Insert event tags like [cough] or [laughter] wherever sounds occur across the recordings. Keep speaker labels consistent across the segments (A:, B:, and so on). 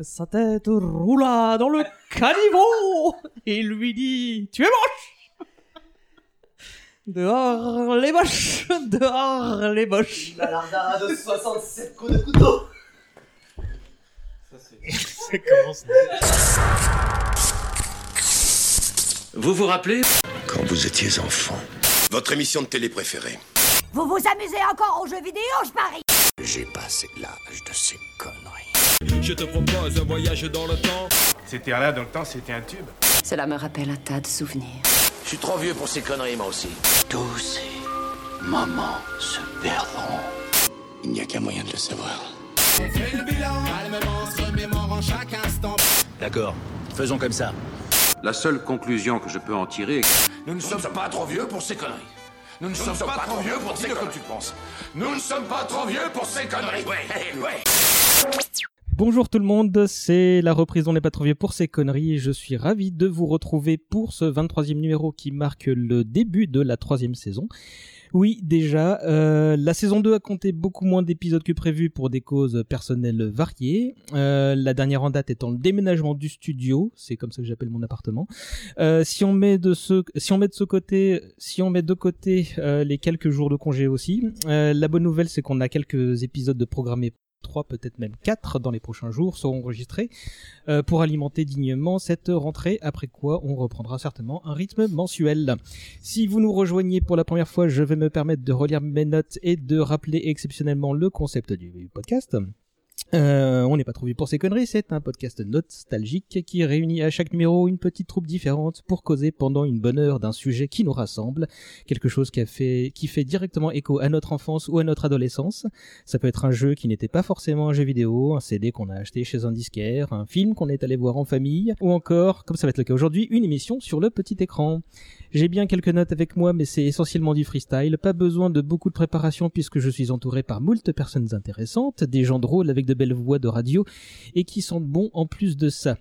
A: Sa tête roula dans le caniveau et lui dit Tu es moche Dehors les moches Dehors les moches
B: Balarda de 67 coups de couteau
C: Ça commence.
D: Vous vous rappelez
E: Quand vous étiez enfant. Votre émission de télé préférée.
F: Vous vous amusez encore aux jeux vidéo, je parie
E: J'ai passé l'âge de ces conneries.
G: Je te propose un voyage dans le temps.
C: C'était là dans le temps, c'était un tube.
H: Cela me rappelle un tas de souvenirs.
E: Je suis trop vieux pour ces conneries, moi aussi. Tous ces moments se perdront. Il n'y a qu'un moyen de le savoir.
D: D'accord, faisons comme ça.
I: La seule conclusion que je peux en tirer est
E: Nous ne sommes pas trop vieux pour ces conneries. Nous ne sommes pas trop vieux pour ces conneries. tu penses. Nous ne sommes pas trop vieux pour ces conneries. Ouais, ouais.
A: Bonjour tout le monde, c'est la reprise On n'est pas trop vieux pour ces conneries. Je suis ravi de vous retrouver pour ce 23e numéro qui marque le début de la troisième saison. Oui, déjà, euh, la saison 2 a compté beaucoup moins d'épisodes que prévu pour des causes personnelles variées. Euh, la dernière en date étant le déménagement du studio, c'est comme ça que j'appelle mon appartement. Euh, si on met de ce, si on met de ce côté, si on met de côté euh, les quelques jours de congé aussi, euh, la bonne nouvelle c'est qu'on a quelques épisodes de programmés. Trois, peut-être même quatre dans les prochains jours seront enregistrés euh, pour alimenter dignement cette rentrée, après quoi on reprendra certainement un rythme mensuel. Si vous nous rejoignez pour la première fois, je vais me permettre de relire mes notes et de rappeler exceptionnellement le concept du podcast. Euh, on n'est pas trouvé pour ces conneries, c'est un podcast nostalgique qui réunit à chaque numéro une petite troupe différente pour causer pendant une bonne heure d'un sujet qui nous rassemble, quelque chose qui, a fait, qui fait directement écho à notre enfance ou à notre adolescence. Ça peut être un jeu qui n'était pas forcément un jeu vidéo, un CD qu'on a acheté chez un disquaire, un film qu'on est allé voir en famille, ou encore, comme ça va être le cas aujourd'hui, une émission sur le petit écran. J'ai bien quelques notes avec moi, mais c'est essentiellement du freestyle. Pas besoin de beaucoup de préparation puisque je suis entouré par moult personnes intéressantes, des gens drôles avec de belles voix de radio et qui sentent bon en plus de ça.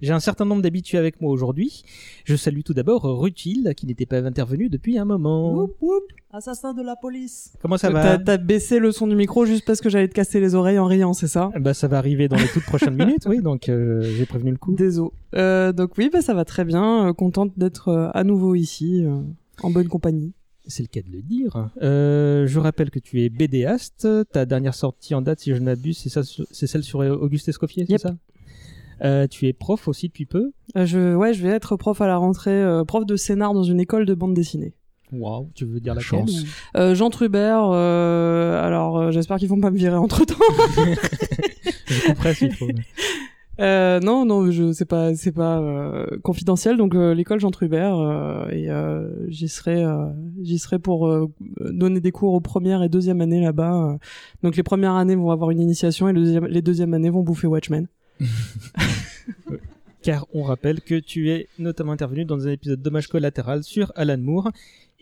A: J'ai un certain nombre d'habitués avec moi aujourd'hui. Je salue tout d'abord Rutil, qui n'était pas intervenu depuis un moment.
B: Woup woup Assassin de la police
A: Comment ça
B: T'as
A: va
B: t'as baissé le son du micro juste parce que j'allais te casser les oreilles en riant, c'est ça
A: Bah ça va arriver dans les toutes [laughs] prochaines minutes, oui. Donc euh, j'ai prévenu le coup.
B: Désolé. Euh, donc oui, bah, ça va très bien. Euh, contente d'être euh, à nouveau ici, euh, en bonne compagnie.
A: C'est le cas de le dire. Euh, je rappelle que tu es BDaste. Ta dernière sortie en date, si je ne m'abuse, c'est ça- c'est celle sur Auguste Escoffier, c'est
B: Yep.
A: ça Euh, Tu es prof aussi depuis peu.
B: Euh, je, ouais, je vais être prof à la rentrée, euh, prof de scénar dans une école de bande dessinée.
A: Waouh, tu veux dire la
D: Chance.
A: chance
B: Euh, Jean Trubert, euh, alors euh, j'espère qu'ils vont pas me virer entre temps.
A: [laughs] Je comprends s'il faut.
B: Euh, non, non, je c'est pas c'est pas euh, confidentiel. Donc euh, l'école Jean Trubert euh, et euh, j'y serai euh, j'y serai pour euh, donner des cours aux premières et deuxième années là-bas. euh. Donc les premières années vont avoir une initiation et le deuxième- les deuxièmes années vont bouffer Watchmen.
A: Car on rappelle que tu es notamment intervenu dans un épisode Dommage collatéral sur Alan Moore.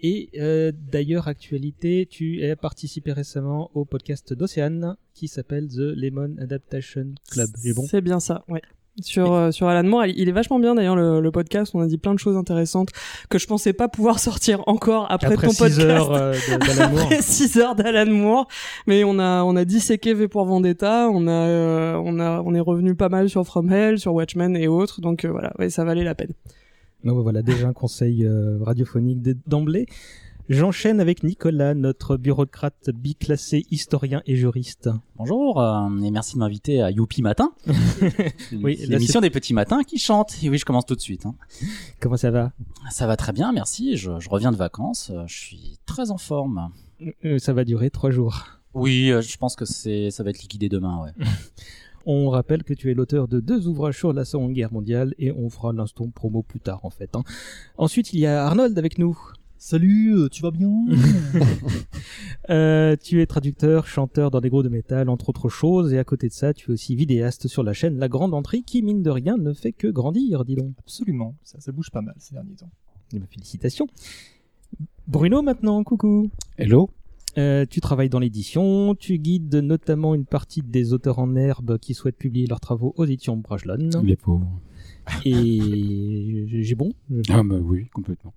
A: Et euh, d'ailleurs, actualité, tu as participé récemment au podcast d'Océane qui s'appelle The Lemon Adaptation Club. C'est bon
B: C'est bien ça, ouais. Sur, euh, sur Alan Moore, il il est vachement bien d'ailleurs le, le podcast. On a dit plein de choses intéressantes que je pensais pas pouvoir sortir encore après,
A: Après
B: ton
A: 6
B: podcast.
A: heures euh, de- d'Alan Moore.
B: après 6 heures d'Alan Moore. Mais on a, on a disséqué V pour Vendetta, on a, euh, on a, on est revenu pas mal sur From Hell, sur Watchmen et autres. Donc euh, voilà, ouais, ça valait la peine.
A: Donc voilà, déjà un conseil euh, radiophonique d- d'emblée. J'enchaîne avec Nicolas, notre bureaucrate biclassé, historien et juriste.
J: Bonjour euh, et merci de m'inviter à Youpi Matin,
A: Oui, là,
J: l'émission des petits matins qui chante. Et oui, je commence tout de suite. hein.
A: Comment ça va
J: Ça va très bien, merci. Je, je reviens de vacances, euh, je suis très en forme.
A: Euh, Ça va durer trois jours.
J: Oui, euh, je pense que c'est ça va être liquidé demain. Ouais.
A: On rappelle que tu es l'auteur de deux ouvrages sur la Seconde Guerre mondiale et on fera l'instant promo plus tard en fait. hein. Ensuite, il y a Arnold avec nous.
C: Salut, euh, tu vas bien
A: Euh, tu es traducteur, chanteur dans des groupes de métal, entre autres choses, et à côté de ça, tu es aussi vidéaste sur la chaîne La Grande Entrée qui, mine de rien, ne fait que grandir, dis donc.
C: Absolument, ça, ça bouge pas mal ces derniers temps.
A: Eh ben, félicitations. Bruno maintenant, coucou.
D: Hello
A: Euh, tu travailles dans l'édition, tu guides notamment une partie des auteurs en herbe qui souhaitent publier leurs travaux aux éditions Brajlon.
D: Les pauvres.
A: Et j'ai bon
J: oui, Ah, bah complètement.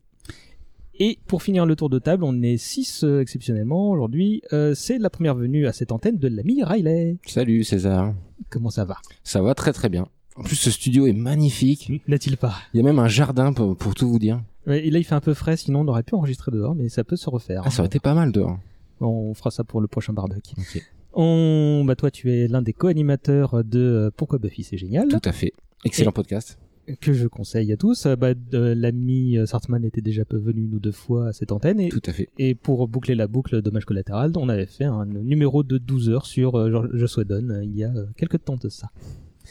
A: Et pour finir le tour de table, on est 6 exceptionnellement aujourd'hui. Euh, c'est la première venue à cette antenne de l'ami Riley.
K: Salut César.
A: Comment ça va
K: Ça va très très bien. En plus, ce studio est magnifique.
A: N'a-t-il pas
K: Il y a même un jardin pour, pour tout vous dire.
A: Ouais, Et là, il fait un peu frais, sinon on aurait pu enregistrer dehors, mais ça peut se refaire.
K: Ah, ça aurait été pas mal dehors.
A: On fera ça pour le prochain barbecue.
K: Ok.
A: On... Bah, toi, tu es l'un des co-animateurs de euh, Pourquoi Buffy, c'est génial.
K: Tout à fait. Excellent podcast.
A: que je conseille à tous. Euh, Bah, de- L'ami euh, Sartman était déjà peu venu une ou deux fois à cette antenne. Et,
K: Tout à fait.
A: et pour boucler la boucle Dommage collatéral, on avait fait un numéro de 12 heures sur euh, George Joss Whedon euh, il y a euh, quelques temps de ça.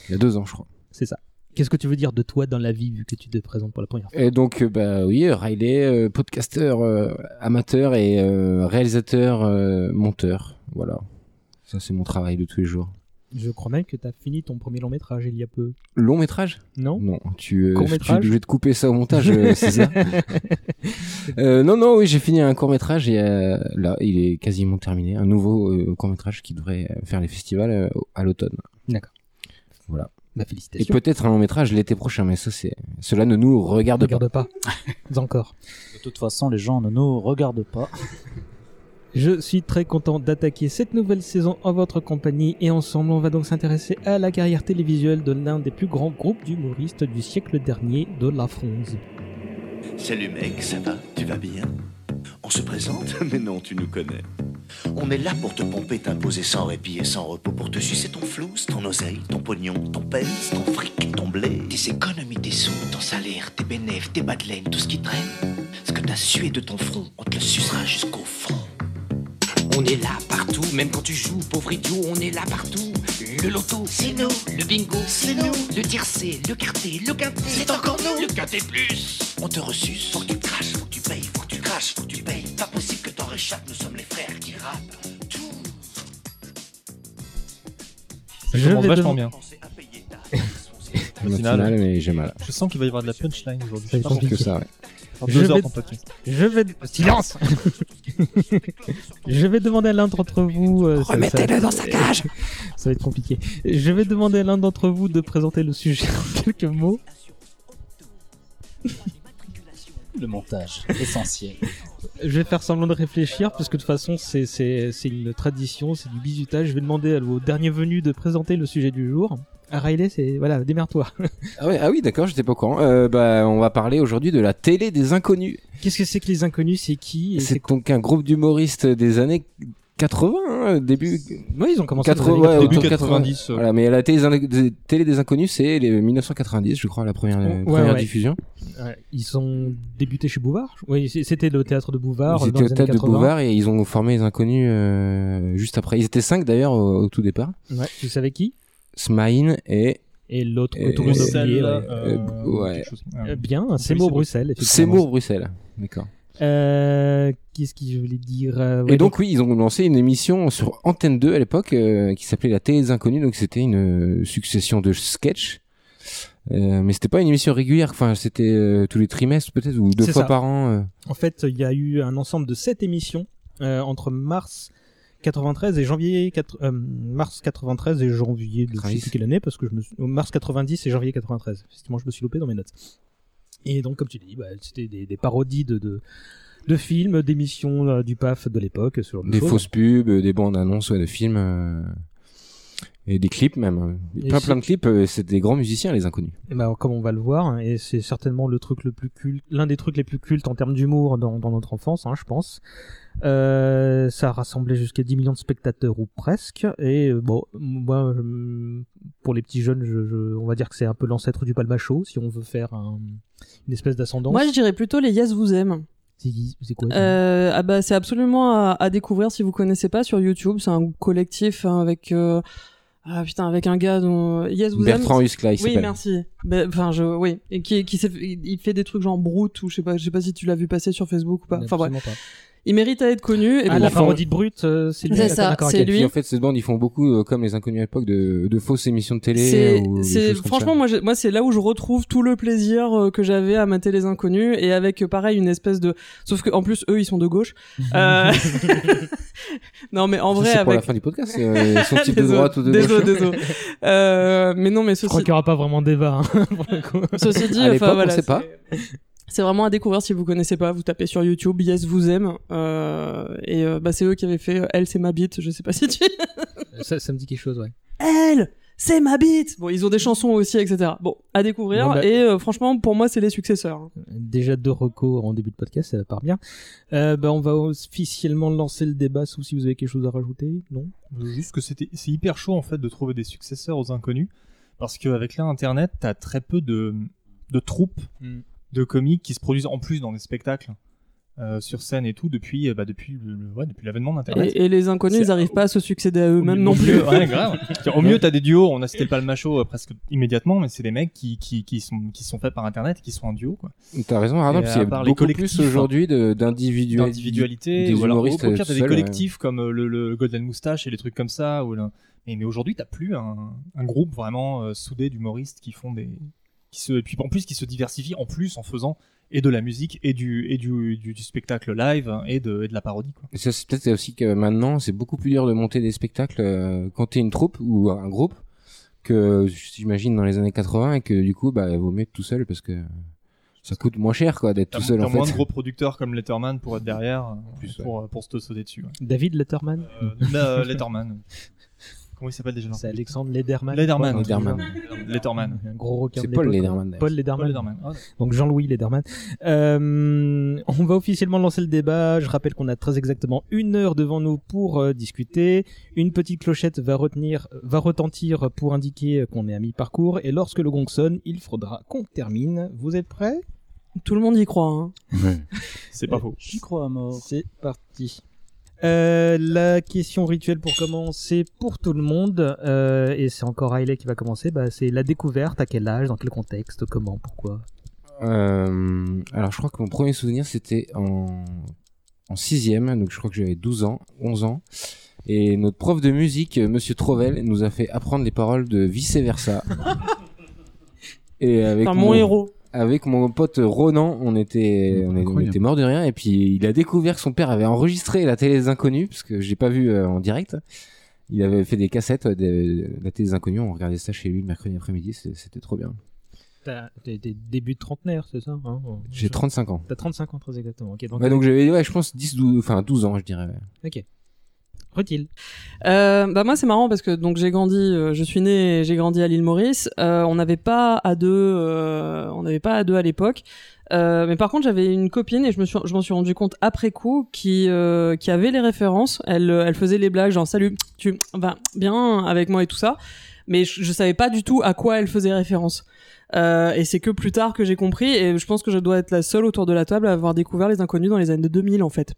K: Il y a deux ans, je crois.
A: C'est ça. Qu'est-ce que tu veux dire de toi dans la vie vu que tu te présentes pour la première fois
K: Et donc, euh, bah oui, euh, Riley, euh, podcasteur euh, amateur et euh, réalisateur euh, monteur. Voilà. Ça, c'est mon travail de tous les jours.
A: Je crois même que tu as fini ton premier long métrage il y a peu.
K: Long métrage
A: Non
K: Non, tu, euh, tu,
A: Court-métrage
K: je vais te couper ça au montage, [laughs] euh, c'est ça. Euh, non, non, oui, j'ai fini un court métrage et euh, là, il est quasiment terminé. Un nouveau court métrage qui devrait euh, faire les festivals euh, à l'automne.
A: [laughs] Bah,
K: Et
A: félicitations.
K: peut-être un long métrage l'été prochain, mais ça, c'est cela ne nous regarde pas.
A: Regarde pas.
K: [laughs]
A: Encore.
J: De toute façon, les gens ne nous regardent pas.
A: Je suis très content d'attaquer cette nouvelle saison en votre compagnie et ensemble on va donc s'intéresser à la carrière télévisuelle de l'un des plus grands groupes d'humoristes du siècle dernier de la France.
E: Salut mec, ça va Tu vas bien On se présente [laughs] Mais non, tu nous connais. On est là pour te pomper, t'imposer sans répit et sans repos, pour te sucer ton flouze, ton oseille, ton pognon, ton pèse, ton fric, ton blé, tes économies, tes sous, ton salaire, tes bénéfices, tes madeleines, tout ce qui traîne. Ce que t'as sué de ton front, on te le sucera jusqu'au front. On est là partout, même quand tu joues, pauvre idiot, on est là partout. Le loto, c'est nous. Le bingo, c'est nous. Le tiercé, le quarté, le quinté, c'est encore nous. Le quinté plus. On te ressuce. Faut que tu craches, faut que tu payes, faut que tu craches, faut que tu payes. Pas possible que t'en réchappes, nous sommes les frères qui rappent. Tout.
C: Ça
A: Je
C: commence
A: vais
C: vachement
A: demander-
C: bien.
E: Pensez à payer ta
K: Le
C: Matinale.
K: matinal, mais j'ai mal.
C: Je sens qu'il va y avoir de la punchline aujourd'hui.
A: Ça
C: Je
A: y
C: pense
A: est,
K: Que ça, ouais.
C: que
A: Je
C: deux heures
A: vais-
C: ton podcast.
A: Je vais silence. Je vais demander à l'un d'entre vous. euh, ça- ça-
F: dans sa cage
A: [laughs] Ça va être compliqué. Je vais demander à l'un d'entre vous de présenter le sujet en [laughs] quelques mots.
J: Le montage, [laughs] essentiel.
A: Je vais faire semblant de réfléchir, parce que de toute façon, c'est- c'est c'est une tradition, c'est du bizutage. Je vais demander au dernier venu de présenter le sujet du jour. À Ah, Riley, c'est. Voilà, démerde-toi.
K: Ah, ouais, ah oui, d'accord, j'étais pas au courant. Euh, bah, on va parler aujourd'hui de la télé des inconnus.
A: Qu'est-ce que c'est que les inconnus C'est qui et
K: C'est donc un groupe d'humoristes des années 80, hein, début
A: Ouais, ils ont commencé dans les
K: 80,
A: années
K: ouais,
A: 80.
C: Début
K: autour de
C: 90, euh.
K: Voilà, mais la télé, des in- des- télé des inconnus, c'est les 1990, je crois, la première, la
A: Ouais,
K: première
A: ouais.
K: diffusion.
A: Ouais, Ils ont débuté chez Bouvard. Oui, c- c'était le théâtre de Bouvard.
K: Ils
A: dans
K: étaient
A: les
K: au
A: années
K: théâtre de
A: 80.
K: Bouvard et ils ont formé les inconnus euh, juste après. Ils étaient cinq d'ailleurs au, au tout départ.
A: Ouais, tu savais qui
K: Smain et
A: Et l'autre que
K: Et-
A: tout le monde a
K: Bruxelles,
A: oublié. ouais.
K: euh, ouais.
C: quelque chose. Ouais.
A: Euh, Bien, Seymour
C: c'est
A: Bruxelles, effectivement.
K: Seymour Bruxelles. D'accord.
A: Euh, Qu'est-ce que je voulais dire euh, ouais,
K: et donc oui, ils ont lancé une émission sur Antenne 2 à l'époque euh, qui s'appelait La télé des inconnus. Donc c'était une euh, succession de sketchs. Euh, mais c'était pas une émission régulière, enfin c'était euh, tous les trimestres peut-être ou deux
A: C'est
K: fois
A: ça.
K: par an. euh.
A: En fait, il y a eu un ensemble de sept émissions euh, entre mars 93 et janvier quatre- euh, mars 93 et janvier de je sais
K: 90.
A: plus quelle année parce que je me suis- mars 90 et janvier 93. Effectivement, je me suis loupé dans mes notes. Et donc, comme tu dis, bah, c'était des, des parodies de, de de films, d'émissions euh, du PAF de l'époque, ce genre de
K: des
A: choses.
K: fausses pubs, euh, des bandes annonces ouais, de films euh, et des clips même.
A: Et
K: plein
A: c'est-
K: plein de clips. euh, c'est des grands musiciens les inconnus.
A: Et bah, comme on va le voir, hein, et c'est certainement le truc le plus culte, l'un des trucs les plus cultes en termes d'humour dans, dans notre enfance, hein, je pense. Euh, ça a rassemblé jusqu'à 10 millions de spectateurs ou presque. Et euh, bon, moi, je- pour les petits jeunes, je, je- on va dire que c'est un peu l'ancêtre du palmachot, si on veut faire un- une espèce d'ascendance.
B: Moi, je dirais plutôt les Yes vous
K: Mhm.
B: aime.
A: c'est qui- c'est quoi ça
B: Euh, ah bah, c'est absolument à, à découvrir si vous connaissez pas sur YouTube. C'est un collectif hein, avec euh, ah putain avec un gars dont Yes vous aime.
K: Bertrand Huskla, il
B: Oui,
K: s'appelle.
B: merci. Ben, Enfin, je, oui, et qui, qui s'est- il fait des trucs genre Brute ou je sais pas, je sais pas si tu l'as vu passer sur Facebook ou pas. Enfin, bref,
A: Absolument pas.
B: il mérite à être connu. Et
A: Ah,
B: bon,
A: la
B: enfin,
A: parodie de Brut, euh, c'est lui.
B: C'est
A: d'accord,
B: ça,
A: d'accord,
B: c'est
A: ok.
K: Et puis
B: lui.
K: en fait, cette bande, ils font beaucoup euh, comme les inconnus à l'époque de, de fausses émissions de télé.
B: C'est,
K: ou des
B: c'est-
K: choses comme
B: franchement,
K: ça.
B: moi, j'ai- moi, c'est là où je retrouve tout le plaisir euh, que j'avais à mater les inconnus et avec euh, pareil une espèce de, sauf que en plus eux, ils sont de
A: [laughs]
B: gauche. Euh, [laughs] non, mais en
K: Ça,
B: vrai,
K: c'est pour la
B: avec
K: fin
B: [laughs]
K: du podcast. euh, son type de
B: Désolé,
K: droite ou de
B: désolé,
K: gauche. [laughs]
B: désolé. Euh, mais non, mais
A: Je crois
B: ceci,
A: qu'il n'y aura pas vraiment de débat, hein, pour le coup.
B: ceci dit,
K: À l'époque,
B: enfin
K: on
B: voilà,
K: sait pas.
B: c'est- C'est vraiment à découvrir si vous connaissez pas. Vous tapez sur YouTube Yes vous aime euh, et euh, bah, c'est eux qui avaient fait euh, Elle c'est ma bite. Je sais pas si tu. [laughs]
A: ça, ça me dit quelque chose, ouais.
B: Elle c'est ma bite. Bon, ils ont des chansons aussi, etc. Bon, à découvrir.
A: Non, bah-
B: Et euh, franchement, pour moi, c'est les successeurs. hein.
A: Déjà deux recos en début de podcast, ça part bien. Euh, bah, on va officiellement lancer le débat, sauf si vous avez quelque chose à rajouter, non
C: Euh, Juste que c'était, c'est hyper chaud en fait de trouver des successeurs aux inconnus, parce qu'avec l'internet, t'as très peu de, de troupes de comiques qui se produisent en plus dans des spectacles, euh, sur scène et tout depuis, euh, bah, depuis, le- le- ouais, depuis l'avènement d'internet.
B: Et, et les inconnus,
C: C'est-
B: ils arrivent pas à se succéder à eux-mêmes non
C: Au
B: plus.
C: mieux- [laughs] ouais, grave. C'est-à-dire, Au mieux, t'as des duos. On a cité le Palmacho euh, presque immédiatement, mais c'est des mecs qui, qui, qui sont, qui sont faits par internet, qui sont en duo, quoi.
K: T'as raison, Arnaud,
C: Et
K: parce qu'il
C: à
K: y a
C: part les
K: beaucoup
C: collectifs, hein.
K: plus aujourd'hui de- d'individu-
C: d'individualité
K: des
C: ou alors, au-
K: humoristes.
C: au pire, t'as
K: seuls,
C: des
K: ouais.
C: collectifs comme euh, le, le Golden Moustache et des trucs comme ça ou le- mais, mais aujourd'hui t'as plus un, un groupe vraiment euh, soudé d'humoristes qui font des qui se et puis en plus qui se diversifient en plus en faisant et de la musique et du et du, du, du spectacle live hein, et de, et de la parodie quoi.
K: Et Ça, c'est peut-être aussi que maintenant, c'est beaucoup plus dur de monter des spectacles euh, quand t'es une troupe ou un groupe que j'imagine dans les années 80 et que du coup, bah, vaut mieux être tout seul parce que ça coûte moins cher, quoi, d'être
C: T'as,
K: tout seul,
C: t'as
K: en
C: moins
K: fait.
C: de gros producteurs comme Letterman pour être derrière euh, pour, euh, pour se te sauter dessus. ouais.
A: David Letterman
C: Euh, euh, Letterman. [laughs] Comment il s'appelle déjà leur
A: C'est
C: producteur
A: Alexandre Lederman.
C: Lederman.
A: Ouais,
K: Lederman.
C: Letterman.
A: Un gros requin
K: C'est
A: de
K: Paul
A: l'époque.
K: Lederman, d'ailleurs.
A: Paul Lederman.
C: Paul Lederman. Ah,
A: Donc Jean-Louis Lederman. Euh, on va officiellement lancer le débat. Je rappelle qu'on a très exactement une heure devant nous pour euh, discuter. Une petite clochette va, retenir, va retentir pour indiquer qu'on est à mi-parcours. Et lorsque le gong sonne, il faudra qu'on termine. Vous êtes prêts
B: Tout le monde y croit. hein.
C: c'est pas faux.
J: J'y crois à mort.
A: C'est parti. Euh, la question rituelle pour commencer pour tout le monde, euh, et c'est encore Riley qui va commencer, bah, c'est la découverte, à quel âge, dans quel contexte, comment, pourquoi.
K: Euh, alors, je crois que mon premier souvenir, c'était en, en sixième, donc je crois que j'avais 12 ans, 11 ans. Et notre prof de musique, euh, Monsieur Trovel, nous a fait apprendre les paroles de Vice Versa. Et avec
B: Enfin, mon héros.
K: avec mon pote Ronan, on était, on, est- on
C: Incroyable.
K: était mort de rien. Et puis, il a découvert que son père avait enregistré la télé des inconnus, parce que je l'ai pas vu euh, en direct. Il avait fait des cassettes euh, de de la télé des inconnus. On regardait ça chez lui le mercredi après-midi. c'est- C'était trop bien.
A: T'as des débuts de trentenaire, c'est ça hein
K: J'ai 35 ans.
A: T'as 35 ans, très exactement. Ok, donc,
K: Ouais, donc j'avais, ouais, je pense 10, 12, enfin 12 ans, je dirais.
A: Rutil.
B: Euh, bah moi c'est marrant parce que donc j'ai grandi, euh, je suis né, et j'ai grandi à l'île Maurice. Euh, on n'avait pas à deux, euh, on n'avait pas à deux à l'époque. Euh, mais par contre j'avais une copine et je me suis, je m'en suis rendu compte après coup qui euh, qui avait les références. Elle euh, elle faisait les blagues genre salut tu vas bien avec moi et tout ça. Mais je, je savais pas du tout à quoi elle faisait référence. Euh, et c'est que plus tard que j'ai compris et je pense que je dois être la seule autour de la table à avoir découvert les inconnus dans les années 2000 en fait.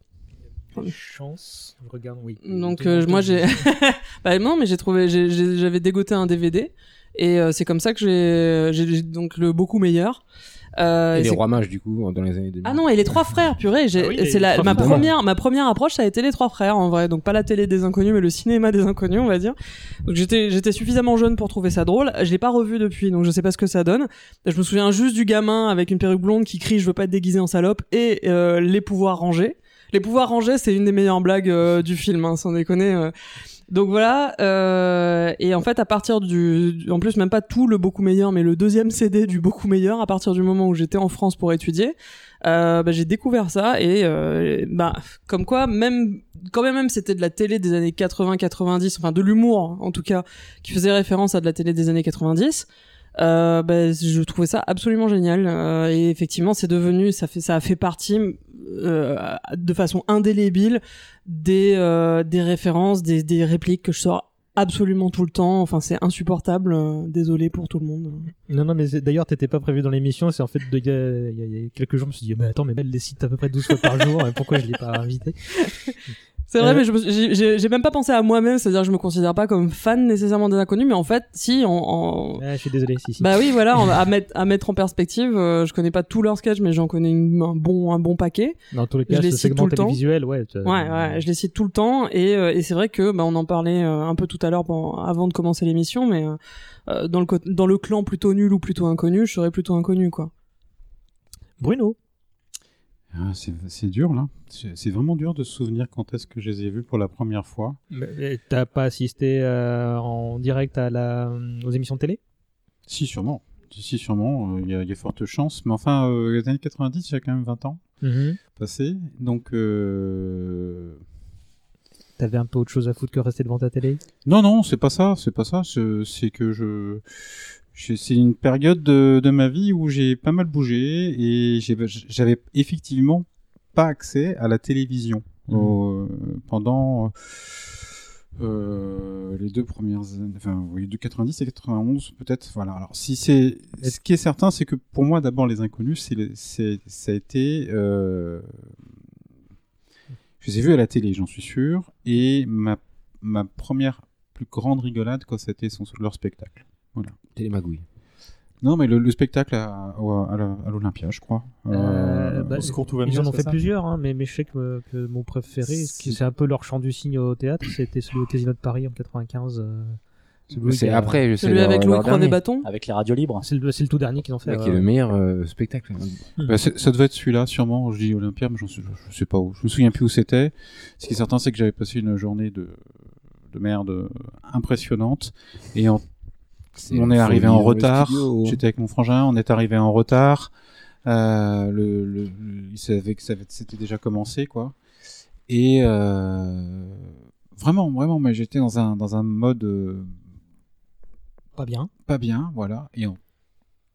K: Ah
A: Chance, je regarde, oui.
B: Donc euh, moi [laughs] j'ai
A: [laughs]
B: bah non mais j'ai trouvé j'ai- j'ai- j'avais dégoté un DVD et euh, c'est comme ça que j'ai- j'ai j'ai donc le beaucoup meilleur. Euh,
K: Et
B: et
K: les
B: c'est-
K: rois mages, du coup, dans les années 2000.
B: ah non et les trois frères purée j'ai-
A: Ah oui,
B: et
A: les
B: c'est la
A: trois
B: ma
A: frères.
B: première ma première approche ça a été les trois frères en vrai donc pas la télé des inconnus mais le cinéma des inconnus on va dire donc j'étais j'étais suffisamment jeune pour trouver ça drôle je l'ai pas revu depuis donc je sais pas ce que ça donne je me souviens juste du gamin avec une perruque blonde qui crie je veux pas être déguisé en salope et euh, les pouvoirs rangés les pouvoirs rangés, c'est une des meilleures blagues euh, du film, hein, sans déconner. euh. Donc voilà, euh, et en fait à partir du, du- en plus même pas tout le beaucoup meilleur, mais le deuxième CD du beaucoup meilleur, à partir du moment où j'étais en France pour étudier, euh, bah, j'ai découvert ça et euh, bah comme quoi même quand même même c'était de la télé des années 80-90, enfin de l'humour hein, en tout cas qui faisait référence à de la télé des années 90. Euh, bah, je trouvais ça absolument génial Euh, et effectivement c'est devenu ça fait ça a fait partie euh, de façon indélébile des euh, des références des, des répliques que je sors absolument tout le temps enfin c'est insupportable Euh, désolé pour tout le monde
A: Non, non, mais c'est- d'ailleurs, t'étais pas prévu dans l'émission. C'est en fait, de- il y, a- il y a- il y a quelques jours, je me suis dit, mais attends, mais elle les cite à peu près 12 fois par jour. hein, Pourquoi je l'ai pas
B: [laughs]
A: invité
B: C'est vrai,
A: Euh,
B: mais je me suis- j'ai- j'ai j'ai même pas pensé à moi-même, c'est-à-dire que je me considère pas comme fan nécessairement des inconnus, mais en fait, si, en, en-
A: ah, Je suis désolé, si, si.
B: bah oui, voilà, en- à mettre à mettre en perspective, euh, je connais pas tous leurs sketchs, mais j'en connais une- un bon un bon paquet.
A: dans tous les
B: je
A: cas,
B: les
A: ce
B: cite tout
A: segment
B: le temps.
A: télévisuel, ouais.
K: Euh.
A: tu-
B: Ouais, ouais, je les cite tout le temps, et, euh, et c'est vrai que bah, on en parlait euh, un peu tout à l'heure bon, avant de commencer l'émission, mais euh, euh, dans le co- dans le clan plutôt nul ou plutôt inconnu, je serais plutôt inconnu quoi.
A: Bruno.
L: Ah, c'est c'est dur là. C'est c'est vraiment dur de se souvenir quand est-ce que je les ai vus pour la première fois.
A: Mais T'as pas assisté euh, en direct à la, euh, aux émissions de télé
L: Si, sûrement. si, sûrement, euh, il y, a- il y a fortes chances. Mais enfin, euh, les années 90, il y a quand même 20 ans
A: Mhm.
L: passés. Donc. euh,
A: T'avais un peu autre chose à foutre que rester devant ta télé
L: Non, non, c'est pas ça, c'est pas ça. C'est c'est que je. je- C'est une période de, de ma vie où j'ai pas mal bougé et j'ai- j'avais effectivement pas accès à la télévision
J: Mmh.
A: Mhm.
L: Au- pendant euh, les deux premières années, enfin oui, de 90 et 91 peut-être. Voilà. Alors si c'est, ce qui est certain, c'est que pour moi d'abord les inconnus, c'est, le- c'est, ça a été euh, je les ai vus à la télé, j'en suis sûr. Et ma, ma première plus grande rigolade, quand c'était son, leur spectacle. Voilà.
K: Télémagouille.
L: Non, mais le, le spectacle à, au- à la- à l'Olympia, je crois.
A: Euh, bah, Ils en ont
L: c'est
A: fait
L: ça
A: plusieurs, hein, mais, mais je sais que, que mon préféré,
L: C'est-
A: qui- c'est un peu leur chant du signe au théâtre, c'était celui au Casino de Paris en 95. euh, celui
K: C'est
A: qui a-
K: après, je sais, Celui leur- avec leur Louis Croix dernier. des Bâtons
J: Avec les radios libres.
A: C'est le, c'est le tout dernier qu'ils ont fait.
K: Là, qui
A: ouais.
K: est le meilleur euh, spectacle.
L: Bah, c'est- ça devait être celui-là, sûrement. Je dis Olympia, mais j'en sais- je je sais pas où. Je me souviens plus où c'était. Ce qui est certain, c'est que j'avais passé une journée de, de merde euh, impressionnante. Et en-
K: C'est
L: on
K: une
L: est arrivé en
K: folie dans le
L: retard.
K: studio.
L: J'étais avec mon frangin, on est arrivé en retard. Euh, le, le- le- il savait que ça avait- c'était déjà commencé, quoi. Et euh, vraiment, vraiment, mais j'étais dans un, dans un mode. euh,
A: Pas bien.
L: pas bien, voilà. Et en,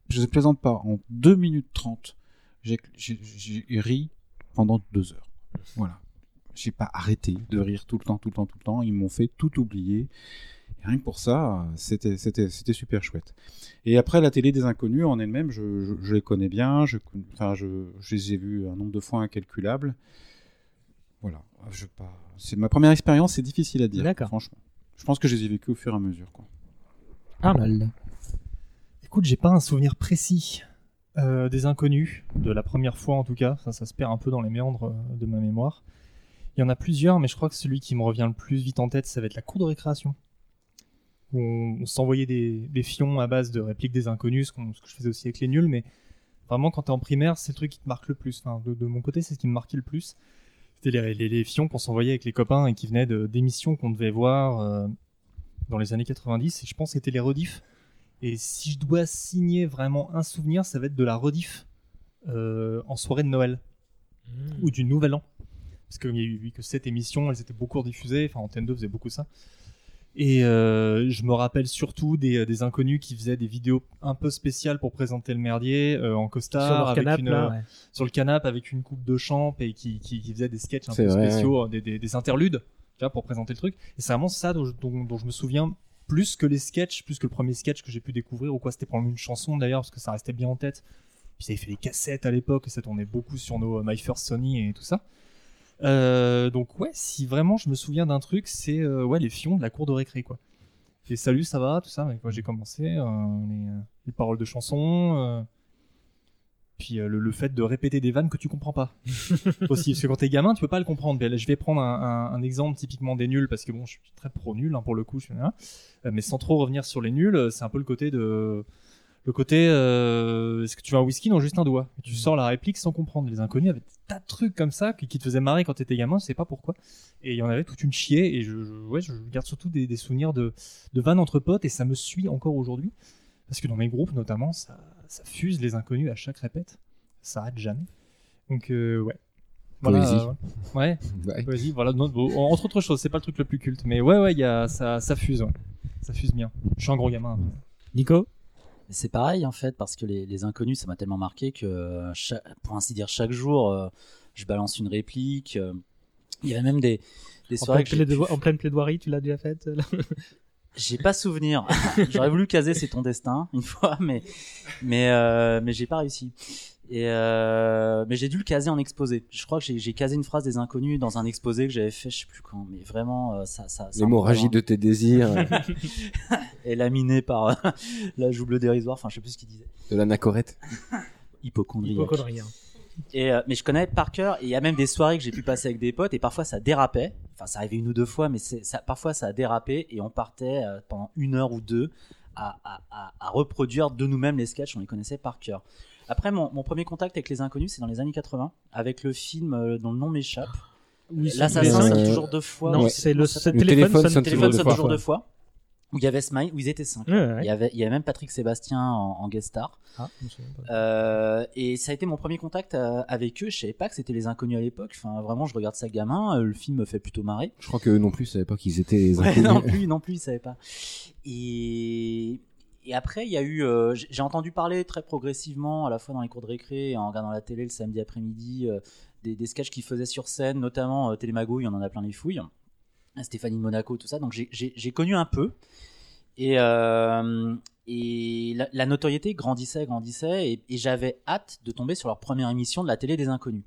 L: je ne plaisante pas, en 2 minutes 30, j'ai j'ai- j'ai ri pendant 2 heures. Voilà. J'ai pas arrêté de rire tout le temps, tout le temps, tout le temps. Ils m'ont fait tout oublier. Et rien que pour ça, euh, c'était c'était- c'était super chouette. Et après, la télé des inconnus en elle-même, je, je- je les connais bien. Je, con- enfin, je, je les ai vus un nombre de fois incalculable. Voilà. Ah, Je, sais pas. C'est ma première expérience, c'est difficile à dire. Franchement. Je pense que je les ai vécus au fur et à mesure. Quoi.
J: Ah,
A: Arnold.
C: Écoute, j'ai pas un souvenir précis euh, des inconnus, de la première fois en tout cas, ça, ça se perd un peu dans les méandres euh, de ma mémoire. Il y en a plusieurs, mais je crois que celui qui me revient le plus vite en tête, ça va être la cour de récréation. Où on, on s'envoyait des, des fions à base de répliques des inconnus, ce, qu'on- ce que je faisais aussi avec les nuls, mais vraiment quand t'es en primaire, c'est le truc qui te marque le plus. Enfin, de, de mon côté, c'est ce qui me marquait le plus. C'était les, les- les fions qu'on s'envoyait avec les copains et qui venaient de- d'émissions qu'on devait voir euh, dans les années 90, et je pense que c'était les rediffs. Et si je dois signer vraiment un souvenir, ça va être de la rediff euh, en soirée de Noël
A: Mmh.
C: ou du Nouvel An. Parce qu'il y a eu eu que cette émission, elles étaient beaucoup rediffusées, enfin Antenne 2 faisait beaucoup ça. Et euh, je me rappelle surtout des, euh, des inconnus qui faisaient des vidéos un peu spéciales pour présenter le merdier euh, en costard
A: Sur leur
C: avec
A: canap',
C: une,
A: là, ouais.
C: sur le canapé avec une coupe de champ et qui, qui, qui faisait des sketchs un
K: C'est
C: peu
K: vrai,
C: spéciaux, euh, des, des- des interludes tu vois, pour présenter le truc. Et c'est vraiment ça dont je, dont- dont je me souviens plus que les sketchs, plus que le premier sketch que j'ai pu découvrir ou quoi. C'était probablement une chanson d'ailleurs parce que ça restait bien en tête. Puis ça avait fait les cassettes à l'époque et ça tournait beaucoup sur nos euh, My First Sony et tout ça. Euh, donc ouais, si vraiment je me souviens d'un truc, c'est euh, ouais les fions de la cour de récré quoi. Et salut, ça va, tout ça. Avec moi j'ai commencé euh, les, euh, les paroles de chansons. euh, puis euh, le, le fait de répéter des vannes que tu comprends pas aussi parce que quand t'es gamin tu peux pas le comprendre Mais là, je vais prendre un, un- un exemple typiquement des nuls parce que bon je suis très pro nul hein, pour le coup je suis- hein. Euh, mais sans trop revenir sur les nuls euh, c'est un peu le côté de le côté euh, est-ce que tu veux un whisky non juste un doigt Et tu sors la réplique sans comprendre les inconnus avaient des tas de trucs comme ça qui, qui te faisaient marrer quand t'étais gamin je sais pas pourquoi et il y en avait toute une chier et je, je- ouais je garde surtout des, des souvenirs de de vannes entre potes et ça me suit encore aujourd'hui parce que dans mes groupes notamment ça ça fuse les inconnus à chaque répète ça arrête jamais donc euh, ouais
K: Poésie.
C: euh, ouais.
K: Ouais.
C: Poésie, voilà. Non, bon, entre autres choses, c'est pas le truc le plus culte, mais ouais, ouais, il y a, ça, ça fuse, ouais. ça fuse bien. Je suis un gros gamin.
A: Nico
J: C'est pareil en fait, parce que les, les inconnus, ça m'a tellement marqué que, euh, cha- pour ainsi dire, chaque jour, euh, je balance une réplique. euh. Il y avait même des, des
A: En
J: soirées
A: pleine,
J: que j'ai
A: plaidoi- en pleine plaidoirie, tu l'as déjà faite là
J: J'ai pas souvenir. [laughs] J'aurais voulu caser C'est ton destin une fois, mais mais euh, mais j'ai pas réussi. Et euh, mais j'ai dû le caser en exposé. Je crois que j'ai- j'ai casé une phrase des inconnus dans un exposé que j'avais fait, je sais plus quand, mais vraiment euh, ça ça. ça me
K: L'hémorragie
J: revient.
K: de tes [laughs] désirs. euh,
J: est laminé par [laughs] euh, la joue bleue dérisoire. Enfin, je sais plus ce qu'il disait.
K: de l'anacorette.
J: Hypochondriaque.
A: Hypochondriaque.
J: Et, euh, mais je connais par cœur. Et il y a même des soirées que j'ai pu passer avec des potes. Et parfois, ça dérapait. Enfin, ça arrivait une ou deux fois, mais c'est- ça, parfois, ça a dérapé. Et on partait euh, pendant une heure ou deux à, à- à- à reproduire de nous-mêmes les sketchs. On les connaissait par cœur. Après, mon, mon premier contact avec les inconnus, c'est dans les années 80, avec le film euh, dont le nom m'échappe.
A: Oui,
J: L'assassin
A: c'est-
J: sonne
A: euh,
J: toujours deux fois.
A: Non,
J: Je sais
A: c'est
J: plus
A: le-
J: comment ça s'appelle.
A: le téléphone sonne
J: Le téléphone sonne toujours deux fois. où il y avait Smile, où ils étaient 5.
A: Ouais, ouais, ouais.
J: Il, y avait, il y avait même Patrick Sébastien en, en guest star.
C: Ah, je me souviens pas.
J: Euh, et ça a été mon premier contact euh, avec eux. Je savais pas que c'était les inconnus à l'époque. Enfin, vraiment, je regarde ça gamin. euh, le film me fait plutôt marrer.
K: Je crois que non plus, ils savaient pas qu'ils étaient les
J: Ouais,
K: inconnus.
J: non plus, non plus, ils savaient pas. Et, et après, il y a eu. euh, j- J'ai entendu parler très progressivement, à la fois dans les cours de récré et en regardant la télé le samedi après-midi, euh, des, des sketchs qu'ils faisaient sur scène, notamment euh, Télémago, il y en a plein les fouilles. Stéphanie de Monaco, tout ça. Donc j'ai- j'ai j'ai connu un peu. Et, euh, et la, la notoriété grandissait, grandissait. Et, et j'avais hâte de tomber sur leur première émission de la télé des inconnus.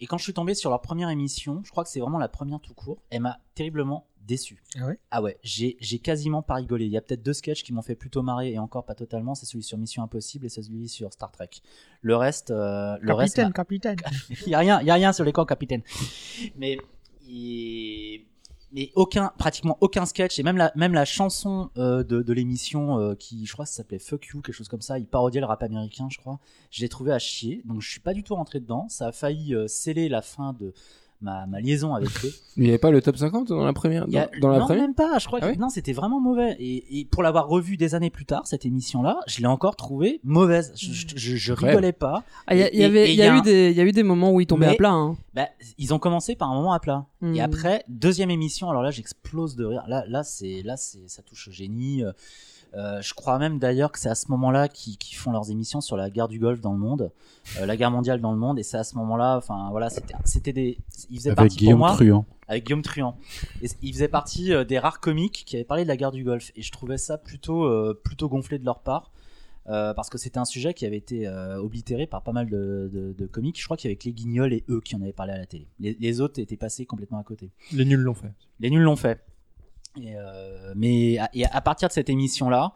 J: Et quand je suis tombé sur leur première émission, je crois que c'est vraiment la première tout court, elle m'a terriblement déçu.
A: Ah ouais
J: Ah ouais, j'ai j'ai quasiment pas rigolé. Il y a peut-être deux sketchs qui m'ont fait plutôt marrer, et encore pas totalement, c'est celui sur Mission Impossible et celui sur Star Trek. Le reste... euh, le reste m'a-
A: capitaine.
J: il y a rien, il y a rien sur les corps, capitaine. Mais, il- mais aucun, pratiquement aucun sketch et même la, même la chanson euh, de, de l'émission euh, qui, je crois, ça s'appelait Fuck You, quelque chose comme ça. Il parodiait le rap américain, je crois. Je l'ai trouvé à chier, donc je suis pas du tout rentré dedans. Ça a failli euh, sceller la fin de ma, ma liaison avec eux.
K: Il n'y avait pas le top 50 dans la première
J: Il y a-
K: [laughs] dans, dans la
J: non,
K: première
J: même pas. Je crois que
K: Ah ouais
J: non, c'était vraiment mauvais. Et, et pour l'avoir revu des années plus tard, cette émission-là, je l'ai encore trouvée mauvaise. Je, je, je- je
K: Ouais.
J: rigolais pas.
B: Ah, il y, a-
J: Et-
B: il y
J: et-
B: avait-
J: et
B: il y a eu
J: un-
B: des, il y a eu des moments où il tombait à
J: mais,
B: plat. hein.
J: bah, ils ont commencé par un moment à plat.
B: Mm.
J: Et après, deuxième émission, alors là, j'explose de rire. Là, là, c'est, là, c'est, ça touche au génie. Euh, je crois même d'ailleurs que c'est à ce moment-là qu'ils, qu'ils font leurs émissions sur la guerre du Golfe dans le monde, euh, la guerre mondiale dans le monde, et c'est à ce moment-là, enfin voilà, c'était, c'était des, ils faisaient
L: Avec
J: partie
L: Guillaume
J: pour moi,
L: Truand.
J: avec Guillaume Truand, et c- ils faisaient partie euh, des rares comiques qui avaient parlé de la guerre du Golfe, et je trouvais ça plutôt, euh, plutôt gonflé de leur part. Euh, parce que c'était un sujet qui avait été euh, oblitéré par pas mal de, de, de comiques. Je crois qu'il y avait que les guignols et eux qui en avaient parlé à la télé. Les, les autres étaient passés complètement à côté.
C: Les nuls l'ont fait.
J: Les nuls l'ont fait. Et, euh, mais à, et à partir de cette émission-là,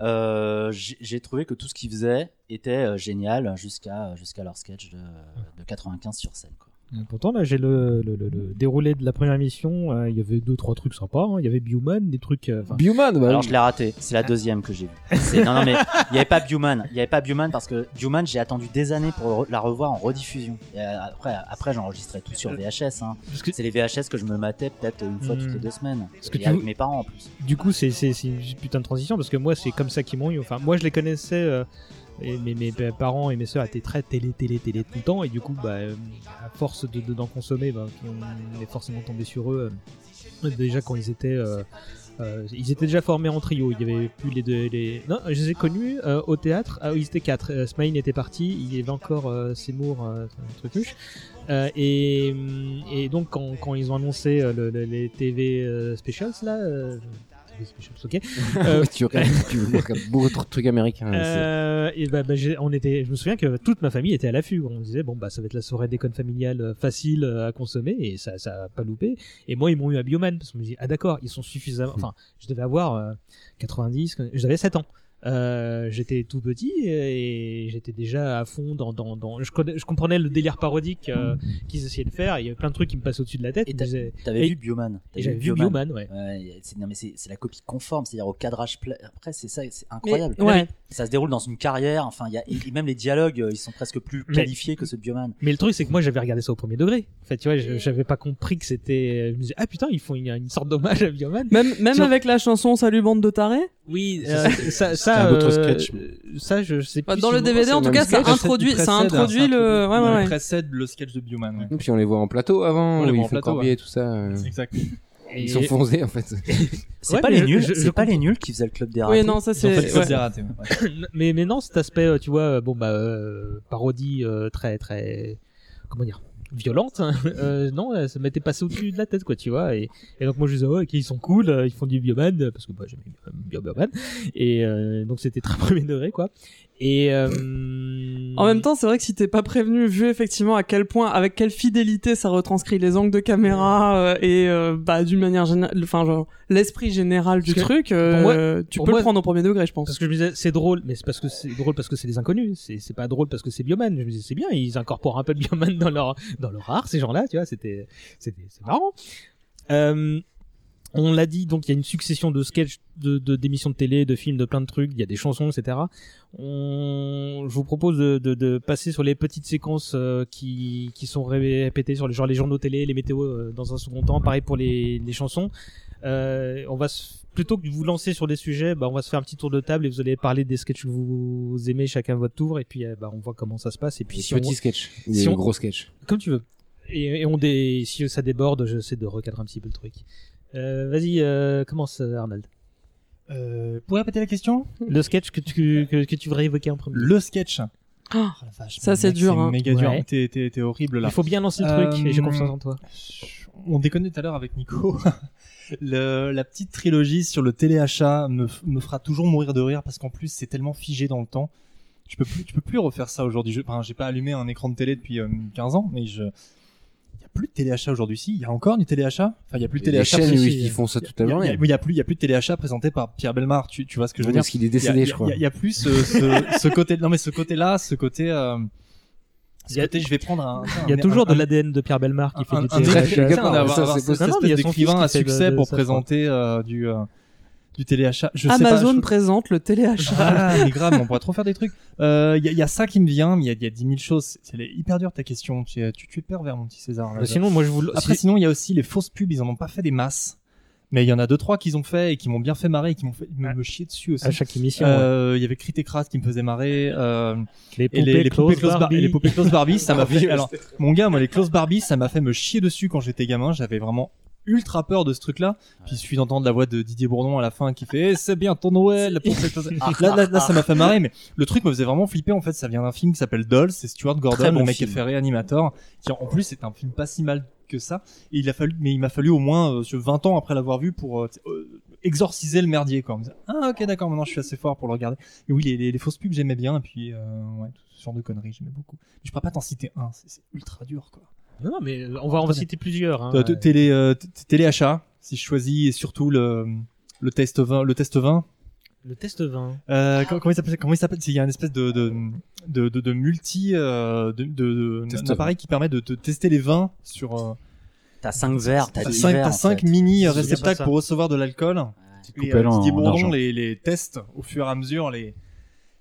J: euh, j'ai j'ai trouvé que tout ce qu'ils faisaient était euh, génial jusqu'à jusqu'à leur sketch de, de 95 sur scène. quoi.
A: Pourtant, là, j'ai le, le- le- le déroulé de la première émission. euh, Il y avait deux, trois trucs sympas. hein. Il y avait Bioman, des trucs. euh, enfin,
K: Bioman, bah
J: Alors
K: oui.
J: je l'ai raté, c'est la deuxième que j'ai vue. C'est- Non, non, mais il n'y avait pas Bioman, il n'y avait pas Bioman parce que Bioman, j'ai attendu des années pour re- la revoir en rediffusion. Et euh, après, après j'enregistrais tout sur VHS. hein. C'est les VHS que je me matais peut-être une fois
A: Hmm.
J: toutes les deux semaines.
A: Parce que
J: Et
A: tu
J: avec
A: veux-
J: mes parents en plus.
A: Du coup, c'est c'est- c'est une putain de transition parce que moi, c'est comme ça qu'ils m'ont eu. Enfin, moi, je les connaissais. euh, et mes, mes parents et mes soeurs étaient très télé, télé, télé tout le temps. Et du coup, bah, euh, à force de- de- d'en consommer, bah, on est forcément tombé sur eux. euh, déjà quand ils étaient. euh, euh, ils étaient déjà formés en trio, il y avait plus les deux. Les... Non, je les ai connus euh, au théâtre, ah, oui, ils étaient quatre. Euh, Smaïn était parti, il y avait encore euh, Seymour, euh, trucuche. Euh, et, hum, et donc, quand, quand ils ont annoncé euh, le- le- les TV euh, Specials, là. euh, TV Specials, ok. Euh,
K: [laughs] Ouais, tu regardes, tu regardes beaucoup de trucs américains. Ah, c'est-
A: euh, et bah, bah, j'ai- on était, je me souviens que toute ma famille était à l'affût. On disait bon bah ça va être la soirée déconne familiale euh, facile euh, à consommer et ça ça a pas loupé. Et moi ils m'ont eu à Bioman parce que je me dis ah d'accord ils sont suffisamment. Enfin je devais avoir euh, 90, j'avais 7 ans. Euh, j'étais tout petit et j'étais déjà à fond dans dans, dans... Je, connais- je comprenais le délire parodique euh, qu'ils essayaient de faire. Il y avait plein de trucs qui me passaient au-dessus de la tête.
J: Et
A: Je
J: t'a-
A: me disais-
J: T'avais
A: et-
J: vu Bioman
A: et
J: t'avais
A: J'avais vu Bioman ouais.
J: Ouais, c'est, non, mais c'est, c'est la copie conforme, c'est-à-dire au cadrage. pla- Après, c'est ça, c'est incroyable. Ah
B: Mais- ouais.
J: Ça se déroule dans une carrière, enfin, il y a, et même les dialogues, euh, ils sont presque plus
A: Mais-
J: qualifiés que ceux de Bioman.
A: Mais le truc, c'est que moi, j'avais regardé ça au premier degré. En fait, tu vois, je- j'avais pas compris que c'était. Je me disais, ah putain, ils font une, une sorte d'hommage à Bioman.
B: Même, même
A: Sur-
B: avec la chanson Salut bande de tarés.
A: Oui, euh, ça,
L: C'est
A: ça,
L: un autre
A: euh,
L: sketch.
A: ça, je sais
B: Bah,
A: plus.
B: dans
A: si
B: le
A: vous-
B: DVD, en
K: c'est
B: tout
K: le
B: cas,
K: même
B: ça
K: sketch.
B: introduit, ça introduit le. Ouais, ouais,
C: Il
B: ouais.
C: précède hein, le sketch de Bioman. ouais.
K: Et puis on les voit en plateau avant,
C: On les
K: où
C: voit
K: ils
C: en
K: font
C: plateau,
K: Corbier
C: ouais.
K: et tout ça. euh,
C: Exact.
A: Et-
K: Ils sont foncés en fait.
J: C'est
A: Ouais,
J: pas
A: mais
J: les
A: je-
J: nuls,
A: je- je
J: c'est pas
A: comprends.
J: les nuls qui faisaient le club des ratés.
B: Oui, non, ça
C: Ils ont fait
B: c'est.
C: le club
B: ouais.
C: des ratés, ouais.
A: mais, mais non, cet aspect, euh, tu vois, euh, bon, bah, euh, parodie euh, très, très. Comment dire violente, hein, [laughs] euh, non, euh, ça m'était passé au-dessus de la tête, quoi, tu vois. Et, et donc moi je disais, ouais, ok, ils sont cool, euh, ils font du bioman, euh, parce que bah, j'aimais bien bioman. Et euh, donc c'était très [laughs] premier degré, quoi. Et euh,
B: En même temps, c'est vrai que si t'es pas prévenu, vu effectivement à quel point, avec quelle fidélité ça retranscrit les angles de caméra euh, et euh, bah d'une manière générale, enfin genre l'esprit général du
A: Parce que
B: truc, euh,
A: moi-
B: tu
A: pour
B: peux
A: moi-
B: le prendre au premier degré, je pense.
A: Parce que je me disais, c'est drôle, mais c'est parce que c'est drôle parce que c'est des inconnus. C'est, c'est pas drôle parce que c'est Bioman. Je me disais, c'est bien, ils incorporent un peu de Bioman dans leur, dans leur art, ces gens-là, tu vois, c'était, c'était, c'est marrant. Euh, on l'a dit, donc il y a une succession de sketchs, de, de- d'émissions de télé, de films, de plein de trucs, il y a des chansons, etc. On, je vous propose de, de, de passer sur les petites séquences euh, qui, qui sont ré- répétées sur les, genre les journaux télé, les météos euh, dans un second temps, pareil pour les, les chansons. Euh, on va se plutôt que de vous lancer sur des sujets, bah, on va se faire un petit tour de table et vous allez parler des sketchs que vous aimez chacun votre tour et puis euh, bah, on voit comment ça se passe et puis
K: Des
A: si on-
K: petits sketchs, des gros sketchs.
A: comme tu veux. Et, et on dé... si ça déborde, j'essaie de recadrer un petit peu le truc. Euh, Vas-y, euh, commence euh, Arnold.
C: Euh, pourrais répéter la question
A: Le sketch que tu, que, que tu voudrais évoquer en premier.
C: Le sketch.
B: Ah,
C: Oh
B: ça c'est
C: mec,
B: dur.
C: c'est
B: hein.
C: méga dur. T'es- T'es t'es horrible là.
A: Il faut bien lancer le truc, et j'ai confiance en
C: Euh,
A: toi.
C: On déconnait tout à l'heure avec Nico. [laughs] Le- la petite trilogie sur le téléachat me, f- me fera toujours mourir de rire parce qu'en plus c'est tellement figé dans le temps. Je peux plus, tu peux plus refaire ça aujourd'hui. Je- Enfin, j'ai pas allumé un écran de télé depuis euh, 15 ans, mais je. Il y a plus de téléachat aujourd'hui. Si, il y a encore du téléachat. Enfin, il y a plus de
K: Il y a des
C: téléachat.
K: chaînes
C: précis.
K: oui, qui font ça toute la
C: Il y a-
K: journée.
C: il y a- oui, Il y a plus, il y a plus de téléachat présenté par Pierre Belmar. Tu, tu vois ce que je
K: Oui,
C: veux dire
K: parce qu'il est décédé,
C: Il y a-
K: je crois.
C: Il y a- il y a plus ce, ce- ce côté. Non, mais ce côté-là, ce côté. euh, ce côté, je vais prendre un.
A: Il y a
C: un-
A: toujours de
C: un-
A: l'ADN de Pierre Belmar qui fait
C: un,
A: du
C: un
A: téléachat.
C: écrivain
A: D'accord,
C: d'avoir-
A: ça,
C: avoir
A: c'est
C: cette
A: possible. Non,
C: espèce
A: mais il y a son
C: d'écrivain
A: fils qui
C: à
A: fait de-
C: succès
A: de
C: pour
A: ça, je
C: présenter euh, du euh, du téléachat. Je
B: Amazon
C: sais pas, je-
B: présente le téléachat.
C: Ah, mais grave, mais on pourrait trop faire des trucs. Euh, Il y, a- il y a ça qui me vient, mais il y a- il y, a 10 000 choses. C'est elle est hyper dur ta question. Tu, es- tu, tu es pervers, mon petit César. là.
A: Bah, sinon, moi, je vous le-
C: Après,
A: si-
C: sinon, il y a aussi les fausses pubs. Ils en ont pas fait des masses. Mais il y en a deux trois qu'ils ont fait et qui m'ont bien fait marrer et qui m'ont fait me, me chier dessus aussi.
A: À chaque émission, hein,
C: Euh, Il y avait Crit et Crass qui me faisait marrer. euh,
A: Les
C: et
A: poupées closes
C: closes Bar-
A: Barbie.
C: et les poupées closes Barbie,
A: [laughs]
C: ça m'a fait.
A: Barbie,
C: Alors, mon gars, moi, les closes Barbie, ça m'a fait me chier dessus quand j'étais gamin. J'avais vraiment ultra peur de ce truc-là. Puis il suffit d'entendre la voix de Didier Bourdon à la fin qui fait Eh, c'est bien ton Noël pour cette chose.
J: Ah,
C: là, là, là, ça m'a fait marrer mais le truc me faisait vraiment flipper en fait ça vient d'un film qui s'appelle Dolls c'est Stuart Gordon
J: Très bon
C: le mec
J: film.
C: qui a fait Reanimator qui en plus c'est un film pas si mal que ça et il a fallu mais il m'a fallu au moins euh, sur 20 ans après l'avoir vu pour euh, t- euh, exorciser le merdier quoi On me disait, ah ok d'accord maintenant je suis assez fort pour le regarder et oui les, les- les fausses pubs j'aimais bien et puis euh, ouais tout ce genre de conneries j'aimais beaucoup mais je pourrais pas t'en citer un c'est c'est ultra dur quoi
A: Non, non, mais euh, on va, on va citer plusieurs. hein.
C: euh, t- télé, euh, t- téléachat, si je choisis, et surtout le, le test 20. Le test 20.
A: Le test 20.
C: Euh, co- comment il s'appelle Comment il s'appelle Il y a une espèce de, de, de, de, de multi. euh, de, de, de,
J: Test
C: un appareil qui permet de, de tester les vins sur. euh,
J: T'as 5 verres, t'as
C: T'as
J: 10
C: cinq-
J: verres.
C: t'as
J: en
C: cinq
J: fait.
C: mini
J: Je me souviens pas
C: euh,
J: de
C: réceptacles
J: ça.
C: pour recevoir de l'alcool. Et
J: coupelle
C: euh,
J: en-
C: Didier
J: en
C: Bourdon
J: argent.
C: les, les tests au fur et à mesure, les,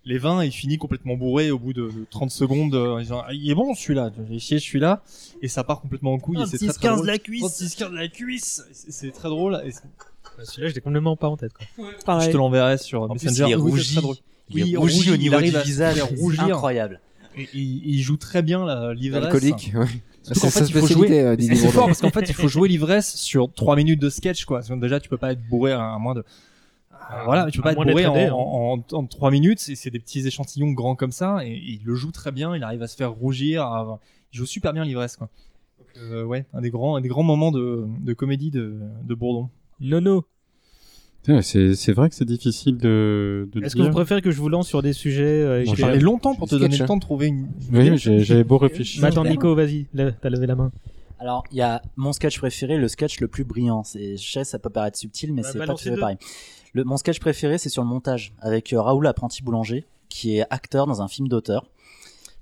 C: les vins, il finit complètement bourré au bout de, de 30 secondes. euh, en disant, Ah, il est bon celui-là, j'ai essayé celui-là. Et ça part complètement en couille. et c'est très, très
A: 36-15
C: drôle.
A: la cuisse.
C: 36-15 la cuisse. C'est- C'est très drôle. et c'est-
A: Bah, Celui-là, je l'ai complètement pas en tête. Quoi.
C: Je te l'enverrai sur
A: En plus,
C: Messenger.
A: il est
C: Oui,
A: rougi.
C: c'est très drôle.
A: Il est
C: Oui,
A: rougi au niveau
C: arrive
A: du
C: à-
A: visage,
C: il
A: c'est
C: rougir.
A: incroyable.
C: Et il, il joue très bien la- l'ivresse.
K: Alcoolique, ouais.
C: Surtout
K: C'est
C: qu'en
K: sa
C: fait, il faut
K: spécialité,
C: jouer-
K: euh, Didier
C: c'est
K: Bourdon.
C: fort parce qu'en fait, il faut jouer l'ivresse sur 3 minutes de sketch, quoi. Parce que Déjà, tu peux pas être bourré à, à moins de. Euh, Voilà, tu peux
A: À
C: pas être
A: moins d'être
C: bourré en,
A: aidé, hein.
C: en, 3 minutes. Et c'est des petits échantillons grands comme ça. Et, et il le joue très bien. Il arrive à se faire rougir. à- Il joue super bien l'ivresse, quoi. Donc, euh, ouais, un des grands, un des grands moments de, de comédie de, de Bourdon.
A: Nono,
M: Putain, C'est c'est vrai que c'est difficile de, de
A: est-ce que
M: dire.
A: vous préférez que je vous lance sur des sujets euh,
M: Bon,
A: je-
M: j'ai parlé
C: longtemps pour te donner le temps de trouver une.
M: Oui, mais j'ai- j'avais beau réfléchir.
A: Bah, attends, Nico, vas-y, là, t'as levé la main.
J: Alors, il y a mon sketch préféré, le sketch le plus brillant. C'est- Je sais, ça peut paraître subtil, mais
A: Bah,
J: c'est pas tout à
A: balancez
J: fait
A: deux.
J: pareil. Le, mon sketch préféré, c'est sur le montage, avec euh, Raoul Apprenti Boulanger, qui est acteur dans un film d'auteur.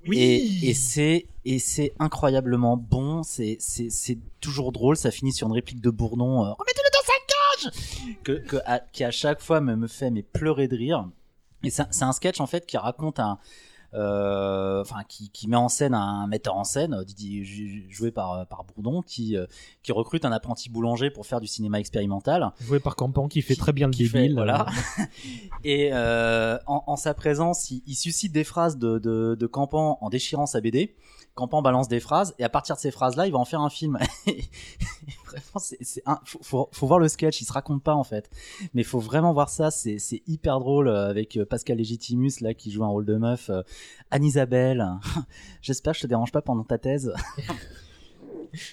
A: Oui.
J: Et, et c'est et c'est incroyablement bon, c'est c'est- c'est toujours drôle, ça finit sur une réplique de Bourdon, euh, remettez-le dans sa cage, que, que- à- qui à chaque fois me, me fait mais pleurer de rire. Et c'est un- c'est un sketch en fait qui raconte un, euh, enfin qui, qui met en scène un metteur en scène euh, Didier, ju- joué par euh, par Bourdon qui euh, qui recrute un apprenti boulanger pour faire du cinéma expérimental
A: Joué par Campan qui fait très bien le
J: fait,
A: débile.
J: voilà.
A: euh,
J: [laughs] et euh, en, en sa présence, il, il suscite des phrases de, de, de Campan en déchirant sa BD. Campan balance des phrases et à partir de ces phrases-là, il va en faire un film. [laughs] Et vraiment, c'est, c'est un- faut, faut, faut voir le sketch, il se raconte pas en fait, mais faut vraiment voir ça. C'est, c'est hyper drôle euh, avec euh, Pascal Legitimus là qui joue un rôle de meuf, euh, Anne-Isabelle. [laughs] J'espère que je te dérange pas pendant ta thèse. [laughs]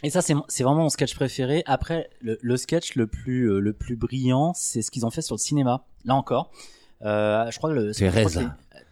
J: Et ça, c'est mon- c'est vraiment mon sketch préféré. Après, le, le sketch le plus, euh, le plus brillant, c'est ce qu'ils ont fait sur le cinéma. Là encore. Euh, je crois que le. je crois que
K: Thérèse.
J: c'est-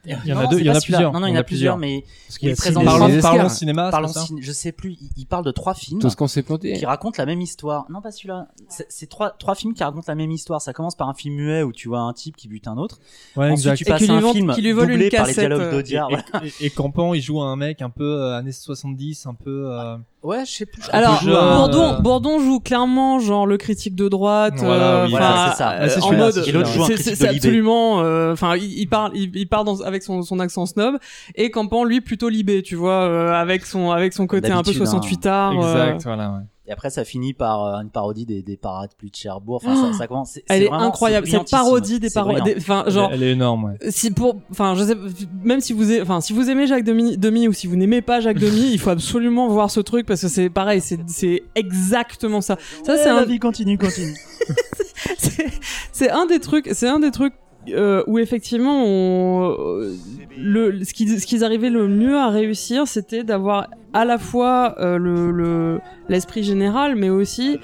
K: Il y en
J: Non,
K: a deux-
J: c'est
K: il y en
J: pas
K: a
J: celui-là.
K: plusieurs. Ah,
J: Non, non, il y en a plusieurs, mais.
K: Parce qu'il y a
J: ils
K: le
J: présentent-
K: cinéma, Parlons- les parlons Oscars.
C: cinéma, c'est
J: Parlons
C: ça
J: ciné- Je sais plus. Ils, ils parlent de trois films.
K: Tout ce qu'on s'est planté.
J: hein. Qui racontent la même histoire. Non, pas celui-là. C'est c'est trois, trois films qui racontent la même histoire. Ça commence par un film muet où tu vois un type qui bute un autre.
C: Ouais,
J: Ensuite,
C: exact.
J: tu passes à un film doublé par les
B: euh,
J: dialogues d'Audiard.
C: Et-
J: voilà.
C: Et, et, Campan, il joue un mec un peu euh, années 70, un peu. euh,
J: Ouais, je sais plus.
B: Alors,
C: un peu jeune,
B: Bourdon,
C: euh,
B: Bourdon joue clairement genre le critique de droite,
C: Voilà,
B: euh,
C: oui,
B: enfin,
C: voilà, c'est ça.
B: euh,
C: Ah, c'est
B: en
C: celui-là,
B: mode,
C: c'est celui-là, ouais.
B: c'est-
C: Critique
B: c'est
C: de
B: c'est
C: Libé.
B: absolument, euh, enfin, il, il parle, il, il part dans, avec son, son accent snob, et Campan lui plutôt libé, tu vois, euh, avec son, avec son côté un peu euh,
J: D'habitude, hein.
C: Ah,
B: 68 art.
C: Exact, voilà, ouais.
J: euh, Et après, ça finit par euh, une parodie des, des parades plus de Cherbourg. Enfin, ça, ça commence. c'est-
B: Ah, Elle
J: c'est
B: est,
J: vraiment-
B: incroyable.
J: c'est
B: Cette
J: brillantissime.
B: parodie des
J: C'est
B: parodies.
J: brillant.
B: Enfin, genre.
C: Elle est énorme, ouais.
B: Si pour, enfin, je sais, même si vous, aimez- enfin, si vous aimez Jacques Demi, Demi ou si vous n'aimez pas Jacques
C: [laughs]
B: Demi, il faut absolument voir ce truc parce que c'est pareil, c'est, c'est exactement ça. Ça,
J: Ouais,
B: c'est
J: Eh, la
B: un,
J: vie continue, continue.
B: [laughs] c'est- c'est un des trucs, c'est un des trucs euh, où effectivement, on, euh, le, ce qu'ils, ce qu'ils arrivaient le mieux à réussir, c'était d'avoir à la fois euh, le, le- l'esprit général, mais aussi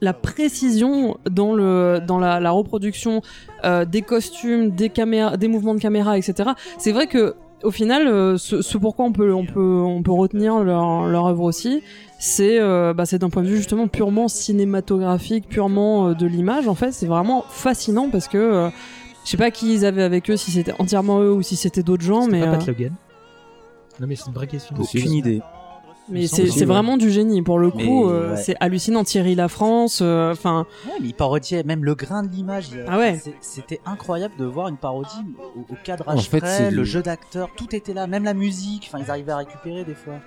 B: la précision dans le dans la, la reproduction euh, des costumes, des caméras, des mouvements de caméra, etc. C'est vrai que au final, euh, ce, ce pourquoi on peut on peut on peut retenir leur leur œuvre aussi, c'est euh, bah, c'est d'un point de vue justement purement cinématographique, purement euh, de l'image. En fait, c'est vraiment fascinant parce que euh, je sais pas qui ils avaient avec eux, si c'était entièrement eux ou si c'était d'autres gens, mais
A: pas
B: euh,
A: Pat Logan. Non, mais c'est une vraie question.
J: Aucune idée.
B: mais
A: Il
B: c'est
A: semble
B: c'est
A: aussi,
B: vraiment du génie pour le
J: Mais,
B: coup. euh,
J: ouais.
B: C'est hallucinant. Thierry La France,
A: [laughs]
B: euh, enfin.
J: Ouais, mais il parodiait même le grain de l'image. euh,
B: Ah ouais.
J: c'est- C'était incroyable de voir une parodie au, au cadrage
K: En fait,
J: près,
K: c'est
J: le
K: le-
J: jeu d'acteur, tout était là, même la musique. Enfin, ils arrivaient à récupérer des fois.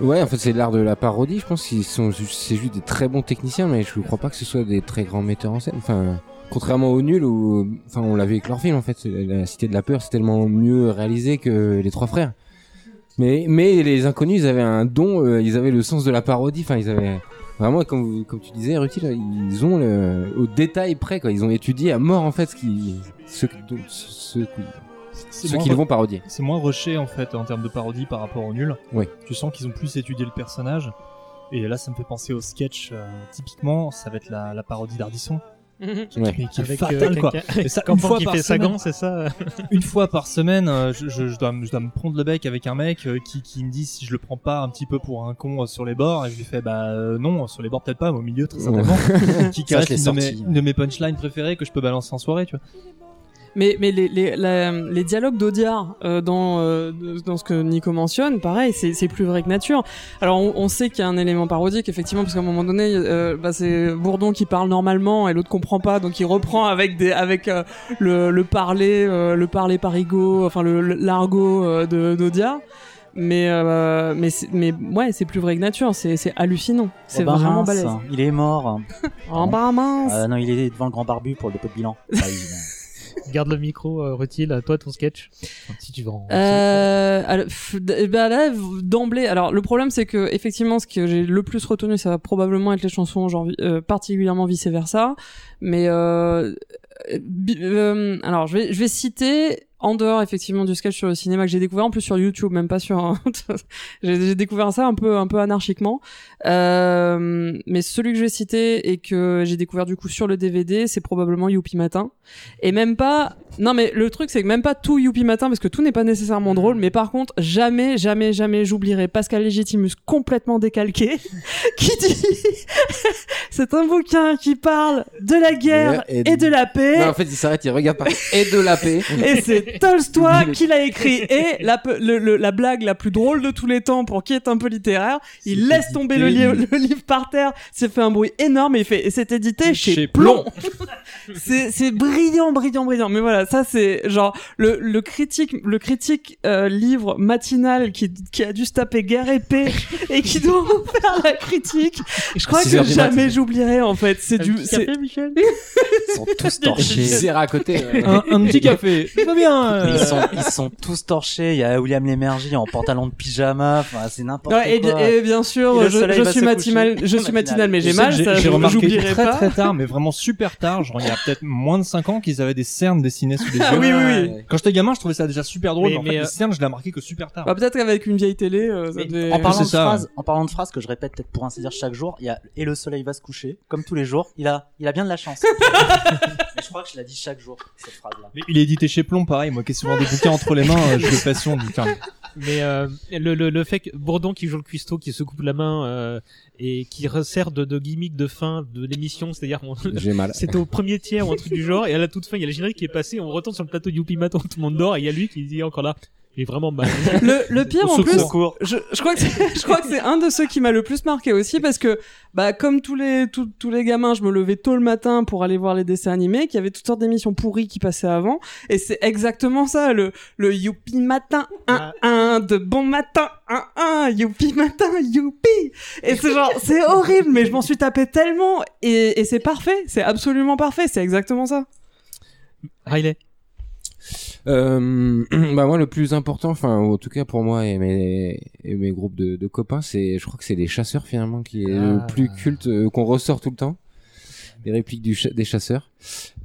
K: Ouais, en fait, c'est l'art de la parodie. Je pense qu'ils sont, ju- c'est juste des très bons techniciens, mais je crois pas que ce soit des très grands metteurs en scène. Enfin, contrairement au nul où, enfin, on l'a vu avec leur film. En fait, la Cité de la peur, c'est tellement mieux réalisé que les Trois Frères. Mais, mais les inconnus, ils avaient un don. euh, ils avaient le sens de la parodie. Enfin, ils avaient vraiment, comme, vous- comme tu disais, Ruti, là, ils ont le, au détail près. Quoi. Ils ont étudié à mort en fait ce qui, ce, dont- ce, ce-
C: C'est
K: ceux
C: moins
K: qui le
C: re-
K: vont parodier.
C: C'est moins rushé en fait en termes de parodie par rapport au nul.
K: Ouais.
C: Tu sens qu'ils ont plus étudié le personnage. Et là, ça me fait penser au sketch. euh, typiquement, ça va être la, la parodie d'Ardisson.
K: Ouais.
C: Mais qui est
A: Avec,
C: fatale,
A: euh,
C: quoi.
A: quelqu'un- [laughs]
C: Et ça,
A: Quand
C: une
A: Franck,
C: fois
A: il
C: par
A: fait sa
C: semaine-
A: gant, c'est ça
C: [laughs] Une fois par semaine, euh, je, je- je dois, me- je dois me prendre le bec avec un mec euh, qui, qui me dit si je le prends pas un petit peu pour un con euh, sur les bords. Et je lui fais bah euh, non, sur les bords peut-être pas, mais au milieu très certainement. qui
J: [laughs] Ça, je
C: cache
J: l'ai
C: une, de
J: sorti,
C: mes-
J: ouais.
C: une de mes punchlines préférées que je peux balancer en soirée, tu vois.
B: Mais, mais les, les, la- les dialogues d'Audiard euh, dans, euh, dans ce que Nico mentionne, pareil, c'est c'est plus vrai que nature. Alors on, on sait qu'il y a un élément parodique, effectivement, parce qu'à un moment donné, euh, bah, c'est Bourdon qui parle normalement et l'autre comprend pas, donc il reprend avec, des, avec euh, le, le parler, euh, le parler parigot, enfin le le- l'argot euh, de- d'Audiard. Mais, euh, mais, c'est- mais ouais, c'est plus vrai que nature, c'est c'est hallucinant, c'est
J: Robin
B: vraiment
J: Reims,
B: balèze.
J: hein, Il est mort.
B: Oh bah mince
J: Euh, non, il est devant le grand barbu pour le pot de
B: [laughs]
J: bilan. Ah, il-
A: Garde le micro, euh, Rutil, à toi ton sketch. Enfin, si tu veux en-
B: Euh, alors, pff, d- eh ben là, v- d'emblée, alors le problème c'est que effectivement, ce que j'ai le plus retenu, ça va probablement être les chansons, genre euh, particulièrement vice versa. Mais euh, euh, bi- euh, alors, je vais, je vais citer en dehors effectivement du sketch sur le cinéma que j'ai découvert en plus sur YouTube, même pas [laughs] sur. j'ai j'ai découvert ça un peu, un peu anarchiquement. Euh, mais celui que je vais citer et que j'ai découvert du coup sur le DVD, c'est probablement Youpi Matin. Et même pas. Non, mais le truc, c'est que même pas tout Youpi Matin, parce que tout n'est pas nécessairement drôle. Mais par contre, jamais, jamais, jamais, j'oublierai Pascal Legitimus complètement décalqué, [laughs] qui dit [laughs] C'est un bouquin qui parle de la guerre
K: Et-
B: et,
K: et-
B: de la paix.
K: Non, en fait, ils s'arrêtent, ils regardent pas. Et de la paix.
B: Et c'est Tolstoy qui l'a écrit. Et la, pe- le- le- la blague la plus drôle de tous les temps, pour qui est un peu littéraire, il laisse tomber le, li- [laughs] le livre par terre. C'est fait un bruit énorme et il fait. et C'est édité chez,
C: Chez
B: Plomb. [laughs] c'est c'est brillant, brillant, brillant. Mais voilà, ça c'est genre le, le critique, le critique euh, livre matinal qui, qui a dû se taper guerre et
C: [laughs]
B: paix et qui doit faire la critique. Je crois
K: Six
B: que
K: heures du
B: jamais j'oublierai en fait. C'est
A: Un
B: du.
A: petit
B: c'est-
A: café, Michel
J: Ils sont tous
K: C'est
J: torchés.
K: à côté. ouais.
C: un,
A: [laughs]
C: un petit café, ça va bien. euh.
J: Ils sont, ils sont tous torchés. Il y a William Lémergie en pantalon de pyjama. Enfin, c'est n'importe
B: Ouais, et,
J: quoi.
B: bien, et bien sûr,
J: Et le
B: je,
J: soleil
B: je
J: va
B: suis
J: se
B: matinal,
J: coucher.
B: je suis matinal, mais j'ai
J: J'ai-
B: mal,
C: J'ai
B: ça,
C: j'ai
B: je-
C: remarqué
B: j'oublierai
C: très
B: pas.
C: très tard, mais vraiment super tard, genre il y a peut-être moins de 5 ans qu'ils avaient des cernes dessinées sous les yeux.
B: Ah oui, oui, oui.
C: Quand j'étais gamin, je trouvais ça déjà super
A: Mais-
C: drôle, mais, en
A: mais,
C: fait,
A: euh,
C: les cernes, je l'ai marqué que super tard.
B: Bah, peut-être qu'avec une vieille télé, euh, ça
J: Mais
B: devait-
J: en, parlant
C: C'est
J: de
C: ça,
J: phrases, en parlant de phrases que je répète peut-être pour ainsi dire chaque jour, il y a et le soleil va se coucher, comme tous les jours. Il a, il a bien de
B: [laughs]
J: la chance. Mais je crois que je la dis chaque jour, cette phrase-là.
C: Mais il est édité chez Plomb, pareil, moi qui ai souvent des bouquins entre les mains, euh, je le passionne. Putain,
A: Mais euh, le, le, le fait que Bourdon qui joue le cuistot, qui se coupe la main euh, et qui resserre de, de gimmick de fin de l'émission, c'est-à-dire [laughs] on-
K: J'ai mal.
A: c'était au premier tiers ou un truc du genre, et à la toute fin il y a le générique qui est passé, on retourne sur le plateau de Youpi Maton, tout le monde dort, et il y a lui qui dit encore là,
N: J'ai vraiment mal.
B: [laughs] Le, le pire
N: Au
B: en plus,
N: secours.
B: je, je crois que c'est- je crois que c'est un de ceux qui m'a le plus marqué aussi parce que bah comme tous les tous, tous les gamins, je me levais tôt le matin pour aller voir les dessins animés, qu'il y avait toutes sortes d'émissions pourries qui passaient avant et c'est exactement ça le le youpi matin un
A: Ah.
B: un de bon matin un un youpi matin youpi et c'est genre c'est horrible mais je m'en suis tapé tellement et, et c'est parfait, c'est absolument parfait, c'est exactement ça.
A: Riley.
K: Euh, [clears throat] bah moi le plus important, enfin en tout cas pour moi et mes, et mes groupes de, de copains, c'est je crois que c'est les chasseurs finalement qui est le
A: Ah.
K: plus culte euh, qu'on ressort tout le temps. Les répliques du cha- des chasseurs,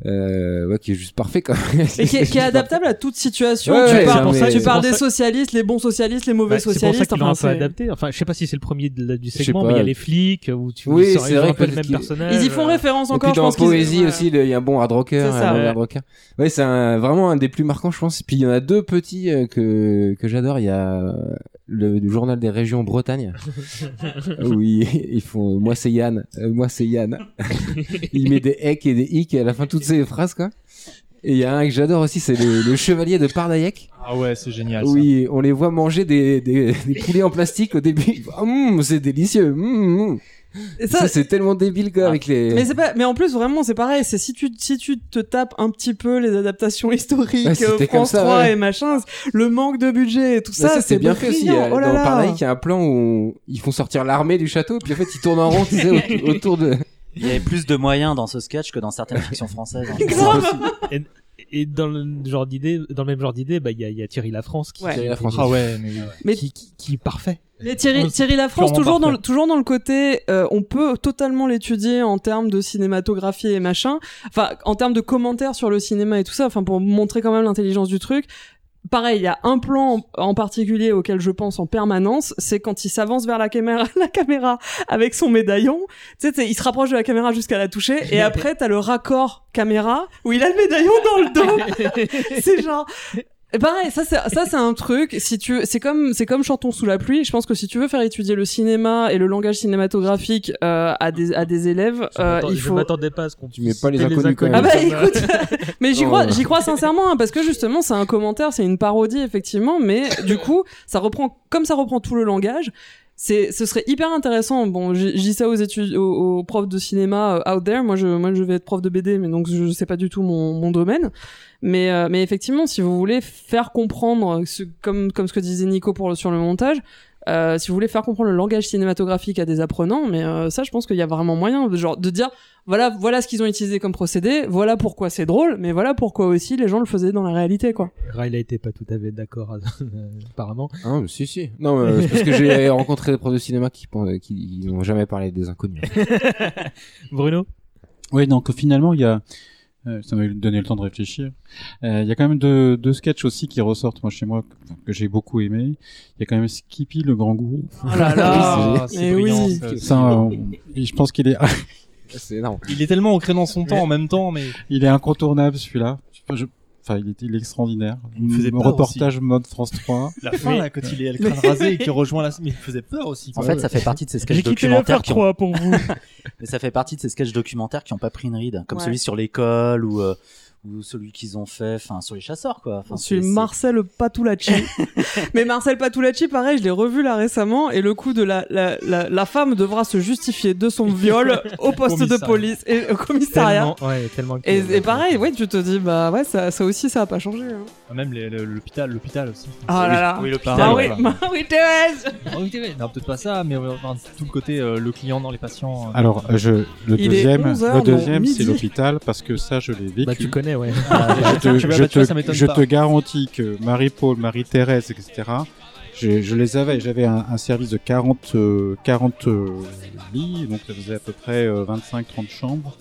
K: euh, ouais, qui est juste parfait quand même.
B: Et qui est,
K: [laughs]
B: qui est adaptable à toute situation.
K: Ouais,
B: tu
K: ouais,
B: parles,
K: c'est pour ça-
B: tu
K: c'est
B: parles
K: pour
B: des
K: ça-
B: socialistes, les bons socialistes, les mauvais
A: Bah, c'est pour
B: socialistes.
A: ça qu'ils l'ont un peu
B: enfin, c'est-
A: adapté. Enfin, je sais pas si c'est le premier de la- du
K: sais
A: segment,
K: pas.
A: mais il y a les flics euh, où tu
K: Oui,
A: ils sont-
K: c'est
A: ils ont
K: vrai,
A: un peu le
K: peut-être
A: même
K: qu'ils-
A: personnage. euh,
B: Ils y font référence
K: Et
B: encore,
K: puis
B: je
K: dans
B: pense. qu'ils-
K: Poésie
B: ouais.
K: aussi, le- il y a un bon hard rocker,
B: C'est ça.
K: un mauvais
B: Ouais.
K: hard rocker. Ouais, c'est un- vraiment un des plus marquants, je pense. Puis il y en a deux petits euh, que, que j'adore. Il y a euh, le, le journal des régions
C: [laughs]
K: Bretagne. où ils, ils font euh, Moi c'est Yann, euh, moi c'est
C: [laughs]
K: Yann. il met des hecs et des hic à la fin de toutes ces phrases, quoi. Et il y a un que j'adore aussi, c'est le, le chevalier de Pardaïek.
C: Ah ouais, c'est génial. ça.
K: Oui, on les voit manger des, des, des poulets en plastique au début. Ah, mm, c'est délicieux. mm, mm.
B: Et ça- ah.
K: Ça, c'est tellement débile quoi, avec les.
B: Mais c'est pas, mais en plus vraiment c'est pareil, c'est si tu si tu te tapes un petit peu les adaptations historiques
K: Ouais, c'était
B: euh,
K: comme
B: France
K: ça,
B: 3
K: ouais.
B: et machin, le manque de budget et tout
K: Mais
B: ça,
K: c'est bien fait aussi. Il y a-
B: brillant. Oh là
K: dans
B: là.
K: Pareil, il y a un plan où on- ils font sortir l'armée du château, puis en fait ils tournent en rond tu sais, [laughs] au- autour de.
J: Il y avait plus de moyens dans ce sketch que dans certaines fictions françaises. hein.
A: et, et dans le genre d'idée, dans le même genre d'idée, bah il y, a- il y a Thierry Lafrance qui
B: Ouais. Thierry
C: Lafrance. Ah ouais, mais-
B: Mais-
A: qui, qui- qui est parfait.
B: Mais Thierry,
A: Ouais,
B: Thierry Lafrance,
A: purement
B: toujours dans, le,
A: parfait.
B: toujours dans le côté, euh, on peut totalement l'étudier en termes de cinématographie et machin, enfin en termes de commentaires sur le cinéma et tout ça, enfin pour montrer quand même l'intelligence du truc. Pareil, il y a un plan en- en particulier auquel je pense en permanence, c'est quand il s'avance vers la caméra, [laughs] la caméra avec son médaillon. Tu sais, t'sais, il se rapproche de la caméra jusqu'à la toucher, et après t'as le raccord caméra où il a le médaillon dans le dos. [laughs] c'est genre, et Pareil, ça c'est ça c'est un truc. Si tu c'est comme c'est comme chantons sous la pluie. Je pense que si tu veux faire étudier le cinéma et le langage cinématographique euh, à des à des élèves,
A: Je
B: euh,
A: m'attends-
B: il
A: je
B: faut
A: m'attendais pas à ce qu'on
K: Tu mets pas les
A: citait
K: inconnus, quand
B: ah
K: même.
B: bah écoute, mais j'y
K: Non,
B: crois,
K: ouais.
B: j'y crois sincèrement hein, parce que justement c'est un commentaire, c'est une parodie effectivement, mais du coup ça reprend comme ça reprend tout le langage. C'est, ce serait hyper intéressant. Bon, j- je dis ça aux études, aux, aux profs de cinéma euh, out there. Moi, je, moi, je vais être prof de BD, mais donc je sais pas du tout mon, mon domaine. Mais, euh, mais effectivement, si vous voulez faire comprendre, ce, comme, comme ce que disait Nico pour le- sur le montage, euh, si vous voulez faire comprendre le langage cinématographique à des apprenants, mais euh, ça, je pense qu'il y a vraiment moyen, de- genre, de dire, voilà, voilà ce qu'ils ont utilisé comme procédé, voilà pourquoi c'est drôle, mais voilà pourquoi aussi les gens le faisaient dans la réalité, quoi.
A: Riley était pas tout à fait d'accord euh, [laughs] apparemment.
K: Ah, mais si, si. Non, mais c'est parce que j'ai rencontré des profs de cinéma qui pen- qui n'ont jamais parlé des inconnus.
A: Bruno
L: Oui, donc finalement, il y a. euh, Ça m'a donné le temps de réfléchir. Euh, Il y a quand même deux, deux sketchs aussi qui ressortent moi chez moi que, que j'ai beaucoup aimé. Il y a quand même Skippy le grand gourou.
B: Oh là là,
C: c'est
B: mais
C: brillant,
B: Eh oui.
C: ça.
L: Ça, euh, et je pense qu'il est. [laughs]
K: C'est énorme.
C: Il est tellement ancré dans son temps en même temps, mais
L: Il est incontournable celui-là. Je- je- Enfin, il est, il est extraordinaire.
C: Il me faisait peur
L: reportage mode France 3.
C: la fin
L: Oui.
C: là, quand il est le crâne rasé et qu'il rejoint la, mais il faisait peur aussi.
J: En
C: quoi.
J: fait, ça fait partie de ces sketchs documentaires qui ont- Mais ça fait partie de ces sketchs documentaires qui n'ont pas pris une ride, comme
B: Ouais.
J: celui sur l'école ou euh, ou celui qu'ils ont fait, enfin sur les chasseurs quoi. Enfin,
B: Sur Marcel
A: [laughs]
B: Patulacci. Mais Marcel Patulacci, pareil, je l'ai revu là récemment, et le coup de la, la, la, la femme devra se justifier de
A: [laughs]
B: son viol au poste de
A: Commissariat.
B: police et au commissariat.
A: Tellement- ouais, tellement que-
B: Et, et pareil, ouais, tu te dis, bah ouais, ça, ça aussi, ça a pas changé. hein.
C: Ah, Même les- le- l'hôpital, l'hôpital aussi.
B: Ah là là.
C: Oui, l'hôpital.
B: Ah oui,
C: voilà.
B: ah oui, Thérèse.
C: Ah oui, Thérèse. Non, peut-être pas ça, mais euh, enfin, tout le côté euh, le client dans les patients. euh.
L: Alors, euh, je, le
C: Il est
L: deuxième,
C: 11 heures,
L: le
C: non,
L: deuxième, c'est
C: midi.
L: l'hôpital parce que ça, je l'ai vécu.
A: Bah, tu connais,
B: [laughs]
A: ouais.
L: Ah, je te,
C: Tu vois,
L: je
C: bah, tu vois,
L: te-
C: ça m'étonne
L: je
C: pas.
L: te garantis que Marie-Paul, Marie-Thérèse, etc. Je, je les avais. J'avais un, un service de 40, euh, 40 euh, lits, donc ça faisait à peu près euh, 25-30 chambres,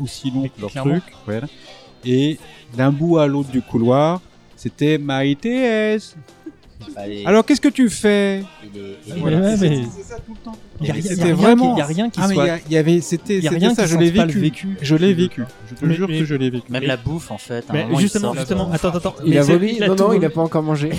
L: aussi long que leur
C: clairement.
L: truc. voilà. Et d'un bout à l'autre du couloir, c'était Marie-Thérèse. Alors qu'est-ce que tu fais Voilà.
C: Ouais,
L: C'est-
C: mais-
L: c'est ça tout le temps.
C: Y a rien- y a
L: C'était
C: rien
L: vraiment.
C: qui- y a rien qui
L: Ah, mais
C: soit-
L: y a- y avait, c'était,
C: y a
L: c'était
C: rien
L: ça.
C: qui
L: Je l'ai
C: sente pas le
L: vécu.
C: vécu.
L: Je l'ai
C: Mais-
L: vécu. Je te
C: mais-
L: jure
C: mais-
L: que je l'ai vécu.
J: Même la bouffe en fait. à un
A: Mais
J: moment, ils
A: justement,
J: sortent,
A: justement,
J: euh,
A: attends, attends, attends.
K: Il
A: Mais
K: a
A: c'est-
K: vomi
A: il a
K: Non,
A: tout
K: non, il
A: vomi.
K: a pas encore mangé.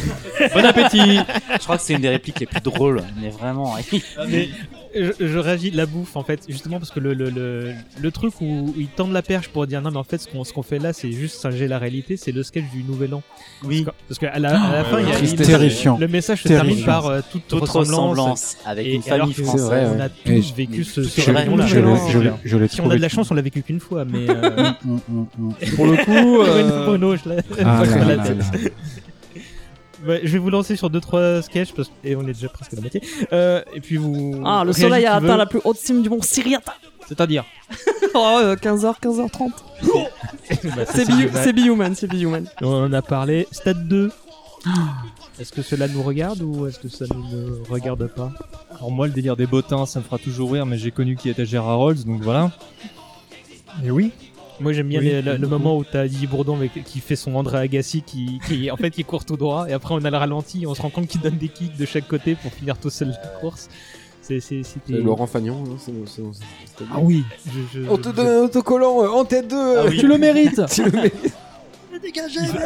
C: Bon appétit.
J: Je crois que c'est une des répliques les plus drôles, mais vraiment. hein,
C: Mais
A: je, je réagis de la bouffe en fait, justement parce que le, le, le, le truc où ils tendent la perche pour dire non mais en fait ce qu'on ce qu'on fait là c'est juste singer la réalité, c'est le sketch du Nouvel An.
J: Oui.
A: Parce qu'à la, à
B: Ah,
A: la
J: Oh,
A: fin il y a
J: ouais, ouais.
A: il-
J: Terrifiant.
A: le message se
J: Terrifiant.
A: termine par euh, toute,
J: Toute ressemblance avec
A: Et-
J: une
A: et alors
J: famille
A: que
J: française. C'est vrai,
A: On a
J: ouais.
A: tous
J: Et je-
A: vécu ce,
J: je-
A: ce
J: je l'ai-
A: réveillon-là.
J: je l'ai- je l'ai-
L: je l'ai
A: Si on a de la
L: trouvé.
A: chance, on l'a vécu qu'une fois, mais euh,
L: Hum, hum, hum, hum.
A: pour le [laughs] coup, euh, Bruno, je l'ai-
L: [laughs] Ah
A: je
L: là
A: l'ai
L: là
A: tête.
L: là là.
A: Ouais, je vais vous lancer sur deux trois sketchs parce que- et on est déjà presque à la moitié. Euh, et puis vous.
B: Ah, le
A: réagissez
B: soleil a
A: qui veut.
B: atteint la plus haute cime du mont Syriac.
A: C'est-à-dire.
B: [laughs] oh, 15h, 15h30.
A: Bah, ça,
B: c'est
A: du
B: Be-
A: mal.
B: c'est Be Human, c'est Be Human.
A: On en a parlé. Stade 2.
J: Ah.
A: Est-ce que cela nous regarde ou est-ce que ça nous ne regarde pas
C: Alors moi, le délire des bottins, ça me fera toujours rire, mais j'ai connu qui était Gérard Rolls, donc voilà. Et oui.
A: Moi j'aime bien
C: Oui,
A: les- le, le
C: beaucoup.
A: moment où t'as Didier Bourdon avec- qui fait son André Agassi qui, qui en fait qui court tout droit et après on a le ralenti et on se rend compte qu'il donne des kicks de chaque côté pour finir tout seul la course. C'est c'est- c'était-
K: C'est Laurent Fagnon, non C'est- c'est- c'est- c'est-
A: Ah oui. Je- je-
K: On te donne un autocollant euh, en tête de.
C: Ah oui. Tu le mérites.
K: Tu le mérites.
C: Je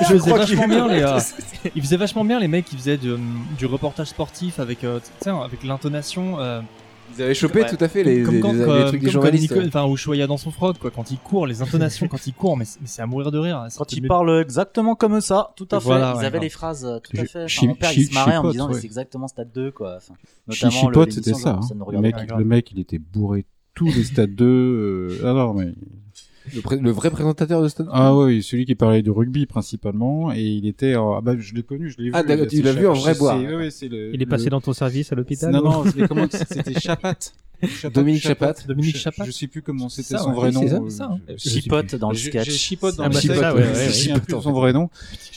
C: faisais
K: crois
C: vachement
K: qu'il-
C: bien les. euh, ils faisaient vachement bien les mecs qui faisaient du, euh, du reportage sportif avec, euh, tu sais, avec l'intonation. euh,
K: Ils avaient chopé tout à fait les-
C: Comme
K: les-
C: quand,
K: les- les
C: euh,
K: trucs des
C: comme quand
K: journalistes,
C: Nico-
K: ouais.
C: Enfin, Ushuaïa dans son froc, quoi. Quand il court, les intonations quand il court, mais c'est mais c'est à mourir de rire.
J: Quand ils parlent exactement comme ça, tout à fait.
C: Voilà,
J: ils
C: ouais,
J: avaient
C: ouais.
J: les phrases euh, tout à
C: Je-
J: fait. Enfin,
C: chi-
J: mon père,
C: chi-
J: il se marrait en me
C: chipote,
J: disant, mais
C: ouais.
J: c'est exactement Stade 2, quoi. Enfin,
L: Chi-
J: notamment le-
L: Chipote,
J: l'émission,
L: c'était ça.
J: genre,
L: hein.
J: ne
L: Le,
J: regarde
L: mec,
J: pas.
L: le mec, il était bourré tous les stades 2. euh, Alors, mais.
K: Le, pré- le vrai présentateur de Stade
L: Ah oui, celui qui parlait de rugby principalement, et il était. en- Ah bah, je l'ai connu, je l'ai vu.
K: Ah, d'accord, tu l'as
L: C'est
K: vu en
L: Chap-
K: vrai
L: c'est-
K: boire.
L: ouais, ouais, c'est le-
A: Il est passé
L: le-
A: dans ton service à l'hôpital
L: Non,
A: ou-
L: non, c'était
C: [laughs]
L: comment C'était Chapat. Chapat,
K: Dominique Chapat.
C: Dominique
L: Je-
C: Chapat.
L: Je sais plus comment
C: C'est
L: c'était
C: ça,
L: son
C: ouais.
L: vrai
C: Oui,
L: nom.
C: c'est ça,
L: euh,
C: c'est ça, hein.
L: je- je sais
J: Chipote
L: plus.
J: dans le
L: J'ai-
J: sketch.
L: J'ai chipote dans
J: Ah,
L: le
J: bah, c'est
L: sketch.
J: ça, ouais, ouais,
L: Je sais
J: ouais.
L: plus son vrai nom.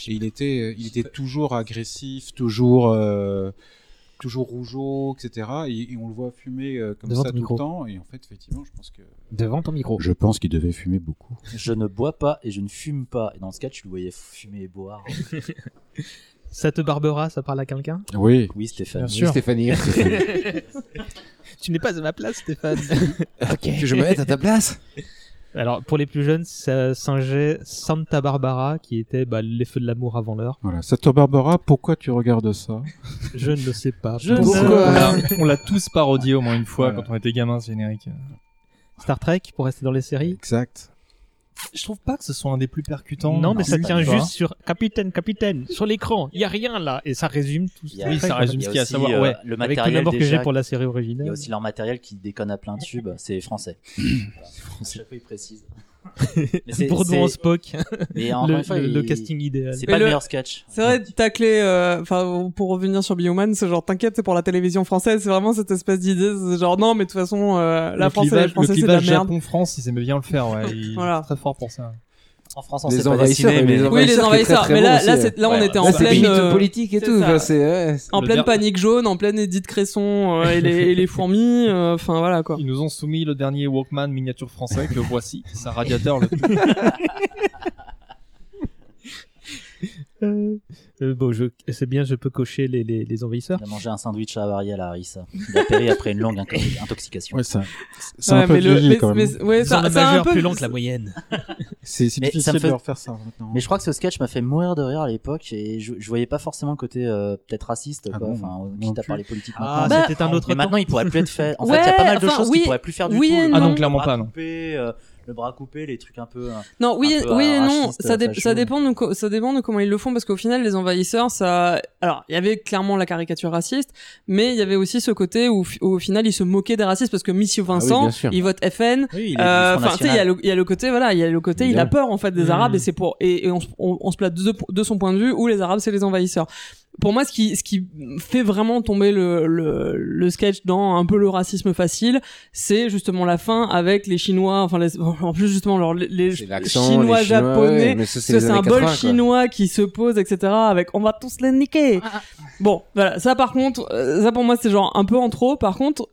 L: Et il était, euh, il était toujours agressif, toujours, euh, toujours rougeau, etc. Et, et on le voit fumer euh, comme
A: Devant
L: ça
A: ton
L: tout
A: micro.
L: le temps. Et en fait, effectivement, je pense que.
A: Devant ton micro.
L: Je pense qu'il devait fumer beaucoup.
J: Je ne bois pas et je ne fume pas. Et dans le sketch, tu le voyais fumer et boire.
A: Ça te barbera, ça parle à quelqu'un
L: Oui.
J: Oui, Stéphane.
A: Bien sûr.
K: Stéphanie.
A: tu n'es pas à ma place, Stéphane.
K: Ok. Que je me mette à ta place.
A: [laughs] Alors, pour les plus jeunes, ça singeait Santa Barbara, qui était bah, les feux de l'amour avant l'heure.
L: Voilà. Sato Barbara, pourquoi tu regardes ça
A: Je ne le sais pas.
C: Je ne
A: Pourquoi
C: sais [laughs] pas. On l'a- On l'a tous parodié au moins une fois
L: Voilà.
C: quand on était gamin, ce générique.
A: Star Trek, pour rester dans les séries
L: Exact.
C: Je trouve pas que ce soit un des plus percutants.
A: non, mais ça
C: Tu
A: tient
C: vois.
A: juste sur Capitaine, Capitaine, sur l'écran, il y a rien là, et ça résume tout.
J: Il y a-
A: Star
C: ça
A: Trek,
C: résume
A: en
J: il y
A: fait.
J: a
C: ce qu'il y a à
J: aussi,
C: savoir,
J: euh,
C: ouais.
J: le
A: Avec
J: matériel
A: tout l'amour que
J: déjà
A: j'ai pour la série
J: Il
A: originale.
J: y
A: [laughs]
J: a aussi leur matériel qui déconne à plein de tubes, c'est français. Voilà. À chaque fois, ils précisent. Mais c'est-
A: Bourdon en
J: c'est-
A: Spock.
J: Mais encore
A: Le-
J: une fois,
A: le- le
J: il-
A: casting idéal. Mais
J: C'est pas le
A: le-
J: meilleur sketch.
B: C'est vrai, tacler, euh, enfin, pour revenir sur Be Human, c'est genre, t'inquiète, c'est pour la télévision française, c'est vraiment cette espèce d'idée, c'est genre, non, mais de toute façon, euh, la
C: le
B: France,
C: clivage,
B: la française,
C: le
B: c'est de la
C: clivage
B: merde.
C: Japon-France, ils aimaient bien le faire, ouais. Ils
B: Voilà.
C: sont très forts pour ça.
J: En France, on
K: Les
J: sait pas
K: envahisseurs,
J: dessiner,
K: ouais,
J: mais
K: les
B: Oui, les
K: Envahisseur qui est très,
B: envahisseurs,
K: très
B: mais
K: bon
B: là,
K: aussi, hein.
B: là,
K: ouais.
B: c'est- là, on
J: Ouais,
B: était
J: ouais.
B: en
K: Là, c'est
B: pleine,
K: limite
B: euh,
K: politique et
B: c'est
K: tout.
B: ça.
K: enfin, c'est- ouais, c'est-
B: en
C: Le
B: pleine
C: der-
B: panique jaune, en pleine Edith Cresson, euh, et, les, et les fourmis, euh, enfin, voilà, quoi.
C: Ils nous ont soumis le dernier Walkman miniature français que voici, [laughs] c'est un radiateur. Le...
A: Euh, euh, bon, je- c'est bien, je peux cocher les, les, les envahisseurs.
J: Il a mangé un sandwich à Variel à Harissa. Il a péri après une longue inco- intoxication.
L: Ouais, ça. C'est un
B: Ouais,
L: peu
B: mais le-
L: vieilli
B: mais-
L: quand même.
B: mais- ouais,
A: Ils ont
B: ça,
A: un
B: ça a un
A: majeur
B: peu,
A: plus lent que la moyenne.
L: C'est c'est
J: Mais ça
L: difficile
J: me fait-
L: de refaire ça maintenant.
J: Mais je crois que ce sketch m'a fait mourir de rire à l'époque et je, je voyais pas forcément le côté euh, peut-être raciste,
L: Ah
J: quoi.
L: bon,
J: enfin,
L: non
J: quitte à
L: plus.
J: parler politique.
A: Ah,
J: maintenant.
B: Bah,
A: c'était un autre
J: mais
A: temps.
J: maintenant, il pourrait plus être fait. En
B: Ouais,
J: fait, il y a pas mal de
B: enfin,
J: choses
B: oui,
J: qui pourraient plus faire du
B: oui
J: tout.
B: et
J: Le
B: Ah non,
J: bras
C: clairement pas, non.
J: Coupé, euh, le bras coupé, les trucs un peu. hein.
B: Non, oui,
J: un peu
B: oui et non.
J: raciste,
B: Ça, dé-
J: facho.
B: ça dépend de co- ça dépend de comment ils le font parce qu'au final, les envahisseurs, ça. Alors, il y avait clairement la caricature raciste, mais il y avait aussi ce côté où, fi- où au final, ils se moquaient des racistes parce que
J: Ah
B: Monsieur
K: oui,
B: Vincent,
K: bien sûr.
B: il vote FN.
J: Oui, il est
B: euh,
J: du Front
B: Enfin, tu sais, il y a
J: National. Mmh.
B: le- il y, a le côté, voilà, il y a le côté, il a
K: Évidemment.
B: peur en fait des
A: Mm.
B: Arabes et c'est pour et, et on, se- on, on se place de, de son point de vue où les Arabes c'est les envahisseurs. Pour moi, ce qui ce qui fait vraiment tomber le le, le sketch dans un peu le racisme facile, c'est justement la fin avec les Chinois, enfin les, [laughs] en plus justement leur les, les
K: C'est l'accent, les
B: Chinois
K: ouais,
B: japonais
K: mais ça, c'est
B: ce
K: les années
B: symbole
K: 80, quoi.
B: chinois qui se pose, etc. Avec on va tous les niquer. Bon, voilà. Ça par contre, euh, ça pour moi c'est genre un peu en trop. Par contre,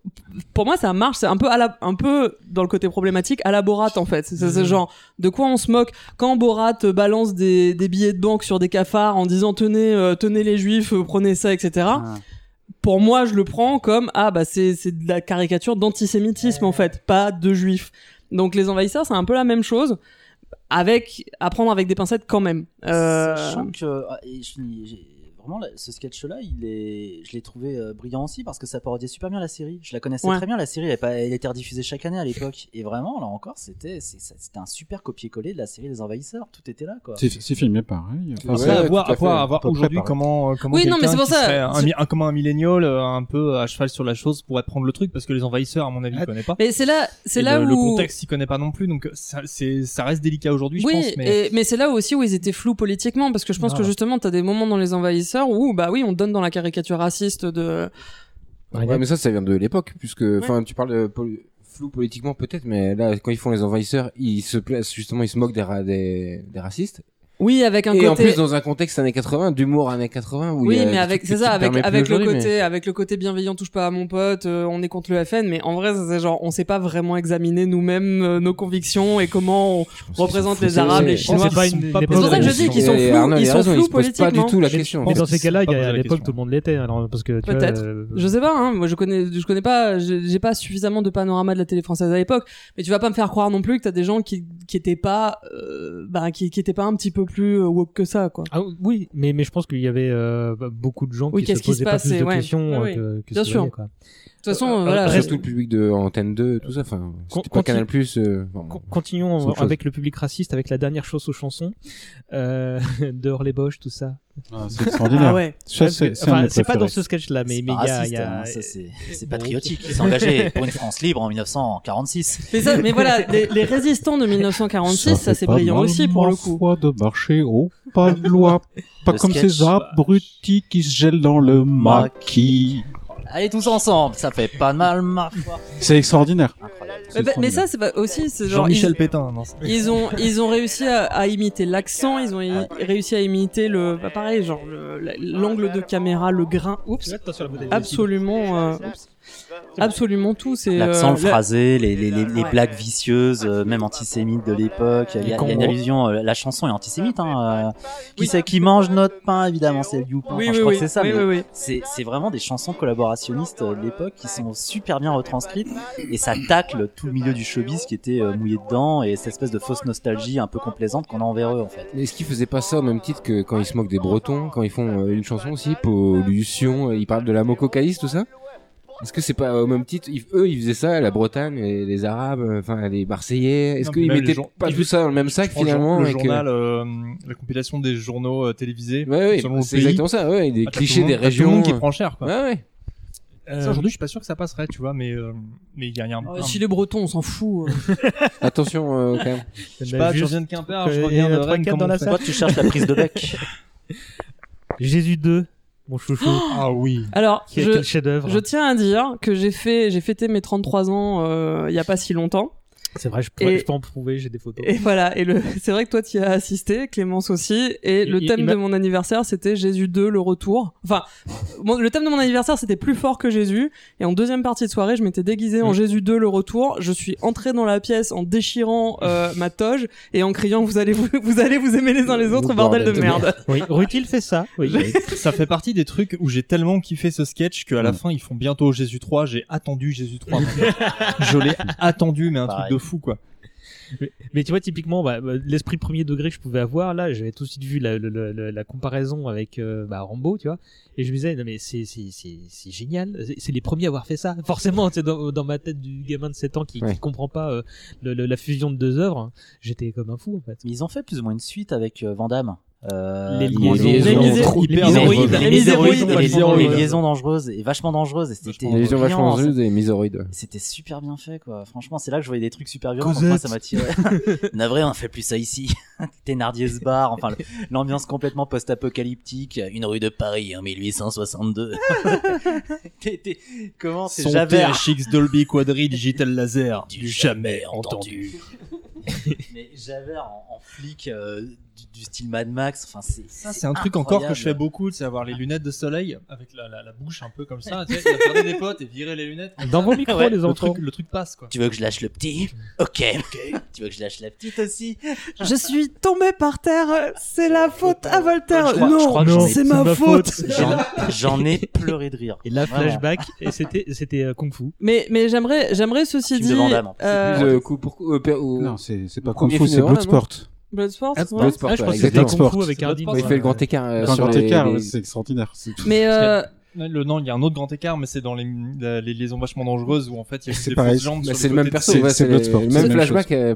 B: pour moi ça marche. C'est un peu à la, un peu dans le côté problématique à la Borat en fait. C'est
K: Mhm.
B: c'est genre de quoi on se moque quand Borat euh, balance des, des billets de banque sur des cafards en disant tenez euh, tenez les juifs, euh, prenez ça, etc.
L: Ah.
B: Pour moi, je le prends comme ah bah c'est c'est de la caricature d'antisémitisme en fait, pas de juifs. Donc les envahisseurs, c'est un peu la même chose avec à prendre avec des pincettes quand même. Euh,
J: Sachant que, ah, et je finis- j'ai- vraiment, là, ce sketch-là, il est, je l'ai trouvé euh, brillant aussi parce que ça parodiait super bien la série. Je la connaissais
B: Ouais.
J: très bien, la série. Elle, est pas- elle était rediffusée chaque année à l'époque. Et vraiment, là encore, c'était, c'est- ça- c'était un super copier-coller de la série Les Envahisseurs. Tout était là, quoi.
L: C'est c'est filmé hein, pareil.
J: Ah
C: Après, à voir, à voir- à voir aujourd'hui comment, euh, comment
J: Oui, non, mais
C: quelqu'un
J: c'est pour
C: qui
J: ça.
C: serait un,
J: C'est-
C: mi- un- comment un millénial euh, un peu à cheval sur la chose pourrait prendre le truc parce que les envahisseurs à mon avis ne connaît pas.
B: mais c'est là- c'est
C: Et
B: là
C: le,
B: où-
C: le contexte s'y connaît pas non plus donc ça, c'est- ça reste délicat aujourd'hui
B: oui,
C: je pense mais
B: et- c'est là aussi où ils étaient flous politiquement, parce que je pense
C: Ah.
B: que justement, t'as des moments dans Les Envahisseurs où, bah oui, on donne dans la caricature raciste de.
K: Ouais, mais ça, ça vient de l'époque, puisque, enfin, tu parles de pol- flou politiquement peut-être, mais là, quand ils font les envahisseurs, ils se placent justement, ils se moquent des, ra- des, des racistes.
B: Oui, avec un
K: et
B: côté.
K: en plus, dans un contexte années 80, d'humour années 80, où il
B: oui,
K: y a
B: mais
K: des
B: avec
K: trucs
B: c'est
K: qui
B: ça,
K: te
B: avec
K: permettent
B: avec le
K: aujourd'hui, mais-
B: côté, avec le côté bienveillant, touche pas à mon pote, euh, on est contre le FN, mais en vrai, ça, c'est genre, on sait pas vraiment examiner nous-mêmes euh, nos convictions et comment on représente les Arabes, les Chinois. C'est pour ça que je dis qu'ils sont
K: Et
B: flous,
K: Arnaud, il
B: ils
K: a
B: sont
K: raison,
B: flous
K: se posent pas du
B: politiquement.
K: tout la question.
A: Mais dans ces cas-là, il y a-
K: Pas
A: à
K: poser la
A: l'époque, tout le monde l'était. Alors, parce que tu vois,
B: Peut-être.
A: euh,
B: Je sais pas, hein. Moi, je connais, je connais pas, j'ai j'ai pas suffisamment de panorama de la télé française à l'époque. Mais tu vas pas me faire croire non plus que t'as des gens qui, qui étaient pas, euh, bah, qui, qui étaient pas un petit peu plus euh, woke que ça, quoi.
A: Ah oui, mais, mais je pense qu'il y avait euh, beaucoup de gens
B: Oui,
A: qui se
B: qu'est-ce qui se
A: posaient pas
B: passe,
A: plus de
B: ouais.
A: questions
B: Oui,
A: euh,
B: oui.
A: que, que
B: Bien
A: ce
B: sûr.
A: voyait, quoi.
B: De toute façon,
A: Euh,
B: voilà,
A: reste-
K: Surtout le public de Antenne 2, tout ça, enfin, c'était
A: Con-
K: pas
A: conti-
K: Canal Plus. euh,
A: Con- Continuons
K: c'est autre
A: avec le public raciste, avec la dernière chose aux chansons, euh, [laughs] dehors les boches, tout ça.
L: Ah, c'est extraordinaire. Ah ouais. Ça, c'est-
A: Parce que-
L: c'est un de
A: enfin,
L: mes
A: c'est pas
L: préférés.
A: dans ce sketch-là, mais
J: C'est
A: mais
J: pas
A: il y a-
J: raciste,
A: il y a.
J: hein, ça, c'est c'est
A: Bon.
J: patriotique.
A: [laughs]
J: Ils s'engageaient pour une France libre en 1946.
B: Mais, ça, mais voilà, les, les résistants de 1946, ça, c'est brillant aussi pour le coup.
L: de marcher au pas
B: [laughs]
L: de loi. Pas
J: Le
L: comme
J: sketch,
L: ces abrutis qui se gèlent dans le maquis.
J: Allez tous ensemble, ça fait pas de mal, Marc.
L: C'est extraordinaire.
B: Mais, bah- mais ça, c'est pas aussi, c'est genre.
C: Jean-Michel
B: ils-
C: Pétain non, c'est-
B: Ils ont, ils ont réussi à, à imiter l'accent, ils ont i- réussi à imiter le, bah, pareil, genre le- la- l'angle de caméra, le grain, oups, absolument, euh, oups. absolument tout, c'est
J: L'accent,
B: euh,
J: le
B: la-
J: phrasé, les, les, les, les blagues vicieuses, euh, même antisémites de l'époque. Il y, a- il y a une
B: combos.
J: allusion, euh, la chanson est antisémite. Hein, euh, qui c'est qui mange notre
E: euh,
J: pain Évidemment, c'est le Youpin.
B: Oui,
J: Enfin, je
B: oui,
J: crois
B: oui.
J: que c'est ça.
B: Oui,
J: mais
B: oui, oui.
J: C'est, c'est vraiment des chansons collaborationnistes euh, de l'époque qui sont super bien retranscrites et ça tacle tout le milieu du showbiz qui était euh, mouillé dedans et cette espèce de fausse nostalgie un peu complaisante qu'on a envers eux en fait.
K: Mais est-ce qu'ils faisaient pas ça au même titre que quand ils se moquent des Bretons, quand ils font euh, une chanson aussi, pollution, euh, ils parlent de la mococaïse, tout ça Est-ce que c'est pas au même titre Ils- Eux, ils faisaient ça, la Bretagne, les, les Arabes, euh, enfin les Marseillais. Est-ce
C: Non, mais
K: qu'ils
C: même les
K: mettaient
C: gens-
K: pas
C: ils-
K: tout ça dans le même sac
C: je prends le jour-
K: finalement
C: Le
K: avec, euh,
C: journal, euh, la compilation des journaux euh, télévisés.
K: Ouais, ouais,
C: selon le
K: c'est
C: pays.
K: exactement ça, ouais, des
C: Ah, t'as
K: clichés
C: tout le monde-
K: des
C: t'as Tout le
K: régions,
C: monde qui
K: euh.
C: prend cher, quoi.
K: Ouais, ouais.
C: Ça, aujourd'hui, je suis pas sûr que ça passerait, tu vois, mais euh, mais il y a, il y a un.
B: euh,
C: un-
B: si les Bretons, on s'en fout. euh.
J: [laughs]
K: Attention euh, quand même.
C: Je
A: Bah,
C: sais pas, Bah, tu reviens de Quimper, je reviens euh, de Rennes. comment on fait
A: Jésus 2, mon chouchou.
C: [laughs] Ah oui.
B: Alors,
A: Quel-
B: je,
A: quel
J: hein
A: chef-d'œuvre.
B: je tiens à dire que j'ai fait, j'ai fêté mes 33 ans euh, il y a pas si longtemps.
A: C'est vrai, je, pourrais-
B: Et-
A: je peux en prouver, j'ai des photos.
B: Et voilà, et le, [laughs] c'est vrai que toi tu y as assisté, Clémence aussi, et le
A: Il- il-
B: thème
A: il m'a-
B: de mon anniversaire c'était Jésus 2, le retour. Enfin, mon- le thème de mon anniversaire c'était plus fort que Jésus, et en deuxième partie de soirée je m'étais déguisé en Jésus 2, le retour, je suis entré dans la pièce en déchirant euh, ma toge et en criant vous allez vous, vous allez vous aimer les uns les autres, bordel, de merde.
A: Oui, Rutil fait ça. Oui.
C: ça fait partie des trucs où j'ai tellement kiffé ce sketch qu'à
K: Mm.
C: la fin ils font bientôt Jésus 3. J'ai attendu Jésus [laughs] 3. je l'ai attendu, mais un truc de fou quoi.
A: Mais, mais tu vois, typiquement, bah, bah, l'esprit premier degré que je pouvais avoir, là, j'avais tout de suite vu la, la- la- la- la comparaison avec euh, bah, Rambo, tu vois, et je me disais, non mais c'est, c'est, c'est, c'est génial, c'est, c'est les premiers à avoir fait ça. [laughs] Forcément, c'est dans, dans ma tête du gamin de 7 ans qui, qui
J: Ouais.
A: comprend pas euh, le- le- la fusion de deux œuvres, hein, j'étais comme un fou en fait.
J: Mais ils ont fait plus ou moins une suite avec euh, Van Damme. Euh,
A: Les liaisons. Les liaisons.
J: Trop-
A: Hyper
J: les
A: dangereuses.
J: Les
A: Les
J: miséroïdes.
A: miséroïdes.
J: Les liaisons- les
A: Miséroïdes.
J: liaisons dangereuses et vachement dangereuses. Et c'était
K: Les gens vachement
J: brillant,
K: dangereux
J: ça.
K: des misoroïdes.
J: C'était super bien fait, quoi. Franchement, c'est là que je voyais des trucs super violents. donc moi, ça m'a tiré.
C: [laughs]
J: Navré, on fait plus ça ici. [laughs] Thénardier se barre. Enfin, le- l'ambiance complètement post-apocalyptique. Une rue de Paris hein, en
C: [laughs]
J: 1862. T'es- t'es- Comment c'est
C: Son
J: Javert
C: THX Dolby Quadri Digital Laser du jamais entendu.
J: [laughs] Mais Javert en, en flic euh, du, du style Mad Max, enfin c'est
C: Ça, c'est un truc encore que je fais beaucoup, c'est avoir les lunettes de soleil avec la, la- la bouche un peu comme ça. Tu sais, regarder des potes et virer les lunettes. comme ça. Ouais, le truc- Le truc passe quoi.
J: Tu veux que je lâche le petit Ok. tu veux que je lâche la petite aussi
B: [laughs] Je suis tombé par terre, c'est la faute à Voltaire.
J: Je crois- je
B: non,
J: crois que j'en ai-
B: c'est ma, faute.
J: J'en- J'en
C: [laughs]
J: ai pleuré de rire.
A: Et là,
J: Vraiment.
A: flashback, et c'était, c'était euh, Kung Fu.
B: Mais, mais j'aimerais, j'aimerais ceci
K: Film
B: dit.
K: de Van Damme, en plus.
B: euh,
C: Ah,
K: C'est plus, euh, coup pour- euh, per- ou-
L: Non, c'est c'est pas
K: Premier
L: Kung
K: film
L: Fu, c'est
K: de Van Damme,
L: Bloodsport.
B: Bloodsport,
K: Ah,
B: ouais.
K: Bloodsport,
B: Ah, je
K: ouais,
B: pensais que
K: exactement.
B: c'était Kung Fu avec Hardin.
A: hein.
K: Ouais, Il fait le grand écart. euh,
C: Le
K: sur
C: grand
K: les-
C: écart,
K: les-
C: ouais, c'est extraordinaire, c'est tout.
B: Mais,
C: Parce qu'il y a-
B: euh,
C: Le, non, il y a un autre grand écart, mais c'est dans les, la- les liaisons vachement dangereuses où en fait il y a juste
K: C'est
C: des
K: pareil,
C: fausses jambes.
K: bah,
C: sur
K: c'est le
C: côté
K: même
C: de-
K: perso, ouais, c'est le- le même
C: c'est la
K: flashback,
C: chose.
K: euh,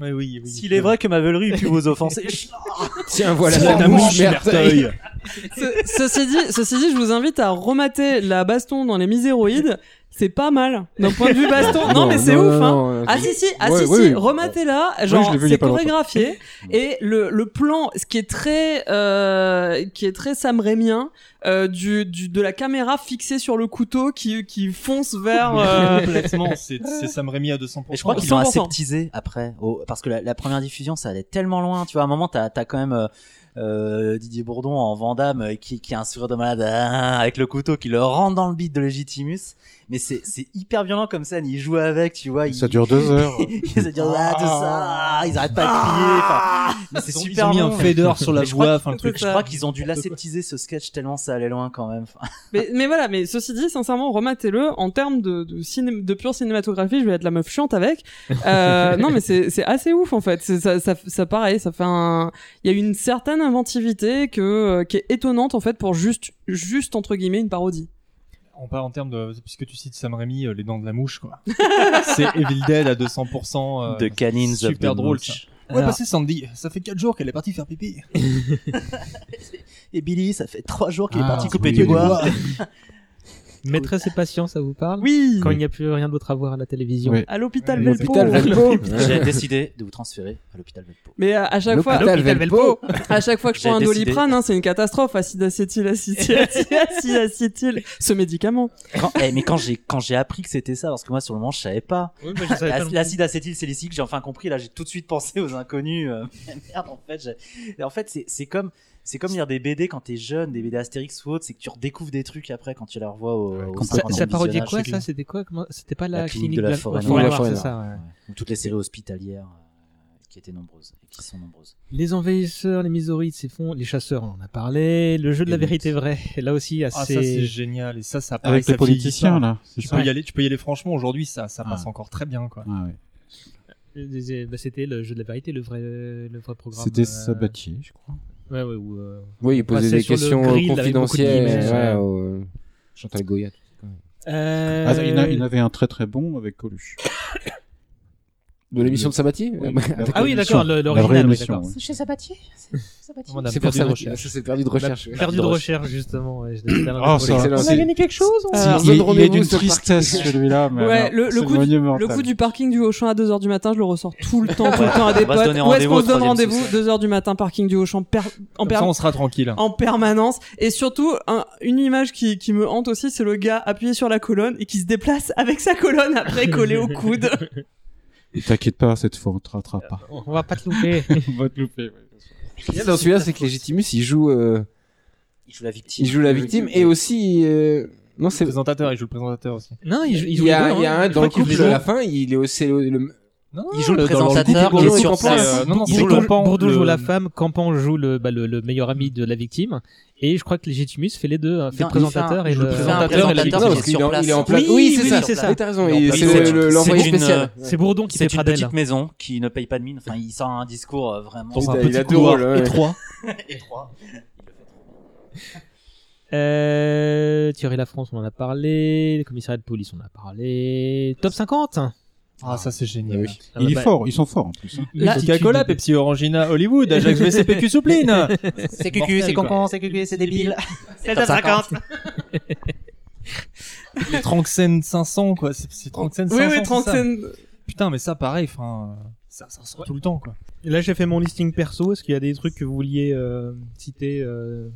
C: Ouais, oui, oui.
J: S'il est vrai que ma veulerie eût pu vous offenser. [laughs]
K: Tiens, voilà
J: Tiens,
K: la
J: ta
K: mouche,
J: mouche,
K: merteuil. [laughs]
J: merteuil.
B: Ce- ceci, dit, ceci dit, je vous invite à remater la baston dans les Miséroïdes. C'est pas mal. D'un point de vue baston. Non,
K: Non,
B: mais c'est
K: non,
B: ouf,
K: non,
B: hein.
K: non,
B: ah
K: non.
B: si, si, ah
K: Ouais,
B: si,
K: oui,
B: si.
K: oui.
B: Rematez-la.
K: Oui,
B: Genre,
K: je l'ai vu il y a
B: c'est
K: pas longtemps. [laughs]
B: chorégraphié. Et le, le plan, ce qui est très, euh, qui est très Sam Raimien, euh, du, du, de la caméra fixée sur le couteau qui, qui fonce
K: [laughs]
B: vers, euh,
C: Complètement, c'est c'est Sam Raimi à 200%.
J: Et je crois qu'ils l'ont aseptisé après, au- parce que la, la première diffusion, ça allait tellement loin. Tu vois, à un moment, t'as as quand même euh, euh, Didier Bourdon en Vandame euh, qui, qui a un sourire de malade ah, avec le couteau qui le rentre dans le beat de Legitimus. Mais c'est c'est hyper violent comme scène. Ils jouent avec, tu vois.
L: Ça
J: ils-
L: dure
J: [laughs]
L: deux heures.
J: ils adorent, ah, tout ça, ah, ils arrêtent pas de crier. enfin, mais c'est
C: Ils ont- ils
J: super
C: ont mis un
J: long.
C: fader sur la
J: Mais je crois
C: voix,
J: que-
C: enfin, le truc.
J: Je crois qu'ils ont dû l'aseptiser ce sketch tellement ça allait loin quand même. Enfin,
B: mais, mais voilà, mais ceci dit, sincèrement, rematez-le. En termes de, de, ciné- de pure cinématographie, je vais être la meuf chiante avec. Euh, non, mais c'est c'est assez ouf en fait. C'est- Ça, ça, ça, pareil, ça fait un. Il y a une certaine inventivité que, euh, qui est étonnante en fait pour juste, juste entre guillemets, une parodie.
C: En, par- en termes de. Puisque tu cites Sam Raimi, euh, les dents de la mouche, quoi. [laughs] c'est Evil Dead à 200%. euh,
J: [laughs] The Canines of
C: Super
J: the
C: drôle, ça.
J: Mouch.
C: Ouais,
J: Alors-
C: bah c'est Sandy. Ça fait 4 jours qu'elle est partie faire pipi.
J: Et Billy, ça fait trois jours qu'il est
A: Ah,
J: parti
A: oui,
J: couper
A: oui,
J: du
A: oui.
J: bois.
A: Maîtresse et patience, ça vous parle
B: Oui.
A: Quand il n'y a plus rien d'autre à voir à la télévision.
K: Oui.
B: À l'hôpital
A: Ouais,
B: Velpo.
A: l'hôpital
K: [laughs]
A: Velpo.
J: [laughs] J'ai décidé de vous transférer à l'hôpital Velpo.
B: Mais à, à chaque fois,
A: L'hôpital L'hôpital Velpo.
B: à chaque fois que je prends un
J: J'ai décidé.
B: doliprane, hein, c'est une catastrophe. Acide acétyl, acide acétyl, acide acétyl. Ce médicament.
J: Quand- eh, mais quand j'ai quand j'ai appris que c'était ça, parce que moi sur le moment je savais pas.
A: Oui, mais je savais pas
J: L'ac-
A: non plus.
J: L'acide acétylsélicique, j'ai enfin compris. Là, j'ai tout de suite pensé aux inconnus. euh, [laughs] merde, en fait, j'ai- en fait, c'est- c'est comme c'est comme lire des BD quand t'es jeune, des BD Astérix ou autre, c'est que tu redécouvres des trucs après quand tu les revois au. au
A: Ça,
J: 50 ans
A: ça
J: de
A: parodiait
J: visionnage.
A: quoi ça C'était quoi comment- C'était pas la,
J: La clinique de la forêt
A: forêt
J: noire.
A: noire, c'est ça. ouais.
J: Ou Toutes les séries hospitalières euh, qui étaient nombreuses et qui sont nombreuses.
A: Les envahisseurs, les misourides, c'est fond. Les chasseurs, on en a parlé. Le jeu de la vérité vraie, là aussi assez.
C: Ah, ça c'est génial. Et ça, ça paraît
L: Avec
C: que
L: les
C: Ah, ça vieillit
L: politiciens,
C: pas.
L: là, c'est
C: Tu
L: ça.
C: peux, y aller, tu peux y aller franchement. Aujourd'hui, ça, ça passe
L: Ah.
C: encore très bien, quoi.
L: Ah, ouais.
A: Euh, bah, C'était le jeu de la vérité, le vrai, le vrai programme.
L: C'était
A: euh,
L: Sabatier, je crois.
A: Ouais, ouais, où, euh,
K: Oui,
A: on
K: il posait
A: passait
K: des
A: sur le
K: questions
A: grill avec beaucoup de
K: confidentielles.
A: guillemets,
K: ouais,
A: euh,
K: au, euh, Chantal Goya.
A: Euh,
L: Ah, il, y en a- il y en avait un très très bon avec Coluche.
K: De l'émission de Sabatier
L: Oui.
A: Ah oui,
L: l'émission.
A: d'accord, le-
L: La
A: l'original,
L: vraie
A: oui,
L: émission,
A: d'accord.
L: oui.
H: Chez Sabatier Sabatier
A: on a perdu
K: C'est pour ça
A: de
K: que-
A: recherche.
K: ça, c'est perdu de
A: On a
K: recherche.
A: Perdu de recherche, justement.
L: [coughs]
A: ouais, je-
L: Oh, ça-
A: Excellent.
L: On a gagné
B: quelque chose
L: on- Alors, Il- il est rendez-vous d'une sur le parking. tristesse, celui-là, mais
B: Ouais,
L: alors,
B: le, le
L: c'est
B: coup du,
L: monumental.
B: le coup du parking du Auchan à 2h du matin, je le ressors tout le temps, tout le
J: Ouais,
B: temps à
J: on
B: des
J: va se
B: potes.
J: donner
B: Où est-ce
J: rendez-vous
B: qu'on
J: au
B: se donne
J: troisième
B: rendez-vous
J: sous-sol.
B: 2h du matin, parking du Auchan per- en,
C: Comme ça,
B: perma-
C: on sera tranquille.
B: en permanence. Et surtout, un- une image qui, qui me hante aussi, c'est le gars appuyé sur la colonne et qui se déplace avec sa colonne après collée au
C: [laughs]
B: coude.
L: Et T'inquiète pas, cette fois on te
B: [laughs]
L: rattrape pas.
A: On va pas te louper.
L: on va te louper.
K: Ce qu'il y a dans celui-là, c'est que Legitimus, il joue, euh,
J: Il joue la victime.
K: il joue la victime et aussi. euh, Non, c'est.
C: Le présentateur, il joue le présentateur aussi.
A: [laughs] Non, il joue, il
K: Il
A: joue
K: y
A: les
K: a,
A: deux,
K: il y a
A: hein.
K: un
A: Je
K: dans
A: crois
K: le
A: qu'il
K: couple
A: joue
K: à
A: les
K: la
A: deux.
K: fin, il est aussi le, le-
J: Il joue
A: Dans-
J: le
A: dans
J: présentateur
A: couple,
J: qui
A: Bourdon
J: est sur
A: Campan.
K: Euh,
J: scène.
C: Non, non,
A: Il
C: c'est
A: joue le-
C: Campan,
A: Bourdon
C: le-
A: joue la femme, Campan joue le, bah, le, le meilleur ami de la victime. Et je crois que Legitimus fait les deux, hein, fait
J: Non,
A: le présentateur
J: il
A: et
J: fait un-
A: le
J: il fait un
A: présentateur et la
J: présentateur
A: victime.
J: qui
K: Non,
J: est
K: parce qu'il
J: sur
K: est en-
J: place.
K: il est en plein-
A: Oui,
K: oui,
A: oui,
K: c'est ça.
A: c'est ça.
B: Ah
K: Oui, t'as raison,
J: Il est en
K: il-
J: plein-
K: c'est
J: c'est
K: le-
J: une-
K: le- l'envoyé
J: c'est une,
K: spécial.
J: euh,
A: C'est Bourdon qui fait
J: C'est une
A: Pradel.
J: petite maison qui ne paye pas de mine. Enfin, il sort un discours euh, vraiment.
C: Dans un
K: Il a- il
C: petit
K: a deux
C: couloir
K: rôles, ouais.
C: étroit.
J: étroit.
A: Euh, Thierry La France, on en a parlé. Le commissariat de police, on en a parlé. Top 50
C: Ah, ça c'est génial.
K: oui.
A: Ah,
L: Il
A: bah,
L: est fort, ils sont forts
B: [laughs]
L: en plus. hein.
A: Là-
C: Coca-Cola, Pepsi Orangina, Hollywood, Ajax VCPQ Soupline.
J: C'est
C: cucu, c'est Mortel,
J: c'est cucu, c'est débile. C'est
A: top 50.
C: Les Tranxen 500, quoi. C'est- C'est Tranxen 500.
B: oui, oui,
C: c'est ça.
B: trentaine.
C: Putain, mais ça, pareil, enfin, euh, ça, ça ressort tout le temps, quoi.
A: Et Là, j'ai fait mon listing perso. Est-ce qu'il y a des trucs que vous vouliez euh, citer euh,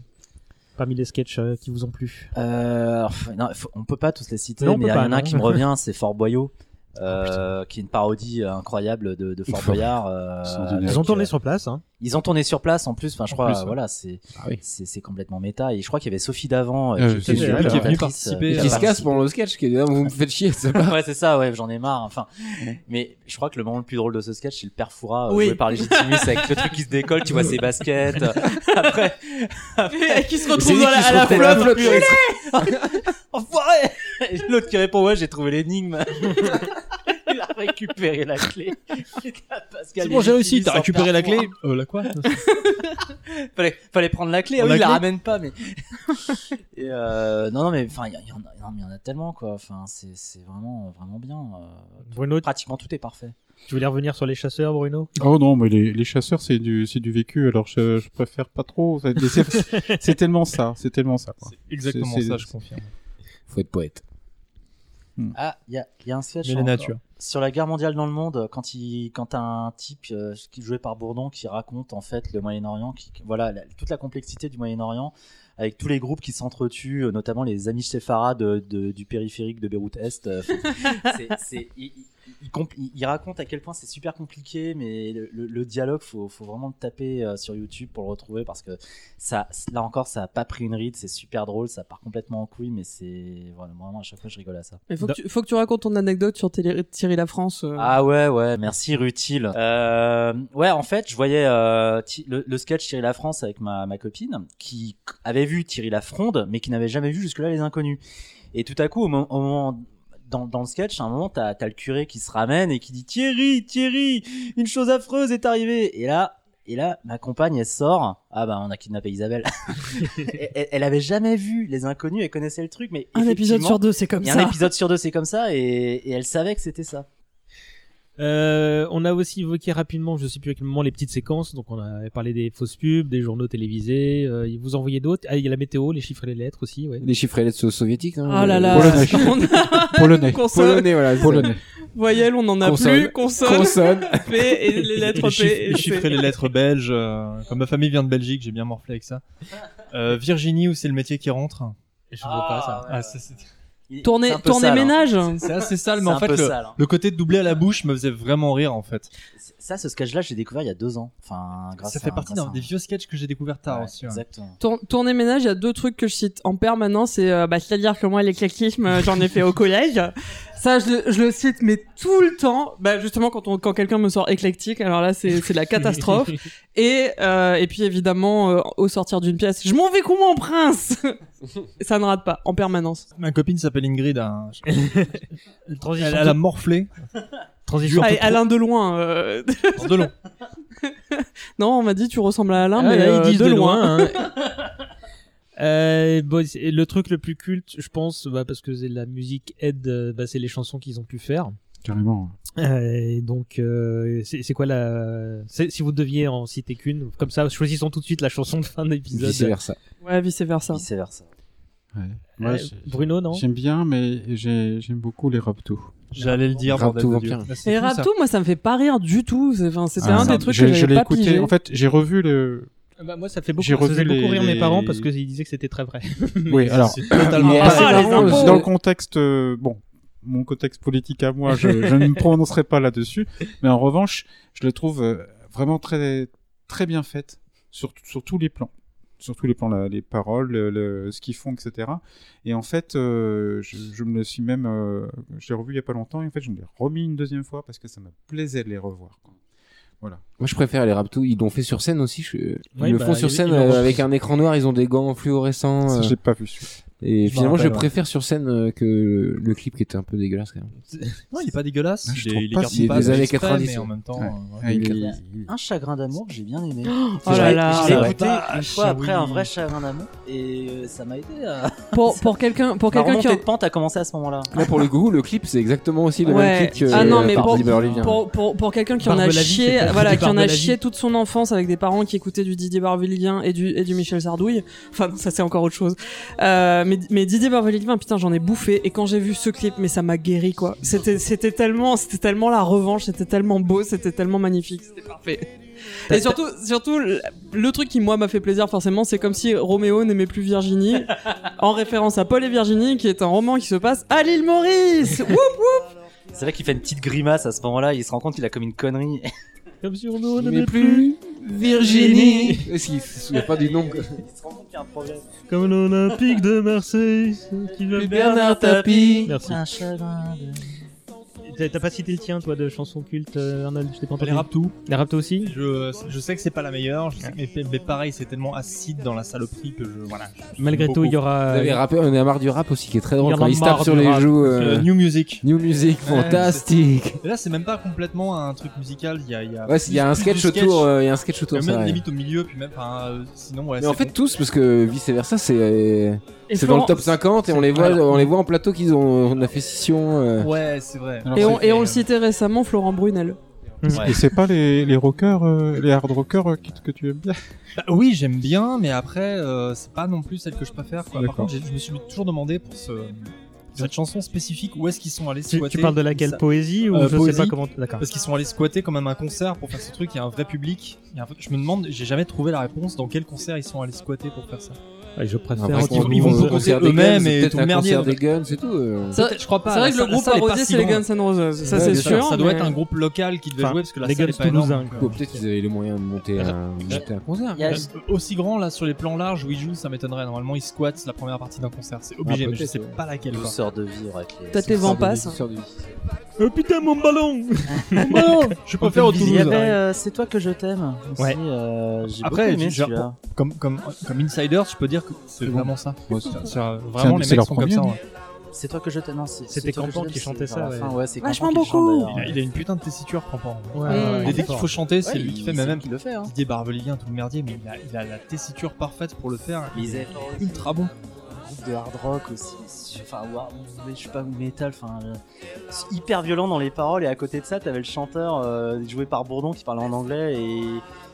A: parmi les sketchs euh, qui vous ont plu
J: Euh, alors, f- non, faut- on peut pas tous les citer,
A: Non, on
J: mais il y
A: peut pas,
J: en a un
A: non.
J: qui me revient, c'est Fort Boyau, euh, qui est une parodie euh, incroyable de, de Fort
L: Fort-
J: Boyard. euh,
L: Extraordinaire.
A: Ils
J: avec,
A: ont tourné
J: euh,
A: sur place. Hein.
J: Ils ont tourné sur place en plus. Enfin, je
L: En
J: crois,
L: plus,
J: euh,
L: ouais.
J: voilà, c'est
K: Ah oui.
J: c'est c'est complètement méta. Et je crois qu'il y avait Sophie Davant,
L: Euh,
J: euh, qui
L: c'est
J: était
L: elle
J: une
L: qui est
A: venue
J: présentatrice, euh,
C: participer.
K: Qui se casse pendant le sketch, qui est là, vous me faites chier, ça part.
J: [laughs] ouais, c'est ça, ouais, j'en ai marre. Enfin, mais je crois que le moment le plus drôle de ce sketch, c'est le père Foura euh,
B: Oui.
J: joué par Legitimus avec le truc qui se décolle, tu vois ses baskets. [laughs] Après,
B: Et qui se
K: C'est
B: retrouve
K: lui
B: dans la,
K: qui se
B: à la
K: retrouve
B: flotte.
K: flotte.
J: enfoiré Et L'autre qui répond, ouais, j'ai trouvé l'énigme. [laughs] il a récupéré la clé.
C: C'est bon, j'ai réussi, t'as récupéré la clé. Euh, la [laughs] quoi
J: fallait, fallait prendre la clé. Ah
C: On
J: oui,
C: a
J: il la
C: clé
J: ramène pas, mais. [laughs] Et euh, non, non, mais enfin, il y, en a- non, mais il y en a tellement quoi. Enfin, c'est c'est vraiment, vraiment bien. euh, tout-
A: Bruno,
J: pratiquement tout est parfait.
A: Tu voulais revenir sur les chasseurs, Bruno
M: Oh non, mais les, les chasseurs, c'est du, c'est du vécu, alors je, je préfère pas trop. Ça- mais C'est
B: [laughs]
M: c'est tellement ça, c'est tellement ça. quoi.
C: Exactement
M: C'est- c'est-
C: ça, je confirme.
K: Faut être poète.
J: Ah, il y a, il y a un sketch
C: Mais la
J: encore.
C: nature.
J: sur la guerre mondiale dans le monde quand il quand t'as un type euh, qui joué par Bourdon qui raconte en fait le Moyen-Orient qui voilà la- toute la complexité du Moyen-Orient avec tous les groupes qui s'entretuent euh, notamment les amis séfarades de- de- du périphérique de Beyrouth Est euh, c'est- c'est- il, il- il compl- il- il raconte à quel point c'est super compliqué mais le, le- le dialogue faut, faut vraiment le taper euh, sur YouTube pour le retrouver parce que ça là encore ça a pas pris une ride c'est super drôle ça part complètement en couille mais c'est voilà, vraiment à chaque fois je rigole à ça
B: Il faut, que tu- faut que tu racontes ton anecdote sur Télé- Thierry La France. euh.
J: ah ouais, ouais, merci Rutile. Euh, ouais, en fait, je voyais euh, Thi- le, le sketch Thierry La France avec ma, ma copine qui c- avait vu Thierry La Fronde, mais qui n'avait jamais vu jusque-là Les Inconnus. Et tout à coup, au, mo- au moment. Dans, dans le sketch, à un moment, t'as as le curé qui se ramène et qui dit Thierry, Thierry, une chose affreuse est arrivée. Et là, et là, ma compagne, elle sort. Ah bah, on a
B: [laughs]
J: kidnappé Isabelle. elle, elle avait jamais vu les inconnus, elle connaissait le truc, mais
B: Un épisode
J: effectivement,
B: sur deux, c'est comme
J: il y a
B: ça.
J: Un épisode sur deux, c'est comme ça, et, et elle savait que c'était ça.
A: Euh, on a aussi évoqué rapidement, je sais plus à quel moment, les petites séquences. Donc, on a parlé des fausses pubs, des journaux télévisés. euh, il vous envoyez d'autres. Ah, il y a la météo, les chiffres et les lettres aussi. Ouais.
K: Les chiffres et lettres so- soviétiques. Hein,
B: Oh là là.
K: Polonais.
B: [laughs] On a-
K: Polonais.
B: Consonne.
K: Polonais, voilà. c'est ça.
M: Polonais.
B: Voyelle, on en a
K: Consonne.
B: plus. Consonne.
K: Consonne.
B: P et les lettres P.
C: les chiffres,
B: et
C: les
B: C.
C: chiffres et les lettres belges. euh, comme ma famille vient de Belgique, j'ai bien morflé avec [laughs] ça. Euh, Virginie, où c'est le métier qui rentre Je vois pas ça. Ah, c'est- c'est-
B: Tournez-
J: C'est un peu
B: tournez
J: sale, hein.
B: ménage.
J: C'est-
C: C'est assez sale, mais
J: C'est
C: en
J: un
C: fait,
J: peu
C: le,
J: sale, hein.
C: le côté de doubler à la bouche me faisait vraiment rire en fait.
J: Ça, ce sketch-là, j'ai découvert il y a deux ans. Enfin, grâce
C: Ça
J: à-
C: fait partie
J: grâce
C: d'un
J: à-
C: des vieux sketchs que j'ai découvert tard
J: Ouais,
C: aussi. hein. ouais.
J: Exactement.
B: Tour- Tournée ménage, il y a deux trucs que je cite en permanence. Et, euh, bah, C'est-à-dire que moi, l'éclectisme, euh, j'en ai fait au collège. Ça, je, le- je le cite, mais tout le temps. Bah, justement, quand, on- quand quelqu'un me sort éclectique, alors là, c'est c'est la catastrophe. et, euh, et puis, évidemment, euh, au sortir d'une pièce, je m'en vais comment, prince Ça ne rate pas, en permanence.
C: Ma copine s'appelle Ingrid. hein.
A: transition
C: elle, elle a [laughs] morflé.
A: Transition.
B: Ah, et
A: toute
B: Alain de loin. euh, [laughs]
C: de long.
B: non, on m'a dit, tu ressembles à Alain,
A: Ah,
B: mais
A: là, ils
B: euh,
A: disent
B: de,
A: de
B: loin.
A: loin, hein. Euh, bon, c'est- le truc le plus culte, je pense, bah, parce que c'est la musique aide, euh, bah, c'est les chansons qu'ils ont pu faire.
M: Carrément.
A: Euh, et donc, euh, c'est c'est quoi la. c'est- Si vous deviez en citer qu'une, comme ça, choisissons tout de suite la chanson de fin d'épisode.
K: Vice versa.
B: Ouais, vice versa.
J: Vice versa.
M: Ouais. Ouais,
A: Euh,
M: j'ai-
A: Bruno, non
M: J'aime bien, mais j'ai- j'aime beaucoup les raptos.
C: J'allais le dire.
M: Rapto
C: bordel de Dieu.
M: vampire.
C: Ah, c'est
B: Et
C: fou, ça.
B: Rapto, moi, ça me fait pas rire du tout. C'est- enfin, C'était
M: Ah,
B: un
M: ça,
B: des trucs
M: je-
B: que
M: Je
B: j'avais
M: l'ai
B: pas
M: écouté.
B: pigé.
M: En fait, j'ai revu le.
A: Bah, moi, ça fait beaucoup,
M: J'ai
A: ça
M: revu
A: faisait beaucoup
M: les-
A: rire mes parents
M: les-
A: parce qu'ils disaient que c'était très vrai. [laughs]
M: Oui, alors.
C: c'est totalement
M: mais
C: pas
M: assez
C: vrai.
M: marrant,
A: Ah, les impôts.
M: dans le contexte, euh, bon, mon contexte politique à moi, je, je ne me prononcerai pas là-dessus. Mais en revanche, je le trouve euh, vraiment très, très bien faite sur, sur tous les plans. Sur tous les plans, la- les paroles, le- le- ce qu'ils font, etc. Et en fait, euh, je, je me le suis même. euh, je l'ai revu il n'y a pas longtemps et en fait, je me l'ai remis une deuxième fois parce que ça me plaisait de les revoir. quoi. Voilà.
K: Moi, je préfère les raptos. Ils l'ont fait sur scène aussi. je- Ils
A: Oui,
K: le
A: bah,
K: font sur
A: ils-
K: scène
A: ils l'ont
K: euh,
A: refait.
K: avec un écran noir. Ils ont des gants fluorescents.
M: Ça,
K: euh,
M: j'ai pas vu celui-là.
K: Et
C: Je m'en
K: finalement, je
C: rappelle, ouais.
K: préfère sur scène euh, que le clip qui était un peu dégueulasse quand même.
C: Non, il est pas dégueulasse.
M: Ah, je
C: il est,
M: trouve
C: il est
M: pas
C: carton
K: si-
C: pâte,
K: des années
C: exprès,
K: 90,
C: Mais en
K: ouais.
C: même temps,
M: Ouais.
C: euh, voilà.
M: Ah, il est-
J: Un chagrin d'amour que j'ai bien aimé.
B: Oh là là.
J: J'ai
C: Ah,
J: écouté
C: vache,
J: une fois après
C: oui.
J: un vrai chagrin d'amour et euh, ça m'a aidé à.
B: Pour, pour quelqu'un pour
J: [laughs]
A: Bah,
J: Ma
B: quelqu'un qui
J: remontée
B: en-
J: de pente a commencé à ce moment-là.
K: Là, pour le coup, le clip, c'est exactement aussi le
B: Ouais.
K: même clip que euh,
B: ah non mais
K: par
B: pour,
K: Didi Barolivien.
B: pour, pour, pour quelqu'un qui en a
A: Barbelavie, c'est
B: chié
A: pas-
B: voilà
A: Didi
B: qui en a
A: Barbelavie.
B: chié toute son enfance avec des parents qui écoutaient du Didier Barbelivien et du et du Michel Sardouille enfin non, ça c'est encore autre chose euh, mais mais Didier Barbelivien putain j'en ai bouffé et quand j'ai vu ce clip mais ça m'a guéri quoi c'était c'était tellement c'était tellement la revanche c'était tellement beau c'était tellement magnifique c'était parfait et surtout, surtout, le- le truc qui moi m'a fait plaisir forcément, c'est comme si Roméo n'aimait
A: [laughs]
B: plus Virginie, en référence à Paul et Virginie, qui est un roman qui se passe à l'île Maurice. Wouh
J: C'est vrai qu'il fait une petite grimace à ce moment-là, il se rend compte qu'il a commis une
B: [laughs]
J: connerie.
A: Comme si on ne
K: Mais
A: l'aimait
K: plus Virginie Est-ce qu'il se souvient pas du nom quoi
J: il se rend compte qu'il y a un problème.
A: Comme l'Olympique de Marseille, qui va
K: Bernard Tapie
A: Ah. Merci.
J: Un chagrin de...
A: T'as t'as pas cité le tien, toi, de chansons cultes, euh, Arnold Je t'ai pas entendu.
C: Les Raptou.
A: Les Raptou aussi
C: Je, je sais que c'est pas la meilleure, je sais- mais, mais pareil, c'est tellement acide dans la saloperie que je. Voilà. je-
A: Malgré
C: j'aime
A: tout, il y
C: beaucoup.
A: aura. euh,
K: Vous avez rappé, on est à marre du rap aussi, qui est très drôle
A: Il y en
K: quand
A: a
K: il se
A: marre
K: tape sur
A: du
K: les
A: rap.
K: joues.
C: Euh, new music.
K: New music,
C: Ouais,
K: fantastique.
C: c'est- Et là, c'est même pas complètement un truc musical. Il y a, il y a
K: Ouais, il y a
C: plus-
K: un
C: plus
K: sketch
C: de
K: autour, euh, il y a un sketch autour,
C: Même
K: c'est vrai.
C: limite au milieu, puis même. enfin, euh, sinon, ouais.
K: Mais en
C: c'est
K: fait
C: bon.
K: tous parce que vice versa c'est euh,
C: Et
K: c'est dans le
C: Florent-
K: top 50 et on les voit
C: Voilà.
K: on les voit en plateau qu'ils ont on a fait scission. euh.
C: Ouais, c'est vrai.
B: Et on, et on le citait récemment, Florent Brunel.
M: Et c'est pas les, les rockers, euh, les hard rockers euh, qui- que tu aimes bien
C: Bah oui, j'aime bien, mais après, euh, c'est pas non plus celle que je préfère. Quoi. Par
M: D'accord.
C: contre, j'ai- je me suis toujours demandé pour ce- pour cette chanson spécifique où est-ce qu'ils sont allés
A: Tu- tu
C: squatter.
A: parles de laquelle, Euh, Poésie ou je sais pas comment- d'accord.
C: Parce qu'ils sont allés squatter quand même un concert pour faire ce truc. Il y a un vrai public. Il y a un- Je me demande, j'ai jamais trouvé la réponse dans quel concert ils sont allés squatter pour faire ça.
A: Ouais, je préfère.
C: Ils vont-
K: Après,
C: ils vont
K: un
C: se concert
K: euh, concert des
C: eux-mêmes
K: Guns,
C: et
K: peut-être
C: tout
K: un
C: merdier.
K: concert des guns et tout. euh.
B: Ça-
C: Je crois pas.
B: c'est vrai
C: la
B: que le
C: salle- la
B: groupe
C: salle
B: à
C: est pas
B: rosé,
C: si
B: c'est les
C: grande.
B: Guns N' Roses. Ça,
C: Ouais,
B: c'est
C: bien
B: sûr.
C: Ça doit
B: mais-
C: être un groupe local qui devait
A: Enfin,
C: jouer parce que la
A: les
C: salle
A: Guns
C: est pas énorme,
A: Toulousains,
C: quoi.
K: Ou peut-être qu'ils avaient les moyens de monter un, monter un concert.
J: Il y a-
C: Euh, Aussi grand là sur les plans larges où ils jouent, ça m'étonnerait. Normalement, ils squattent la première partie d'un concert. C'est obligé,
J: Ah,
C: mais je
J: peut-être,
C: sais
J: ouais.
C: pas laquelle. quoi.
J: Douceur de vivre avec les. [laughs]
B: T'as tes vents passent. hein.
A: Oh putain, mon ballon
J: Mon
C: ballon Je préfère au
J: Il y
C: Toulouse.
J: avait euh, C'est toi que je t'aime. aussi,
C: Ouais.
J: euh, j'ai
C: Après,
J: beaucoup aimé
C: genre,
J: celui-là.
C: pour- comme, comme, comme insider, je peux dire que c'est
J: bon.
C: vraiment ça.
J: Ouais,
C: C'est-
J: c'est-
C: c'est- euh, vraiment, les
M: c'est
C: mecs
M: leur
C: sont comme
M: premier,
C: ça.
M: non
C: ouais.
J: C'est toi que je t'aime. non, c'est-
A: C'était
J: c'est toi que
A: Campan
J: je t'aime,
A: qui
J: c'est
A: chantait
J: vers la
A: ça,
J: fin,
A: ouais.
J: ouais, c'est
B: Vachement
J: Campan qui chante,
B: beaucoup.
J: d'ailleurs,
C: Il a, il a une putain de tessiture, Campan.
A: Ouais,
C: Et
A: ouais, ouais.
C: dès qu'il faut chanter, c'est
J: Ouais,
C: lui qui
J: il-
C: fait, mais
J: c'est
C: même
J: lui qui le fait, hein.
C: Didier Barbelivien, tout le merdier, mais il a, il a la tessiture parfaite pour le faire. Il est ultra bon.
J: groupe de hard rock aussi, mais- enfin, war- mais je sais pas, ou metal, enfin, euh, c'est hyper violent dans les paroles. Et à côté de ça, t'avais le chanteur euh, joué par Bourdon qui parlait en anglais et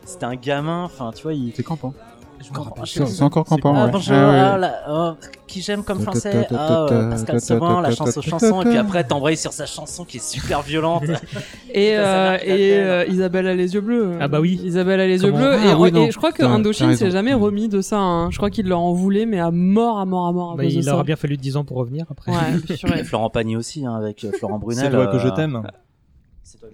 J: c'était un gamin, enfin, tu vois, il.
M: C'est Campan.
J: Je comprends pas, je sais
M: C'est
J: plus.
M: encore Campan,
J: Ah,
M: ouais.
J: bonjour,
M: Ah, ouais.
J: ah, là, oh, qui j'aime comme français, ah, euh, Pascal Sevran, la chanson chanson, et puis après t'embrayes sur sa chanson qui est super violente.
B: Et,
J: Ça, ça
B: euh,
J: marque la
B: et
J: peine.
B: euh, Isabelle a les yeux bleus.
A: Ah bah oui.
B: Isabelle a les yeux
A: Comment-
B: bleus.
A: Ah
B: et,
A: oui,
B: et
A: non,
B: je crois que
A: putain,
B: Indochine
A: t'as
B: s'est
A: raison.
B: jamais remis de ça. hein. Je crois qu'il leur en voulait, mais à mort, à mort, à mort à
A: Bah,
B: cause de
A: il
B: ça.
A: aura bien fallu 10 ans pour revenir après.
B: Ouais, purée.
J: Et Florent Pagny aussi, hein, avec euh, Florent Brunel.
C: C'est toi que je
J: euh,
C: t'aime.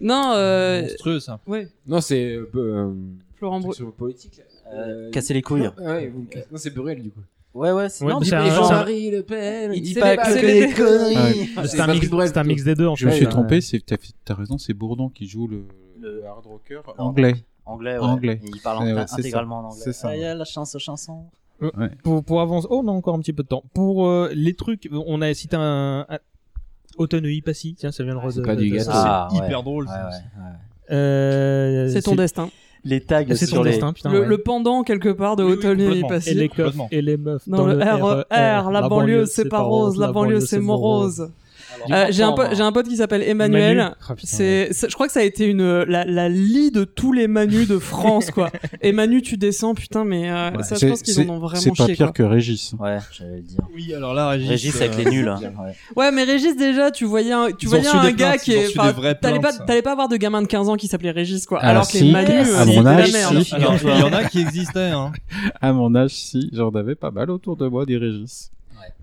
B: Non, euh,
C: Monstrueux ça.
B: ouais,
K: Non c'est euh, euh,
B: Florent Brou-
K: sur le politique. là. Euh,
J: Casser les couilles.
K: Non, ouais, vous me cassez- non, c'est Burel du coup.
J: Ouais, ouais, c'est
A: Ouais,
J: non,
K: bah,
A: mais
J: mais
A: c'est
J: les
A: un-
J: gens-
A: c'est un-
K: Marie Le Pen,
B: Il
K: il
B: fait
K: pas
B: pas
K: que
B: que
K: des
B: des
K: conneries.
A: Ouais. Ah, C'est un, mix- c'est un mix des deux en
M: Je
A: fait. hein.
M: me suis
A: Ouais.
M: trompé, c'est t'as t'as raison, c'est Bourdon qui joue le, le hard rocker anglais.
J: Anglais, ouais.
M: Anglais.
J: Il parle en-
M: Ouais, ouais, c'est ça.
J: intégralement en anglais.
M: C'est ça.
J: Ah, il y a la chance aux chansons.
A: Euh,
M: Ouais.
A: Pour, pour avancer, oh, on a encore un petit peu de temps. Pour euh, les trucs, on a cité un. un- Automne Passy, tiens, ça vient de Rose.
K: pas du
A: de-
K: gâteau.
J: Ah,
C: C'est
J: ouais.
C: hyper drôle.
J: Ouais,
C: ça.
J: ouais, ouais.
A: Euh,
B: c'est ton destin.
J: Les tags
A: C'est
J: sur
A: ton
J: les.
A: destin, putain.
B: le,
A: ouais.
B: le pendant quelque part de
C: Oui, oui,
B: Hôtel
C: complètement.
A: Et les
B: Passy.
A: coffres
C: Complètement.
A: et les meufs.
B: Dans le
A: E
B: RER, la banlieue c'est pas rose, la banlieue c'est morose. Euh, J'ai un, po- j'ai un pote qui s'appelle Emmanuel.
A: Manu. Ah, putain,
B: C'est, c'est- je crois que ça a été une la, la lie de tous les Manus de France quoi. Et Manu, tu descends, putain, mais euh,
M: Ouais.
B: ça, je
M: C'est-
B: pense qu'ils
M: c'est-
B: en ont vraiment
M: C'est pas
B: chié,
M: pire
B: quoi.
M: que Régis. hein.
J: Ouais, j'allais le dire.
C: Oui, alors là, Régis.
J: Régis avec
C: euh,
J: les nuls. hein.
C: [laughs]
J: Ouais.
B: Ouais, mais Régis déjà, tu voyais un, tu
C: Ils ont
B: voyais
C: reçu
B: un
C: des
B: gars
C: plaintes,
B: qui
C: ils ont
B: est,
C: reçu
B: enfin,
C: des vraies
B: t'allais pas,
C: plaintes.
B: t'allais pas avoir de gamin de 15 ans qui s'appelait Régis quoi.
M: Ah,
B: Alors que
M: si.
B: les
M: Ah,
B: Manu, euh,
M: à mon
B: c'était la
M: âge,
B: merde.
M: si.
C: Il y en- il y en a qui existaient. Hein.
M: À mon âge, si, j'en avais pas mal autour de moi des Régis.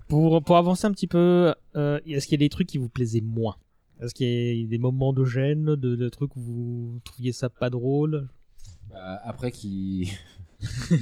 A: Pour, pour avancer un petit peu, euh, est-ce qu'il y a des trucs qui vous plaisaient moins Est-ce qu'il y a des moments de gêne, de, de trucs où vous trouviez ça pas drôle
K: Bah, après qui [laughs]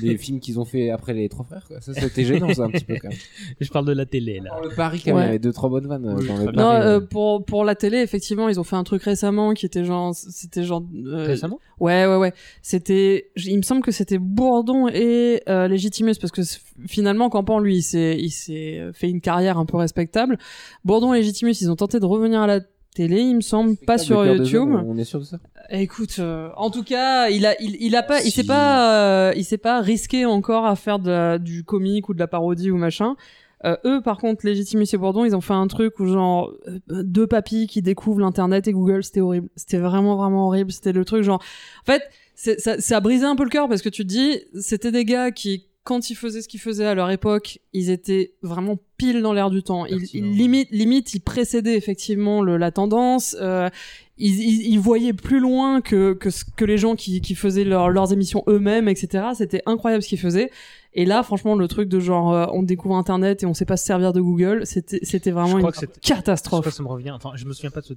K: les films qu'ils ont fait après les trois frères quoi. Ça c'était gênant ça un petit peu
A: [laughs]
K: quand même.
A: Je parle de la télé là.
K: Le Paris quand même,
B: Ouais.
K: il y avait deux trois bonnes vannes euh,
C: Oui,
K: dans
C: très
K: le
C: bien.
B: Non,
K: Paris,
B: euh,
K: ouais.
B: pour pour la télé, effectivement, ils ont fait un truc récemment qui était genre, c'était genre. euh,
A: Récemment
B: Ouais, ouais, ouais. C'était, j- il me semble que c'était Bourdon et euh, Légitimus parce que c- finalement, Campan, lui, il s'est, il s'est euh, fait une carrière un peu respectable. Bourdon et Légitimus, ils ont tenté de revenir à la télé, il me semble, pas
K: Spectacle
B: sur
K: de Cœur de
B: YouTube.
K: Zone, On est sûr de ça
B: Écoute, euh, en tout cas, il a, il, il a pas, il
K: Si.
B: s'est pas, euh, il s'est pas risqué encore à faire de la- du comique ou de la parodie ou machin. Euh, eux, par contre, Légitimus et Bourdon, ils ont fait un truc où genre euh, deux papis qui découvrent l'internet et Google, c'était horrible. C'était vraiment vraiment horrible. C'était le truc genre. En fait, c'est- ça, ça a brisé un peu le cœur parce que tu te dis, c'était des gars qui, quand ils faisaient ce qu'ils faisaient à leur époque, ils étaient vraiment pile dans l'air du temps. Ils,
A: Pertinent.
B: ils limite, limite, ils précédaient effectivement le, la tendance. euh, ils, ils, ils voyaient plus loin que, que, ce- que les gens qui, qui faisaient leur- leurs émissions eux-mêmes, etc. C'était incroyable ce qu'ils faisaient. Et là, franchement, le truc de genre, euh, on découvre Internet et on sait pas se servir de Google, c'était c'était
A: Je
B: vraiment
A: crois
B: une
A: que c'était- Je sais
B: catastrophe.
A: pas, ça me revient. Enfin, je me souviens pas de ce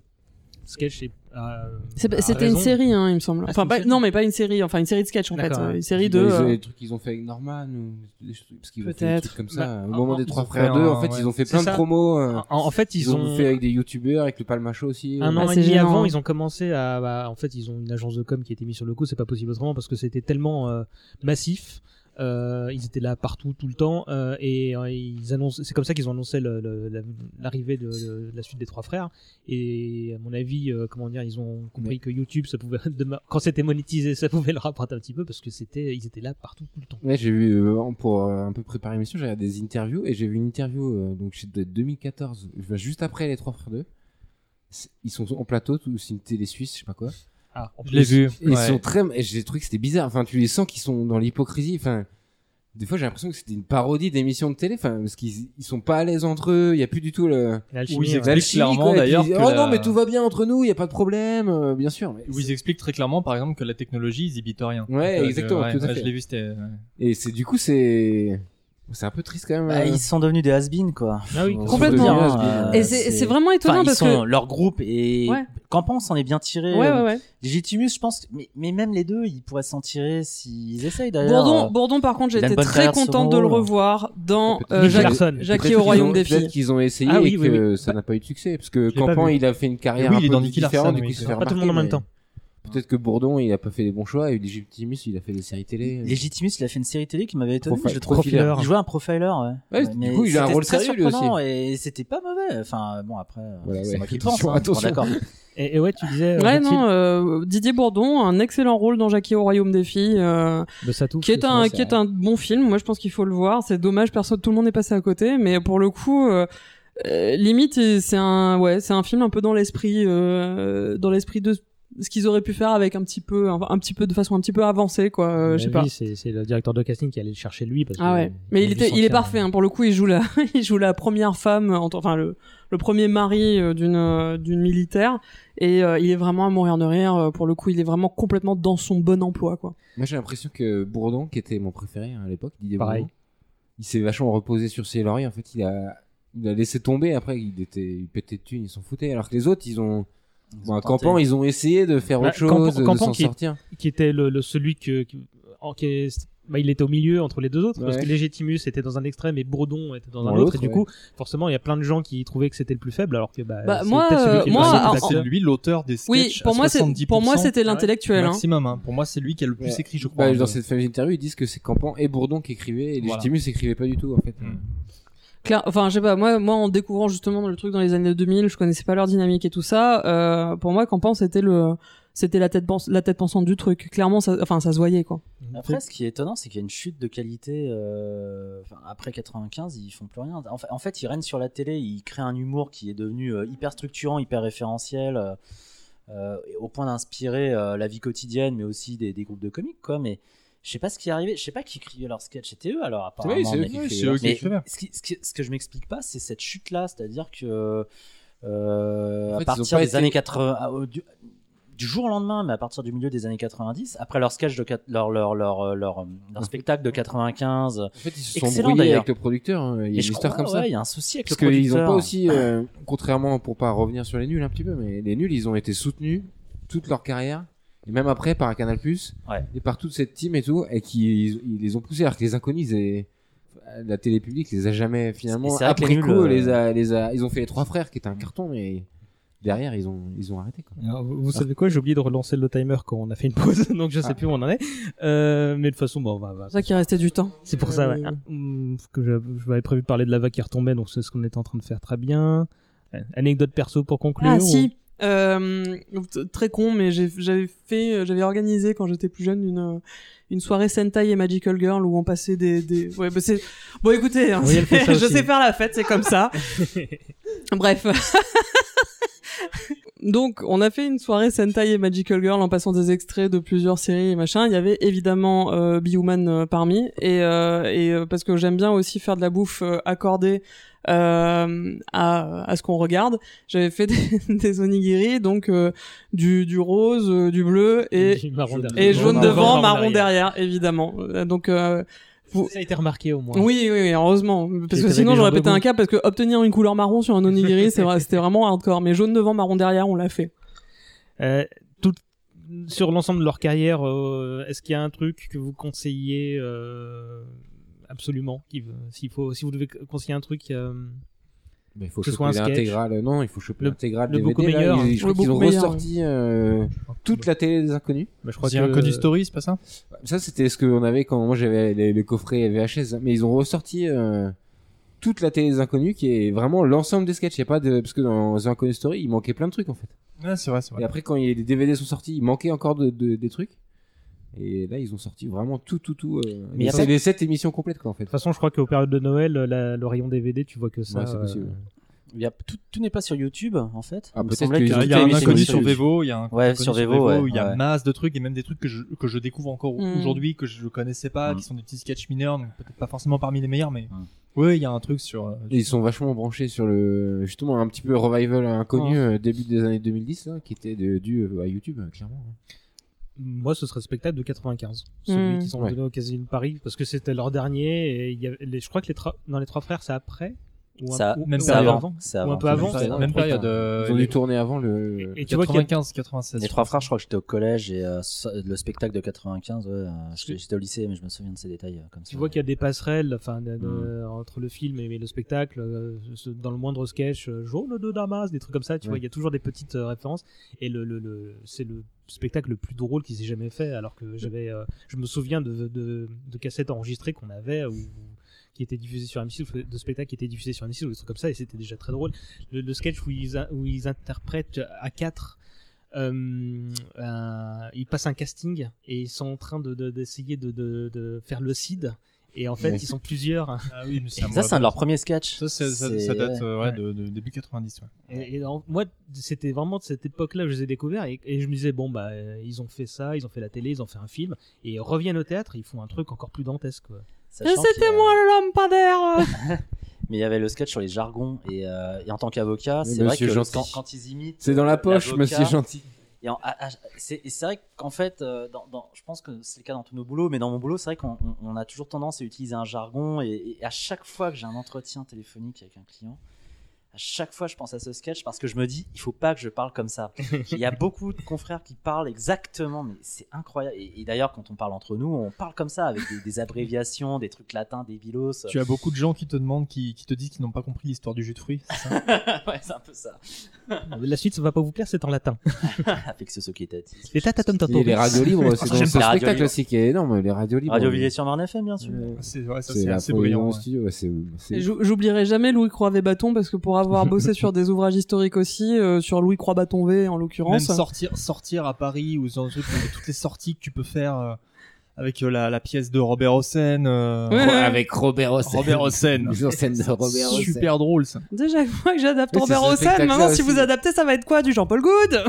A: sketch est. a-
B: C'est-
A: a
B: C'était
A: raison.
B: une série, hein, il me semble.
A: Ah, c'est
B: Enfin,
A: une
B: pas-
A: série.
B: non, mais pas une série, enfin une série de sketch en fait.
A: D'accord.
B: euh, Une série
K: Puis
B: de.
K: dans les-
B: euh,
K: Les trucs qu'ils ont fait avec Norman ou des trucs- parce qu'ils ont fait des
B: Peut-être.
K: trucs comme ça.
A: Bah,
K: Au moment
A: en-
K: des
A: ils
K: trois
A: ont
K: frères
A: fait
K: 2,
A: un-
K: en fait,
A: ouais.
K: ils ont fait
A: C'est
K: plein
A: ça.
K: de promos. euh,
A: En- en fait, ils ont-
K: fait avec des youtubeurs, avec le Palmacho aussi.
A: Un
K: euh.
B: Ah,
A: an et demi avant, ils ont commencé à. bah, en fait, ils ont une agence de com qui était mise sur le coup. C'est pas possible autrement parce que c'était tellement euh, massif. Euh, ils étaient là partout tout le temps euh, et euh, ils annoncent. C'est comme ça qu'ils ont annoncé le- le- la- l'arrivée de, de la suite des trois frères. Et à mon avis, euh, comment dire, ils ont compris que YouTube, ça pouvait [laughs] demain- quand c'était monétisé, ça pouvait leur rapporter un petit peu parce que c'était, ils étaient là partout tout le temps.
K: Ouais, j'ai vu euh, pour euh, un peu préparer l'émission, j'ai regardé des interviews et j'ai vu une interview euh, donc c'est de 2014, enfin, juste après les trois frères 2. C'est- Ils sont en plateau, tout- c'est une télé suisse, je sais pas quoi.
A: Ah, en
K: Je
A: plus.
K: l'ai vu. Ils
A: Ouais.
K: sont très, et j'ai trouvé que c'était bizarre. Enfin, tu les sens qu'ils sont dans l'hypocrisie. Enfin, des fois j'ai l'impression que c'était une parodie d'émission de télé. Enfin, parce qu'ils ils sont pas à l'aise entre eux. Il y a plus du tout le.
C: L'alchimie,
K: Où
C: ouais.
A: hein.
K: expliquent
C: L'alchimie,
K: clairement,
C: quoi, et puis
K: d'ailleurs,
C: ils disent,
K: que
C: oh
K: la-
C: non, mais tout
K: va bien entre nous, il n'y a pas de problème, euh, bien sûr. mais
C: Où ils expliquent très clairement, par exemple, que la technologie, ils n'imitent rien.
K: Ouais,
C: Donc, euh,
K: exactement.
C: ouais,
K: tout à
C: ouais,
K: fait.
C: Je l'ai vu, c'était. euh, ouais.
K: Et c'est du coup c'est c'est un peu triste quand même.
J: Bah,
K: euh.
J: ils sont devenus des has quoi.
A: Ah oui,
J: Faut-
B: complètement.
J: faut le dire,
B: Et c'est- c'est vraiment étonnant
J: Euh, enfin, ils
B: parce
J: sont-
B: que-
J: leur groupe et
B: Ouais.
J: Campan s'en est bien tiré.
B: Ouais,
J: euh,
B: ouais, ouais.
J: Legitimus, je pense, mais, mais même les deux, ils pourraient s'en tirer s'ils essayent d'ailleurs.
B: Bourdon,
J: Euh,
B: Bourdon, par contre,
J: il a
B: j'étais
J: une bonne
B: très
J: carrière
B: contente
J: solo.
B: de le revoir dans
K: Peut-être
B: euh,
K: qu'ils-
B: Jack-
K: peut-être
B: Jackie
K: qu'ils
B: au
K: ont-
B: Royaume des
K: peut-être
B: Filles.
K: qu'ils ont essayé
B: Ah oui,
K: et que
B: oui, oui.
K: ça n'a pas eu de succès parce que
A: l'ai pas
K: Campan
A: vu.
K: il a fait une carrière
A: Oui,
K: un
A: il est
K: peu
A: dans Nicky Larson,
K: différente du
A: oui,
K: coup il
A: c'est
K: s'est
A: vrai.
K: fait
A: Pas tout le monde en
K: remarquer,
A: même temps.
K: mais Peut-être que Bourdon il a pas fait les bons choix et Legitimus il a fait des séries télé. euh,
J: Legitimus, il a fait une série télé qui m'avait étonné.
K: Profi-
J: je le trouvais-
K: profiler.
J: Il jouait un profiler. Ouais.
K: Ouais,
J: Ouais,
K: du
J: mais
K: coup, il a un
J: c'était
K: rôle
J: très
K: sérieux, lui aussi.
J: surprenant Et c'était pas mauvais. Enfin, euh, bon, après, euh,
K: Voilà,
J: c'est
K: ouais.
J: moi qui le pense.
K: Attention,
J: hein. Bon,
K: attention.
J: d'accord.
A: Et, et ouais, tu disais. euh,
B: Ouais,
A: Mathilde,
B: non, euh, Didier Bourdon, un excellent rôle dans Jackie au Royaume des Filles, euh,
A: bah, ça touche,
B: qui est un,
A: sinon,
B: qui
A: ça-
B: est un bon film. Moi, je pense qu'il faut le voir. C'est dommage, personne, tout le monde est passé à côté, mais pour le coup, euh, euh, limite, et c'est un, ouais, c'est un film un peu dans l'esprit, euh, dans l'esprit de ce qu'ils auraient pu faire avec un petit peu, un, un petit peu de façon un petit peu avancée, quoi. euh,
A: à mon
B: je sais pas.
A: avis, C'est c'est le directeur de casting qui allait le chercher lui parce
B: Ah
A: que-
B: ouais. Mais
A: Euh, a
B: il,
A: dû
B: était, il est
A: sentir,
B: parfait. hein. Pour le coup, il joue la, [laughs] il joue la première femme, en tant- enfin le, le premier mari euh, d'une euh, d'une militaire, et euh, il est vraiment à mourir de rire. euh, Pour le coup, il est vraiment complètement dans son bon emploi, quoi.
K: Moi j'ai l'impression que Bourdon qui était mon préféré hein, à l'époque Didier
A: Pareil.
K: Bourdon, il s'est vachement reposé sur ses lauriers en fait il a il a laissé tomber après il était il pétait de thunes ils s'en foutaient alors que les autres ils ont bon, à
A: tenté.
K: Campan ils ont essayé de faire
A: Bah,
K: autre chose
A: Campan- Campan
K: de s'en
A: qui, est-
K: sortir.
B: hein.
A: qui était le, le- celui que, qui- en- qui est- bah, il était au milieu entre les deux autres parce
K: Ouais.
A: que Légitimus était dans un extrême et Bourdon était dans
K: Dans
A: un autre et
K: l'autre,
A: du
K: ouais.
A: coup forcément il y a plein de gens qui trouvaient que c'était le plus faible alors que bah,
B: Bah,
A: c'est
B: moi,
A: peut-être celui
B: euh,
A: qui est
B: moi,
A: le plus
B: en-
A: acteur.
C: C'est lui l'auteur des sketchs.
B: Oui, pour
C: à
B: moi, c'est-
C: 70%.
B: pour moi, c'était l'intellectuel, hein.
C: Maximum, hein. Pour moi, c'est lui qui a le plus
K: Ouais.
C: écrit, je
K: Bah,
C: crois. hein,
K: dans cette fameuse interview, ils disent que c'est Campan et Bourdon qui écrivaient, et
C: Voilà.
K: Légitimus écrivait pas du tout, en fait.
J: Mm.
C: Hmm.
B: Claire, enfin, je sais pas, moi, moi, en découvrant justement le truc dans les années 2000, je connaissais pas leur dynamique et tout ça. euh, pour moi, Campan, c'était le, c'était la tête pense, la tête pensante du truc. Clairement, ça, enfin, ça se voyait, quoi.
J: Après, ce qui est étonnant, c'est qu'il y a une chute de qualité. euh, enfin, après 95, ils font plus rien. En fait, en fait, ils règnent sur la télé, ils créent un humour qui est devenu euh, hyper structurant, hyper référentiel, euh, euh, et au point d'inspirer euh, la vie quotidienne, mais aussi des, des groupes de comiques, quoi. Mais je sais pas ce qui est arrivé. Je sais pas qui écrivait leurs sketchs. C'était eux, alors apparemment.
K: Oui, c'est eux
J: mais-
K: qui Oui, écrivaient c'est eux qui
J: mais
K: écrivaient.
J: Ce, qui- ce qui- ce que je m'explique pas, c'est cette chute-là, c'est-à-dire que euh,
K: En fait,
J: à
K: ils ont
J: partir
K: pas
J: des
K: été-
J: années 80. ah, au- du- du jour au lendemain, mais à partir du milieu des années 90, après leur sketch de quat- leur leur leur euh, leur, euh, leur spectacle de 95. En
K: fait, ils se sont brouillés avec le producteur. hein. Il y a une histoire comme ça.
J: il y a un souci avec
K: Parce
J: le
K: qu'ils
J: producteur.
K: ont pas aussi, euh, contrairement pour pas revenir sur les nuls un petit peu, mais les nuls, ils ont été soutenus toute leur carrière, et même après par Canal Plus, et par toute cette team et tout, et qui ils, ils les ont poussés, alors que les inconnus, ils avaient- la télé publique les a jamais
J: Et
K: finalement.
J: c'est vrai que les
K: Après
J: nuls,
K: coup,
J: euh,
K: les a, les a, ils ont fait les trois frères qui était un carton, mais derrière, ils ont, ils ont arrêté. Quoi.
A: Alors, vous vous savez quoi J'ai oublié de relancer le timer quand on a fait une pause, [laughs] donc je sais
K: Ah.
A: plus où on en est. Euh, mais de toute façon, bon, on va- on va-
B: C'est pour ça qu'il restait du temps.
A: C'est pour ça, ouais.
B: Euh,
A: Ah, hum, que je, je m'avais prévu de parler de la vague qui retombait, donc c'est ce qu'on était en train de faire très bien. Euh, Anecdote perso pour conclure.
B: Ah
A: ou-
B: si, Euh, t- très con, mais j'ai- j'avais fait, euh, j'avais organisé quand j'étais plus jeune une euh, une soirée Sentai et Magical Girl où on passait des des. Ouais, bah c'est bon. Écoutez, hein,
A: Oui, elle fait ça
B: [laughs] je
A: aussi.
B: sais faire la fête, c'est comme
A: [laughs]
B: ça. Bref. [laughs] Donc, on a fait une soirée Sentai et Magical Girl en passant des extraits de plusieurs séries et machin. Il y avait évidemment euh, Bioman euh, parmi, et, euh, et euh, parce que j'aime bien aussi faire de la bouffe euh, accordée euh, à, à ce qu'on regarde. J'avais fait [laughs] des, des onigiri, donc euh, du, du rose, euh, du bleu et,
A: Du marron derrière.
B: et jaune
A: Marron
B: devant,
A: devant,
B: marron
A: marron
B: derrière, évidemment. Euh, Donc euh, vous-
A: Ça a été remarqué au moins.
B: oui, oui, oui, heureusement. Parce que
A: t'avais
B: sinon,
A: des
B: j'aurais
A: gens
B: pété un
A: debout.
B: câble parce que obtenir une couleur marron sur un onigiri, c'est vrai, c'était vraiment hardcore. Mais jaune devant, marron derrière, on l'a fait.
A: Euh, tout, sur l'ensemble de leur carrière, euh, est-ce qu'il y a un truc que vous conseillez euh, absolument qui- s'il faut, Si vous devez conseiller un truc. euh,
K: Mais il faut
A: que ce
K: choper
A: soit un sketch.
K: l'intégrale. euh, Non, il faut choper
A: Le-
K: l'intégrale
A: le
K: DVD.
A: beaucoup
K: là.
A: meilleur.
K: Ils- je
A: Le
K: crois qu'ils ont
A: beaucoup meilleur.
K: ressorti euh, toute la télé des inconnus.
A: Bah, je crois
C: The que- Inconnu Story,
K: c'est pas ça Ça, c'était ce qu'on avait quand moi j'avais les- le coffret VHS. hein. Mais ils ont ressorti euh, toute la télé des inconnus qui est vraiment l'ensemble des sketchs. Il y a pas de... Parce que dans The Inconnu Story, il manquait plein de trucs en fait.
A: Ah,
C: Ouais, c'est vrai, c'est vrai.
K: Et après, quand il- les DVD sont sortis, il manquait encore de, de- des trucs. Et là, ils ont sorti vraiment tout, tout, tout. euh,
A: Mais
K: les-
A: après-
K: les 7 émissions complètes, quoi, en fait.
A: De toute façon, je crois qu'aux périodes de Noël, la- le rayon DVD, tu vois que ça.
K: Ouais, c'est possible.
J: Il y a- tout tout n'est pas sur YouTube en fait. Il
K: Ah,
J: me
K: peut-être
J: semblait
K: que-
J: que
K: il y a
J: toutes les
K: un
J: émissions
K: inconnu
C: sur
K: sur
C: Vevo, il y a un
J: Ouais,
C: inconnu
J: sur Vevo, ouais,
C: il y a
J: ouais.
C: masse de trucs et même des trucs que je, que je découvre encore
J: Mm.
C: aujourd'hui que je connaissais pas,
K: Mm.
C: qui sont des petits sketchs mineurs, donc peut-être pas forcément parmi les meilleurs, mais ouais, il y a un truc sur. euh,
K: Ils sont vachement branchés sur le justement un petit peu revival inconnu
C: Ouais.
K: euh, début des années 2010 là, qui était de- dû euh, à YouTube euh, clairement.
A: Moi, ce serait le spectacle de 95, celui
J: Hmm.
K: Mm.
A: qu'ils ont
K: Ouais.
A: donné au Casino de Paris, parce que c'était leur dernier. Et il y avait les- je crois que les trois- dans les trois frères, c'est après. Ou un,
J: Ça-
A: ou-
J: même
A: ou
J: ça
A: un peu
J: avant,
A: avant,
J: ça
A: ou un
J: avant.
A: peu
K: Ah,
A: avant.
J: Même
A: un
J: période,
A: truc, hein.
J: euh,
K: Ils ont dû
J: les-
K: tourner avant le
A: Et tu vois qu'il y a- 95, 96.
J: euh, Les trois frères, je crois que j'étais au collège et euh, ça- le spectacle de 95, ouais, euh, j'étais j'étais au lycée, mais je me souviens de ces détails euh, comme ça. Mm.
A: Tu vois qu'il y a des passerelles enfin, de- de- entre le film et, et le spectacle. euh, ce- dans le moindre sketch, euh, jaune de Damas, des trucs comme ça, tu
K: Ouais.
A: vois, il y a toujours des petites euh, références. Et le, le- le- c'est le spectacle le plus drôle qui s'est jamais fait, alors que j'avais, euh, je me souviens de, de- de cassettes enregistrées qu'on avait ou qui étaient diffusées sur M6, ou de spectacles qui étaient diffusés sur M6 ou des trucs comme ça, et c'était déjà très drôle. Le, le sketch où ils, a- où ils interprètent à quatre euh, un- ils passent un casting et ils sont en train de- de- d'essayer de, de- de faire le CID. Et en fait,
J: Ouais.
A: ils sont plusieurs. [laughs]
C: Ah oui, mais
J: Et
C: me
J: ça, c'est un de leurs
C: rappelle.
J: premiers sketchs.
C: Ça, c'est- ça, ça
J: C'est-
C: date euh, ouais,
A: ouais.
C: de, de début 90. Ouais.
A: Et, et en- moi, c'était vraiment de cette époque-là que je les ai découverts. Et, et je me disais, bon, bah, euh, ils ont fait ça, ils ont fait la télé, ils ont fait un film. Et ils reviennent au théâtre, ils font un truc encore plus dantesque. quoi.
B: Et c'était moi le lampadaire
J: Mais il y avait le sketch sur les jargons et, euh, et en tant qu'avocat,
K: Oui,
J: c'est vrai
K: Monsieur
J: que
K: Gentil.
J: quand, quand ils imitent.
K: C'est dans la
J: euh,
K: poche,
J: l'avocat,
K: Monsieur Gentil.
J: Et en- ah, ah, c'est et c'est vrai qu'en fait, euh, dans, dans- je pense que c'est le cas dans tous nos boulots, mais dans mon boulot, c'est vrai qu'on on- on a toujours tendance à utiliser un jargon. Et, et à chaque fois que j'ai un entretien téléphonique avec un client, à chaque fois, je pense à ce sketch parce que je me dis, il faut pas que je parle comme ça. Il y a beaucoup de confrères qui parlent exactement, mais c'est incroyable. Et, et d'ailleurs, quand on parle entre nous, on parle comme ça avec des, des abréviations, des trucs latins, des bilos.
C: Tu as beaucoup de gens qui te demandent, qui, qui te disent qu'ils n'ont pas compris l'histoire du jus de fruits. c'est ça
J: [laughs] ouais, c'est un peu ça.
A: La suite, ça va pas vous plaire, c'est en latin.
J: Avec ce sockétati.
A: Les tatatomtopos.
K: Et les radios libres, c'est dans ce
J: J'aime pas les radios
K: spectacle
J: libres.
K: aussi qui est énorme. Les radios libres. Euh,
J: Radio Villiers-sur-Marne FM, bien sûr.
C: [laughs] C'est ouais, ça,
K: C'est
C: c'est
K: la hein,
C: assez
K: première
C: brillant.
K: en
C: ouais.
K: studio, ouais, c'est- c'est-
B: Et j'ou- J'oublierai jamais Louis Croix-Vébaton parce que pour avoir bossé sur des ouvrages historiques aussi, euh, sur Louis Croix-Baton V en
C: Même
B: l'occurrence.
C: sortir, sortir à Paris ou dans toutes les sorties que tu peux faire euh, avec euh, la, la pièce de Robert Hossein. euh,
B: Ouais, ouais. Avec
K: Robert Hossein.
C: Robert Hossein.
K: Les scènes de Robert Hossein.
C: Super drôle ça.
B: Déjà, moi que j'adapte
K: Oui, c'est
B: Robert
K: ce
B: Hossein,
K: spectacle-là
B: maintenant si
K: aussi.
B: vous adaptez, ça va être quoi Du Jean-Paul Good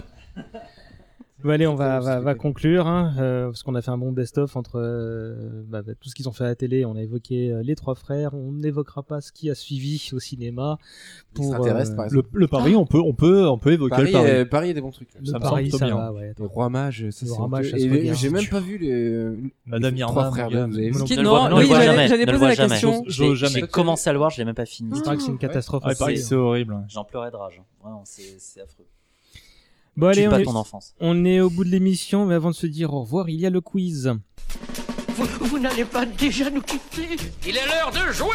A: Bon, allez, on va, va, va conclure, hein, euh, parce qu'on a fait un bon best-of entre euh, bah, bah, tout ce qu'ils ont fait à la télé. On a évoqué euh, les trois frères, on n'évoquera pas ce qui a suivi au cinéma. Pour, euh,
K: extraterrestres, par
C: Le,
K: exemple.
C: le Paris, on peut, on peut, on peut évoquer
K: Paris,
C: le Paris.
K: euh, Paris, il y a des bons trucs. là.
A: Le Paris, ça va, ouais.
K: Le Roi Mage, ça
A: Le
K: c'est.
A: Roi Mage,
K: honteux.
A: ça se
K: Et
A: regarde.
K: J'ai même pas vu euh, le.
C: Madame
K: les
C: Irma,
K: Trois
C: mon
K: frères
C: gars.
K: Blondes, vous avez vu
C: Ce qui-
K: ça
C: non,
J: Non,
C: oui,
J: le vois
C: j'allais-
J: jamais,
C: j'allais
J: ne le
C: poser
J: vois
C: la
J: jamais.
C: question. Je- je-
J: J'ai-
C: jamais.
J: J'ai commencé à le voir, je l'ai même pas fini.
A: C'est vrai que c'est une catastrophe hein.
C: Ah, ouais, Paris, c'est horrible. ouais.
J: J'en pleurais de rage. hein. Vraiment, c'est c'est affreux.
A: Bon,
J: Tue
A: allez, on
J: pas
A: est,
J: ton enfance.
A: on est au bout de l'émission, mais avant de se dire au revoir, il y a le quiz.
N: Vous, vous n'allez pas déjà nous quitter
D: Il est l'heure de jouer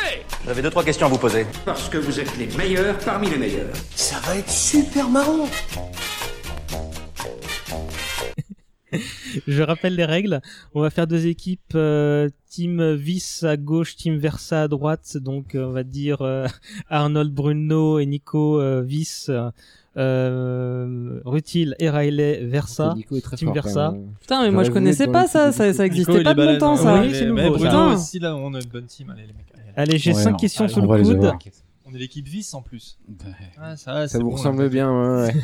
E: J'avais deux, trois questions à vous poser.
D: Parce que vous êtes les meilleurs parmi les meilleurs.
E: Ça va être super marrant.
A: Je rappelle les règles. On va faire deux équipes, euh, team Vice à gauche, team Versa à droite. Donc euh, on va dire euh, Arnold, Bruno et Nico euh, Vice, euh, Rutil et Riley Versa.
K: Nico est très
A: team
K: fort,
A: Versa.
K: quand même. hein.
B: Putain, mais moi je
A: J'aurais voulu
B: connaissais
A: être
B: pas
A: dans
B: ça, ça, ça existait pas de mon temps
C: hein.
B: ça.
A: Oui, c'est nouveau,
C: Mais Bruno
A: ça.
C: aussi, là, on a une bonne team. Allez, les mecs. allez, Ah, allez.
A: Allez, j'ai
K: Ouais,
A: cinq
K: non.
A: questions
K: Allez,
A: sous
K: on va
A: le
K: les
A: coude.
K: avoir.
C: On est l'équipe vice en plus. Ah,
K: Ça
C: ça, c'est
K: vous
C: bon,
K: ressemble bien, ouais, ouais.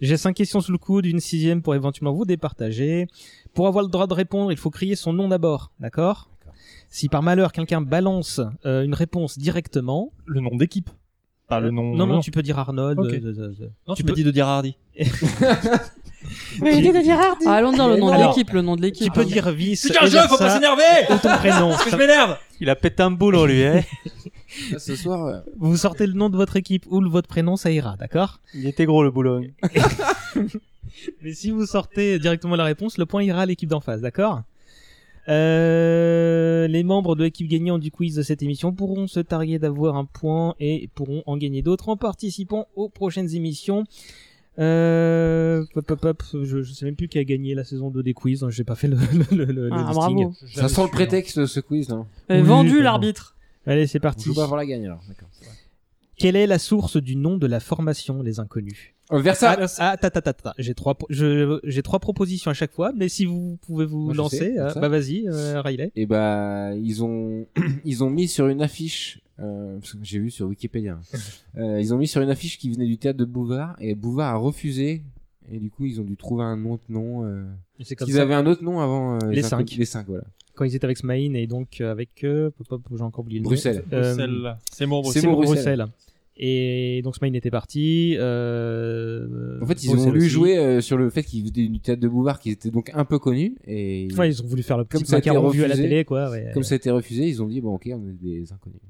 A: J'ai cinq questions sous le coude, une sixième pour éventuellement vous départager. Pour avoir le droit de répondre, il faut crier son nom d'abord, d'accord Si par malheur quelqu'un balance euh, une réponse directement,
C: Le nom d'équipe. Pas le nom.
A: non non, tu peux dire Arnold.
C: Ok.
A: euh, euh, euh,
C: Non,
A: tu
C: tu m'as
A: peux-
C: dit de dire Hardy.
H: Mais l'idée de dire Hardy.
B: Ah, allons dire le nom de
A: Alors,
B: l'équipe, le nom de l'équipe. hein.
A: Tu peux dire vice.
C: Putain,
A: et
C: Jean, faut
A: versa,
C: pas s'énerver
A: et ton prénom.
C: [laughs] Parce que je m'énerve
J: Il a pété un boulot, lui, hein.
K: Là, ce soir, euh,
A: Vous sortez le nom de votre équipe ou le- votre prénom, ça ira, d'accord
J: Il était gros, le boulot.
A: Mais si vous sortez directement la réponse, le point ira à l'équipe d'en face, d'accord Euh, les membres de l'équipe gagnante du quiz de cette émission pourront se targuer d'avoir un point et pourront en gagner d'autres en participant aux prochaines émissions. Euh, hop, hop, hop, je, je sais même plus qui a gagné la saison 2 des quiz, hein, j'ai pas fait le, le, le- le
B: Ah,
A: listing.
B: bravo.
K: Ça sent le prétexte de ce quiz, hein. non
A: Euh, Oui, vendu,
B: vendu
A: pardon.
B: l'arbitre.
A: Allez, c'est parti.
K: Je vais avoir la gagne alors. D'accord.
A: Quelle est la source du nom de la formation Les Inconnus
K: Euh, Versa.
A: Ah, ah, ta, ta, ta, ta. J'ai trois, pro- je- j'ai trois propositions à chaque fois, mais si vous pouvez vous
K: Moi, je sais,
A: lancer,
K: comme
A: euh,
K: ça.
A: bah vas-y, euh, Riley.
K: Et bah ils ont [clears throat] ils ont mis sur une affiche euh, parce que j'ai vu sur Wikipédia.
A: [laughs]
K: hein. Euh, ils ont mis sur une affiche qui venait du théâtre de Bouvard et Bouvard a refusé et du coup ils ont dû trouver un autre nom. Euh,
A: Mais c'est comme
K: ils
A: ça.
K: avaient un autre nom avant. euh,
A: Les
K: Inco-
A: cinq.
K: Les cinq voilà.
A: Quand ils étaient avec Smaïn et donc euh, avec, euh, pop, pop, j'ai encore oublié le nom.
K: Bruxelles.
A: Euh,
C: Bruxelles. Seymour Bruxelles.
A: Seymour
K: Bruxelles.
A: Bruxelles. Et donc Smaïn était parti. euh,
K: En fait ils ont
A: Bruxelles
K: voulu
A: aussi.
K: jouer euh, sur le fait qu'ils venaient du théâtre de Bouvard qui était donc un peu connu et
A: Ouais, ils ont voulu faire le petit
K: comme ça a été
A: macaron vu à la
K: refusé-
A: télé, quoi, ouais.
K: comme ça a été refusé ils ont dit bon ok on est des inconnus.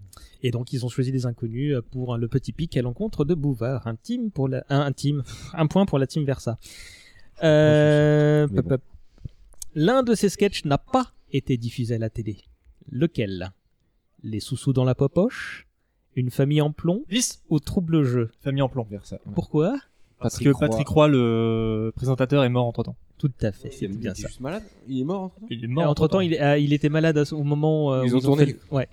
A: Et donc ils ont choisi des inconnus euh, pour le petit pic à l'encontre de Bouvard. Un team pour la, un, un team, un point pour la team Versa. Euh,
K: Mais
A: pop, pop. L'un de ces sketchs n'a pas été diffusé à la télé. Lequel Les sous-sous dans la popoche Une famille en plomb Ou trouble jeu
C: Famille en plomb.
K: Versa.
A: Pourquoi
C: Parce
A: Patrick
C: que
A: Roy.
C: Patrick Roy, le présentateur, est mort entre temps.
A: Tout à fait, c'est
K: Il
A: bien
K: était
A: ça.
K: juste malade. Il est mort. hein. entre-temps
C: Il est
A: Et
C: mort
A: Entre temps, il, ah, il était malade à ce- au moment euh,
K: Ils
A: où
K: ont tourné.
A: fait le- Ouais.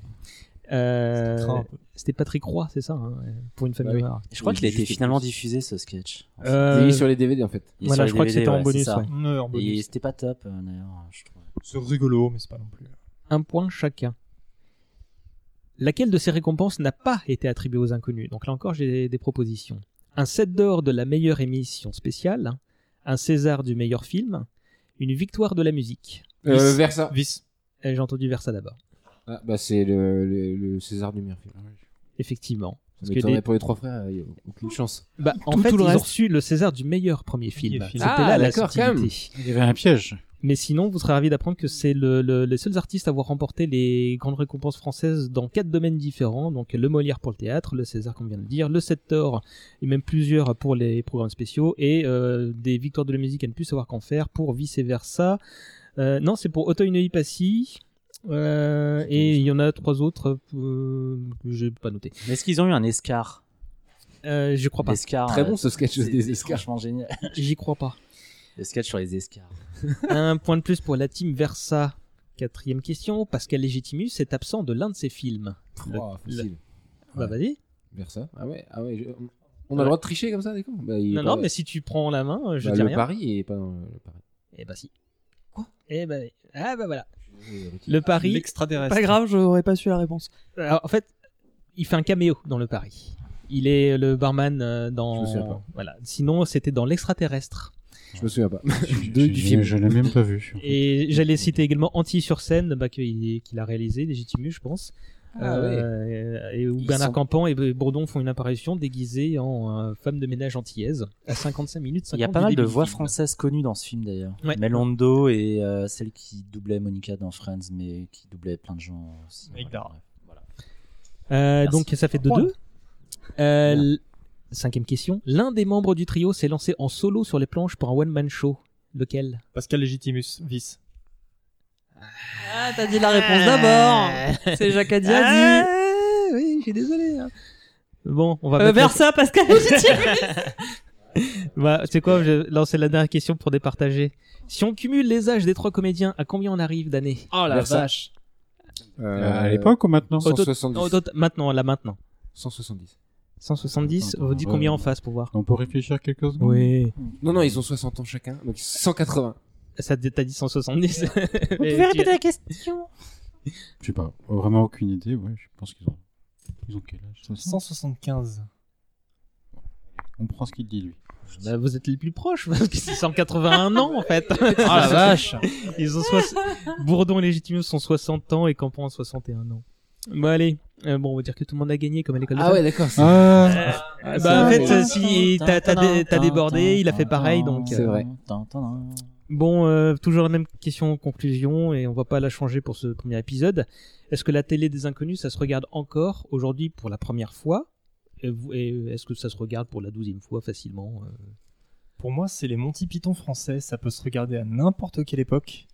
A: Euh,
J: C'était craint un peu.
A: C'était Patrick Roy, c'est ça, hein, pour une famille
K: Bah oui.
A: noire.
J: Je crois qu'il a été
K: Juste
J: finalement diffusé ce sketch.
A: Euh,
K: Il est sur les DVD en fait.
J: Il est
A: Voilà,
J: sur les
A: je crois que
J: DVD,
A: c'était en
J: ouais,
A: bonus,
J: c'est ça.
A: ouais.
C: Ouais, en bonus.
J: Et c'était pas top, euh, d'ailleurs, je trouve.
C: C'est rigolo, mais c'est pas non plus.
A: un point chacun. Laquelle de ces récompenses n'a pas été attribuée aux inconnus Donc là encore, j'ai des propositions. Un 7 d'or de la meilleure émission spéciale, un César du meilleur film, une victoire de la musique.
K: Euh, Versa.
C: Vice.
A: Euh, J'ai entendu Versa d'abord.
K: Ah, bah c'est le, le, le César du meilleur film.
A: Effectivement.
K: Ça
A: Parce que
K: m'étonnerait
A: des-
K: pour les trois frères, il n'y a aucune chance.
A: Bah, en
K: Tout-
A: fait,
K: tout le
A: ils ont
K: reste.
A: reçu le César du meilleur premier film.
K: Premier film.
A: C'était
K: Ah,
A: là la
K: d'accord, quand même.
A: subtilité.
L: Il y avait
M: [laughs]
L: un piège.
A: Mais sinon, vous serez ravi d'apprendre que c'est le, le- les seuls artistes à avoir remporté les grandes récompenses françaises dans quatre domaines différents. Donc le Molière pour le théâtre, le César qu'on vient de dire, le 7 d'or et même plusieurs pour les programmes spéciaux et euh, des victoires de la musique à ne plus savoir qu'en faire pour vice versa. Euh, non, c'est pour Auteuil Neuilly Passy. Euh, et il y en a trois autres euh, que j'ai pas noté.
J: Mais est-ce qu'ils ont eu un escar
A: Euh, je crois pas.
J: L'escar,
K: Très
J: euh,
K: bon, ce sketch
J: c'est-
K: des
J: c'est
K: escars.
J: Franchement génial.
A: J'y crois pas.
J: Le sketch sur les escars.
A: Un point de plus pour la team Versa. Quatrième question. Pascal Légitimus est absent de l'un de ses films.
K: [laughs]
A: Le-
K: Oh, facile.
A: Bah vas-y.
K: Versa. Ah ouais, ah ouais. je- On a le droit de tricher comme ça, des cons Bah, il est
A: Non,
K: pas-
A: non, mais si tu prends la main, euh, je
K: bah,
A: dis
K: le
A: rien.
K: pari est pas dans le pari.
A: Eh bah si. Quoi Eh bah, oui. ah bah voilà.
K: Euh,
A: Le pari.
C: L'extraterrestre.
B: Pas grave, j'aurais pas su la réponse.
A: Alors, en fait, il fait un caméo dans le pari. Il est le barman euh,
K: Je me souviens
A: dans.
K: pas. Ah,
A: Voilà. Sinon, c'était dans l'extraterrestre.
K: Je me souviens pas.
L: Ah,
M: Je-
K: De- du film.
M: Je l'ai même pas [laughs] vu.
A: Et j'allais citer également Anti sur scène, bah, qu'il qu'il a réalisé, Légitimus, je pense.
K: [laughs] Ah
A: Euh, et où
K: Ils
A: Bernard
K: sont-
A: Campan et Bourdon font une apparition déguisée en euh, femme de ménage antillaise à 55 minutes 50
J: Il y a pas
A: du
J: mal de
A: début du
J: voix
A: film.
J: françaises connues dans ce film d'ailleurs.
A: Ouais.
J: Melondo et euh, celle qui doublait Monica dans Friends, mais qui doublait plein de gens aussi.
C: Mike
J: Voilà,
C: Dara.
J: bref, voilà.
A: Euh,
J: Merci.
A: donc ça fait 2-2. Euh, l- cinquième question. L'un des membres du trio s'est lancé en solo sur les planches pour un one-man show. Lequel
C: Pascal Légitimus, vice.
B: Ah, t'as dit la réponse d'abord. C'est Jacques Adiadi.
A: Ah, Oui, je suis désolé. hein. Bon, on va
B: Euh,
A: mettre la- [laughs]
B: Versa, Pascal.
A: Bah, c'est quoi Je vais lancer la dernière question pour départager. Si on cumule les âges des trois comédiens, à combien on arrive d'années Oh
K: la Versa.
A: vache
K: Euh,
M: À l'époque ou maintenant
A: Au tot-
K: 170.
A: au tot- Oh, Maintenant, là maintenant.
K: 170.
A: 170,
M: Attends,
A: vous dites
M: ouais.
A: combien en face pour voir
M: On peut réfléchir quelques secondes.
A: Oui.
K: Non, non, ils ont 60 ans chacun, donc 180.
A: Ça te- t'as dit 170
H: Vous
A: Mais
H: pouvez
A: tu-
H: répéter la question
M: Je sais pas. Vraiment aucune idée. Ouais, je pense qu'ils ont. Ils ont quel âge 60
C: 175.
M: On prend ce qu'il dit lui.
A: Bah, vous êtes les plus proches parce que c'est 181 ans en fait.
C: Ah
A: [laughs]
C: la vache
A: Ils ont soix- Bourdon et Légitimus sont 60 ans et Campan 61 ans. Bah allez, Euh, bon on va dire que tout le monde a gagné comme à l'école de
K: Ah
A: théâtre.
K: ouais, d'accord. c'est-
M: Ah,
A: Euh, bah en
J: c'est
A: fait
J: vrai.
A: euh, si t'as t'as dé- t'as débordé, il a fait pareil donc.
K: C'est
A: euh,
K: vrai.
J: Tan, tan, tan.
A: Bon, euh, toujours la même question en conclusion et on va pas la changer pour ce premier épisode. Est-ce que la télé des inconnus, ça se regarde encore aujourd'hui pour la première fois Et vous- et est-ce que ça se regarde pour la douzième fois facilement euh
C: Pour moi, c'est les Monty Python français. Ça peut se regarder à n'importe quelle époque.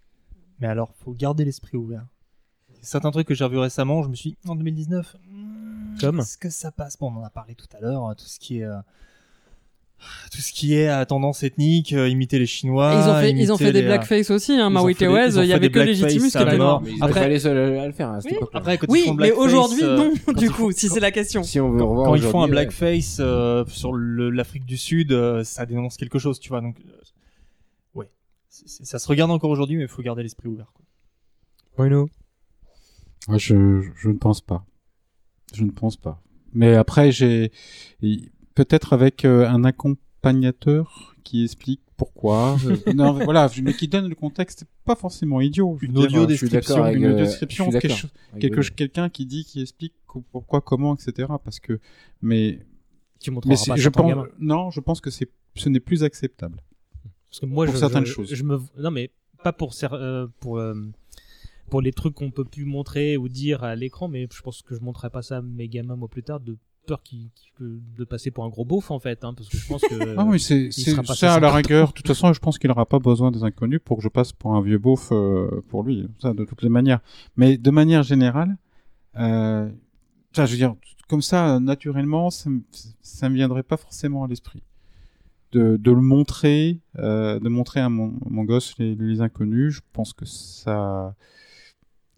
C: Mais alors, faut garder l'esprit ouvert. Certains trucs que j'ai revus récemment, je me suis dit, en 2019,
A: Comme
C: est-ce que ça passe Bon, on en a parlé tout à l'heure, tout ce qui est. euh, Tout ce qui est à tendance ethnique, euh, imiter les Chinois.
B: Ils ont fait- ils ont
C: imiter
B: fait des
C: les, euh,
B: blackface aussi, hein,
C: ils ont
B: Maui
C: fait des-
B: Tewes,
C: ils ont
B: il y
C: fait
B: avait
C: des
B: que
C: blackface
B: Légitimus qui
C: à
B: était
C: mort.
B: mort.
K: Ils étaient
C: Après-
K: pas les seuls à le faire à cette époque-là.
C: Après, quand ils
B: Oui,
C: font
B: mais
C: blackface,
B: aujourd'hui,
C: euh,
B: non,
C: quand
B: du
C: ils
B: coup, si c'est la question.
K: Si on veut revoir
C: quand ils font un
K: aujourd'hui, ouais.
C: blackface euh, sur le- l'Afrique du Sud, euh, ça dénonce quelque chose, tu vois. Donc, euh, ouais, C'est- c'est- ça se regarde encore aujourd'hui, mais il faut garder l'esprit ouvert. quoi.
A: Bruno
L: Ouais, je, je- je ne pense pas. Je ne pense pas. Mais après, j'ai il- peut-être avec euh, un accompagnateur qui explique pourquoi. [laughs] euh, non, mais voilà, mais qui donne le contexte, c'est pas forcément idiot. je veux
C: Une
L: dire,
C: audio
L: euh, je suis
C: description,
L: d'accord avec,
C: une
L: euh,
C: audio description,
L: je suis
C: quelque
L: d'accord
C: chose-
L: avec
C: quelque
L: Bruno.
C: chose-
L: quelqu'un qui dit, qui explique co- pourquoi, comment, etc. Parce que, mais,
A: Tu montreras
L: mais
A: pas
L: c'est-
A: ça à
L: je
A: ton
L: pense,
A: gamin.
L: non, je pense que c'est, ce n'est plus acceptable.
A: Parce que moi,
L: pour
A: je,
L: certaines
A: je-
L: choses.
A: je me, non mais pas pour cer- euh, pour euh, pour les trucs qu'on peut plus montrer ou dire à l'écran, mais je pense que je montrerai pas ça à mes gamins moi plus tard de peur qu'ils- qu'ils- que- de passer pour un gros beauf en fait, hein, parce que je pense que
L: [laughs] Ah oui, c'est
A: il
L: c'est-
A: sera pas
L: ça à la
A: 60.
L: rigueur. De toute façon, je pense qu'il n'aura pas besoin des inconnus pour que je passe pour un vieux beauf euh, pour lui. Ça, de toutes les manières. Mais de manière générale, euh, ça, je veux dire, comme ça, euh, naturellement, ça, me- ça me viendrait pas forcément à l'esprit de, de le montrer, euh, de montrer à mon, mon gosse les, les inconnus. Je pense que ça.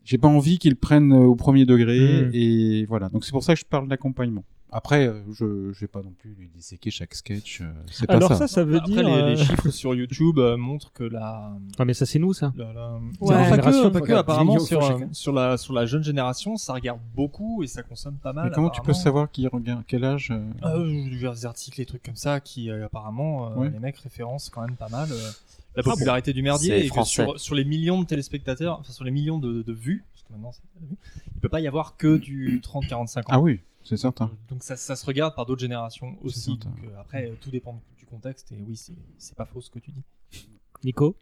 L: J'ai pas envie qu'il prenne au premier degré
M: Mm.
L: et voilà. Donc c'est pour ça que je parle d'accompagnement. Après, euh, je je vais pas non plus lui disséquer chaque sketch. euh, c'est pas
A: Alors ça, ça veut
C: Après,
A: dire,
C: les,
A: euh,
C: les chiffres sur YouTube euh, montrent que la.
A: Ah mais ça c'est nous ça.
C: la- la-
A: C'est
C: Non,
A: notre
C: pas
A: génération.
C: que, pas que, apparemment, sur, euh,
A: Chacun.
C: sur, la, sur la jeune génération, ça regarde beaucoup et ça consomme pas mal.
L: Mais comment tu peux
C: apparemment.
L: savoir qui regarde quel âge euh,
C: Euh, divers articles et trucs comme ça qui euh, apparemment euh,
L: Ouais.
C: les mecs référencent quand même pas mal euh, la
L: Ah bon.
C: popularité du merdier
L: C'est
C: et que
L: français.
C: sur, sur les millions de téléspectateurs enfin sur les millions de, de vues parce que maintenant c'est pas la vue, il peut pas y avoir que du 30 45 ans
L: Ah oui, c'est certain.
C: donc ça, ça se regarde par d'autres générations aussi donc euh, après euh, tout dépend du contexte et oui c'est c'est pas faux ce que tu dis
A: Nico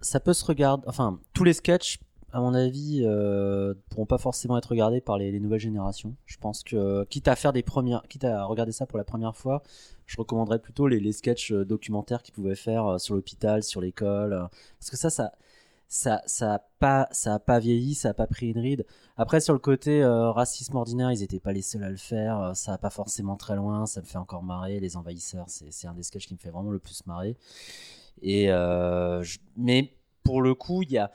J: ça peut se regarder. Enfin, tous les sketchs, à mon avis, euh, pourront pas forcément être regardés par les, les nouvelles générations. Je pense que, quitte à faire des premières, quitte à regarder ça pour la première fois, je recommanderais plutôt les, les sketchs euh, documentaires qu'ils pouvaient faire euh, sur l'hôpital, sur l'école, euh, parce que ça, ça. Ça, ça a pas, ça a pas vieilli, ça a pas pris une ride. Après, sur le côté euh, racisme ordinaire, ils étaient pas les seuls à le faire. euh, Ça a pas forcément très loin. Ça me fait encore marrer. Les envahisseurs, c'est c'est un des sketchs qui me fait vraiment le plus marrer. Et euh, je- mais pour le coup, il y a,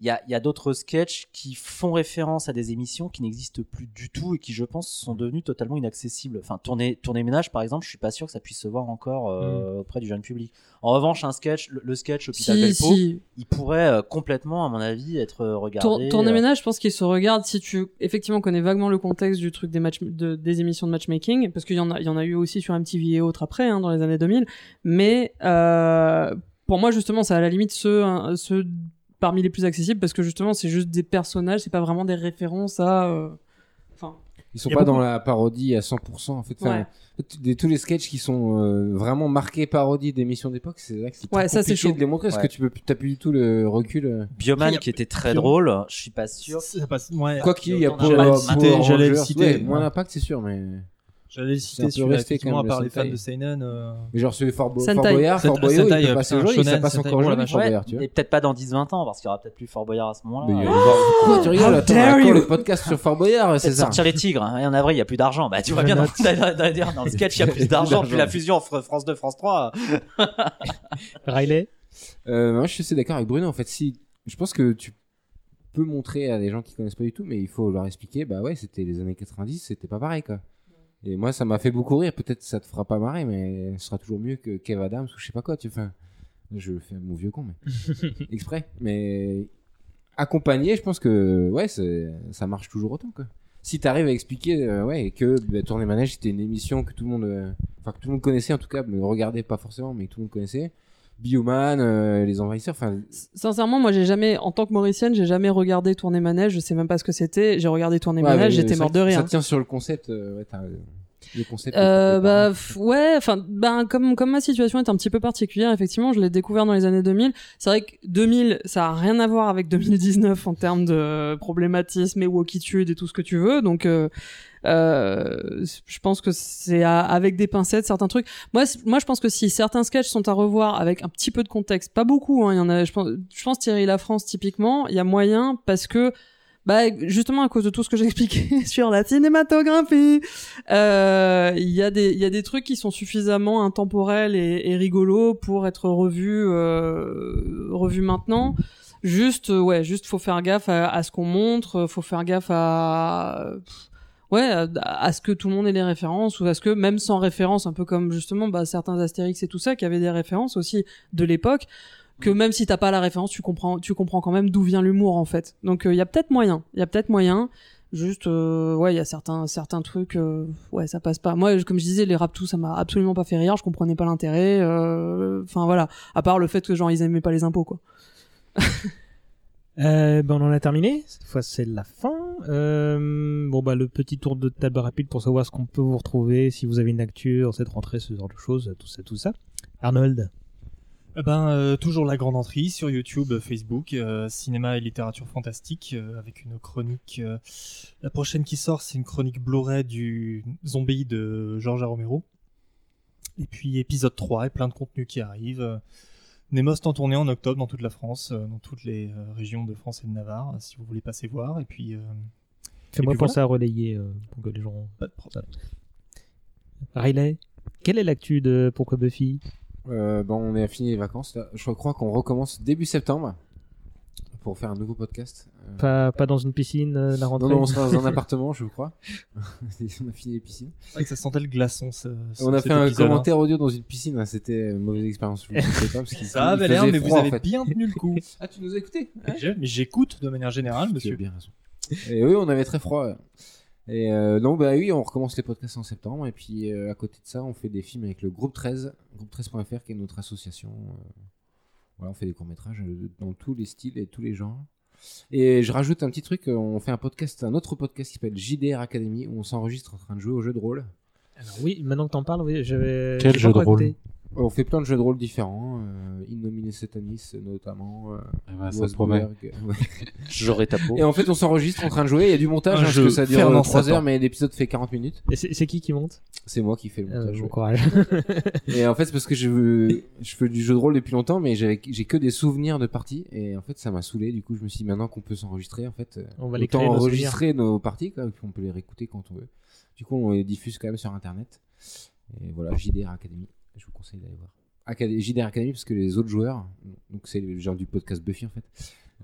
J: il y a, il y a d'autres sketchs qui font référence à des émissions qui n'existent plus du tout et qui, je pense, sont devenues totalement inaccessibles. Enfin, tourner, tourner ménage, par exemple, je suis pas sûr que ça puisse se voir encore euh, auprès du jeune public. En revanche, un sketch, le, le sketch Hôpital
B: Mm. Si,
J: Belpo,
B: si.
J: il pourrait euh, complètement, à mon avis, être euh, regardé.
B: Tour- Tourner
J: euh,
B: ménage, je pense qu'il se regarde si tu effectivement connais vaguement le contexte du truc des match de- des émissions de matchmaking, parce qu'il y en a, il y en a eu aussi sur MTV et autres après, hein, dans les années 2000. Mais euh, pour moi, justement, c'est à la limite ceux, hein, ceux parmi les plus accessibles, parce que justement, c'est juste des personnages, c'est pas vraiment des références à. euh, Enfin.
K: Ils sont
B: Il y a
K: pas dans
B: beaucoup-
K: la parodie à 100%. En fait, Enfin,
B: Ouais.
K: t- des- tous les sketchs qui sont euh, vraiment marqués parodie d'émissions d'époque, c'est là que c'est
B: Ouais,
K: très
B: ça, c'est
K: compliqué
B: chaud.
K: de les montrer parce
J: Ouais.
K: que tu peux, t'as plus du tout le recul. euh.
J: Bioman, qui était très
K: Bio-
J: drôle, je suis pas sûr.
C: Ça passe- ouais.
K: Quoi qu'il y a
J: Bah, J'allais le
K: Power-
J: citer,
K: Power
J: j'allais le
K: Rangers,
J: citer,
K: ouais,
J: ouais.
K: moins d'impact, c'est sûr, mais.
C: J'allais le
K: C'est
C: citer,
K: un peu
C: celui-là,
K: resté quand
C: effectivement,
K: même,
C: à
K: le
C: part les fans
K: Sentai.
C: de Seinen, euh,
K: Mais genre, celui Fort, Bo- Fort
J: Sentai.
K: Boyard, Fort
J: Sentai,
K: Boyard, il
J: putain,
K: peut passer
J: shonen,
K: aujourd'hui, ça passe
J: Sentai,
K: encore
J: oh la
K: aujourd'hui,
J: vache.
K: Fort
J: Ouais,
K: Boyard, tu vois.
J: Et peut-être pas dans 10-20 ans, parce qu'il y aura peut-être plus Fort Boyard à ce moment-là. Euh,
K: Mais il y a- Pourquoi tu rigoles Attends, on a encore le podcast sur Fort Boyard,
J: Peut-être
K: César.
J: sortir les tigres. hein. Et en avril, il y a plus d'argent. Bah, tu vois
K: Je
J: bien, dans,
K: note.
J: [laughs] dans- dans- dans le sketch, il y a plus d'argent. Puis la fusion Fr- France 2, France 3.
A: Riley
K: Euh, moi, je suis assez d'accord avec Bruno. En fait, si je pense que tu peux montrer à des gens qui connaissent pas du tout, mais il faut leur expliquer. Bah ouais, c'était les années 90, c'était pas pareil quoi. Et moi, ça m'a fait beaucoup rire. Peut-être que ça te fera pas marrer, mais ce sera toujours mieux que Kev Adams ou je sais pas quoi. Tu enfin, je fais mon vieux con, mais exprès. Mais accompagné, je pense que ouais, c'est- ça marche toujours autant quoi. Si t'arrives à expliquer, euh, ouais, que bah, Tournée Manège c'était une émission que tout le monde, euh, enfin que tout le monde connaissait en tout cas, mais regardez pas forcément, mais que tout le monde connaissait. Bioman, euh, les envahisseurs, enfin
B: Sincèrement, moi, j'ai jamais, en tant que mauricienne, j'ai jamais regardé Tourner Manège, je sais même pas ce que c'était. J'ai regardé Tourner
K: Ouais, mais
B: Manège, j'étais
K: ça-
B: mort de rire. hein.
K: Ça tient sur le concept. euh, ouais, t'as- Le concept.
B: Euh,
K: hein.
B: bah, f- ouais, enfin, ben, comme, comme ma situation est un petit peu particulière, effectivement, je l'ai découvert dans les années 2000. C'est vrai que 2000, ça a rien à voir avec 2019 en termes de euh, problématisme et wokitude et tout ce que tu veux. Donc, euh, euh, je pense que c'est à- avec des pincettes certains trucs. Moi, c- moi, je pense que si certains sketchs sont à revoir avec un petit peu de contexte, pas beaucoup, hein, il y en a, je pense, je pense Thierry La France typiquement, il y a moyen parce que bah, justement à cause de tout ce que j'ai expliqué [laughs] sur la cinématographie, euh, il y a des il y a des trucs qui sont suffisamment intemporels et, et rigolos pour être revus euh, revus maintenant. Juste euh, ouais, juste faut faire gaffe à, à ce qu'on montre, euh, faut faire gaffe à pff, ouais à, à ce que tout le monde ait les références ou à ce que même sans référence, un peu comme justement bah, certains Astérix et tout ça qui avaient des références aussi de l'époque que même si t'as pas la référence, tu comprends, tu comprends quand même d'où vient l'humour en fait. Donc euh, il y a peut-être moyen, il y a peut-être moyen. Juste, euh, ouais, il y a certains, certains trucs, euh, ouais, ça passe pas. Moi, je- comme je disais, les rap tout, ça m'a absolument pas fait rire. Je comprenais pas l'intérêt. euh, Enfin voilà, à part le fait que genre ils aimaient pas les impôts quoi.
A: Euh, ben on en a terminé. Cette fois, c'est la fin. Euh, bon, bah, le petit tour de table rapide pour savoir ce qu'on peut vous retrouver, si vous avez une actu en cette rentrée, ce genre de choses, tout ça, tout ça. Arnold.
C: Eh ben, euh, toujours la grande entrée sur YouTube, euh, Facebook, euh, cinéma et littérature fantastique, euh, avec une chronique. euh, la prochaine qui sort, c'est une chronique Blu-ray du Zombie de Georges A. Romero. Et puis épisode 3 et plein de contenus qui arrivent. Euh, Nemos est en tournée en octobre dans toute la France, euh, dans toutes les euh, régions de France et de Navarre, euh, si vous voulez passer voir. Et puis. euh,
A: Fais-moi
C: et puis
A: penser à relayer euh, pour que les gens.
C: Pas de problème.
A: Riley, quelle est l'actu de Pourquoi Buffy
K: Euh, bon, on est à fini les vacances. Là. Je crois qu'on recommence début septembre pour faire un nouveau podcast. Euh,
A: pas, pas dans une piscine, euh, la rentrée
K: non, non, on sera dans
C: [laughs]
K: un appartement, je crois. [laughs] on a fini les piscines.
C: C'est vrai que ça sentait le glaçon. ce- ce-
K: On a
C: cet
K: fait un
C: épisode, hein.
K: commentaire audio dans une piscine. hein. C'était une mauvaise expérience. Je sais pas, parce
C: [laughs]
K: qu'il-
C: Ça
K: il
C: avait l'air,
K: faisait
C: Ah, mais vous
K: froid, en
C: avez
K: fait.
C: bien tenu le coup.
K: Ah, tu nous as écouté
C: Mais j'écoute de manière générale, monsieur.
K: bien Et oui, on avait très froid. Et euh, non, bah oui, on recommence les podcasts en septembre. Et puis euh, à côté de ça, on fait des films avec le groupe 13, groupe13.fr, qui est notre association. Euh, voilà, on fait des courts-métrages euh, dans tous les styles et tous les genres. Et je rajoute un petit truc euh, on fait un podcast, un autre podcast qui s'appelle JDR Academy, où on s'enregistre en train de jouer au jeu de rôle.
A: Alors oui, maintenant que t'en parles, oui, j'avais.
K: Quel
A: j'ai
K: jeu
A: pas
K: de
A: encore
K: rôle
A: écouté.
K: On fait plein de jeux de rôle différents, euh, Innominé Satanis euh, notamment. euh,
L: Eh ben, ça
K: Wolfsburg,
L: te promet.
K: ouais.
L: J'aurai ta peau.
K: Et en fait, on s'enregistre en train de jouer. Il y a du montage,
L: Un
K: hein, parce
L: jeu
K: que ça dure
L: Fernand
K: 3
L: Satan.
K: heures, mais l'épisode fait 40 minutes.
A: Et c'est c'est qui qui monte
K: C'est moi qui fais le
A: Ah,
K: montage.
A: bon
K: ouais.
A: courage. [laughs]
K: et en fait, c'est parce que je, je fais du jeu de rôle depuis longtemps, mais j'avais- j'ai que des souvenirs de parties. Et en fait, ça m'a saoulé. Du coup, je me suis dit, maintenant qu'on peut s'enregistrer, en fait, euh,
A: On va les
K: autant
A: créer, nos
K: enregistrer nos, parties, quoi, et puis on peut les réécouter quand on veut. Du coup, on les diffuse quand même sur Internet. Et voilà, JDR Academy. Je vous conseille d'aller voir. Acad- JDR Academy, parce que les autres joueurs, donc c'est le genre du podcast Buffy, en fait,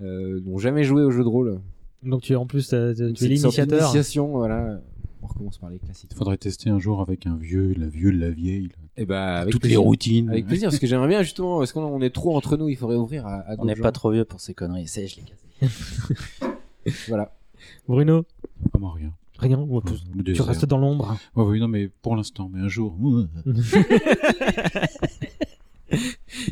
K: euh, n'ont jamais joué au jeu de rôle.
A: Donc tu es en plus euh, tu es
K: C'est une sorte
A: l'initiateur.
K: d'initiation, voilà. On recommence par les classiques.
L: Il faudrait tester un jour avec un vieux, la vieux, la vieille.
K: Et bah, avec
L: toutes
K: plaisir.
L: les routines.
K: Avec plaisir, parce que j'aimerais bien justement, parce qu'on on est trop entre nous, il faudrait ouvrir à, à
J: On n'est
K: d'autres
J: pas
K: gens.
J: trop vieux pour ces conneries. C'est, je les casse.
K: Voilà.
A: Bruno
L: Ah, moi, rien.
A: Rien ouais, tu-
L: Le
A: Tu
L: désert.
A: restes dans l'ombre.
L: Ouais, oui, non, mais pour l'instant, mais un jour.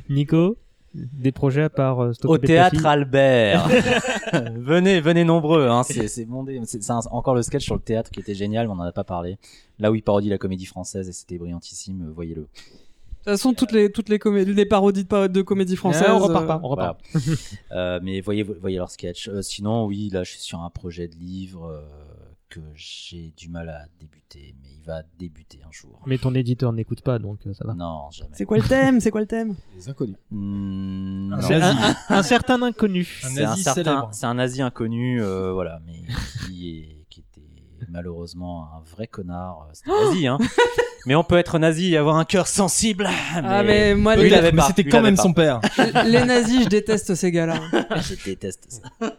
A: Nico Des projets à part euh, Stop
J: Au
A: et Pepsi [laughs]
J: théâtre Albert. [laughs] venez, venez nombreux. Hein. C'est, c'est bon dé- c'est- c'est un- encore le sketch sur le théâtre qui était génial, mais on n'en a pas parlé. Là où il parodie la comédie française et c'était brillantissime, euh, voyez-le.
B: De toute façon, toutes les toutes les comé- les parodies de, pa- de comédie française.
A: Ah, on repart
B: euh,
A: pas, on repart. [laughs]
J: Voilà. Euh, mais voyez, voyez leur sketch. Euh, sinon, oui, là, je suis sur un projet de livre euh, que j'ai du mal à débuter, mais il va débuter un jour.
A: Mais ton éditeur n'écoute pas, donc euh, ça va.
J: Non, jamais. Hmm,
B: C'est quoi le thème C'est quoi le thème
K: Les inconnus.
J: non.
A: C'est un, un- un certain inconnu.
J: C'est un certain, c'est un nazi inconnu, euh, voilà, mais qui, est- qui était malheureusement un vrai connard. euh, C'était un nazi, [laughs] hein. Mais on peut être nazi et avoir un cœur sensible. Mais,
B: Ah, mais moi,
J: lui,
B: les-
J: il avait
B: Mais
J: pas,
B: c'était
J: lui,
B: quand
J: il avait
B: même
J: pas.
B: son père. Les nazis, je déteste ces gars-là.
J: [laughs] je déteste ça.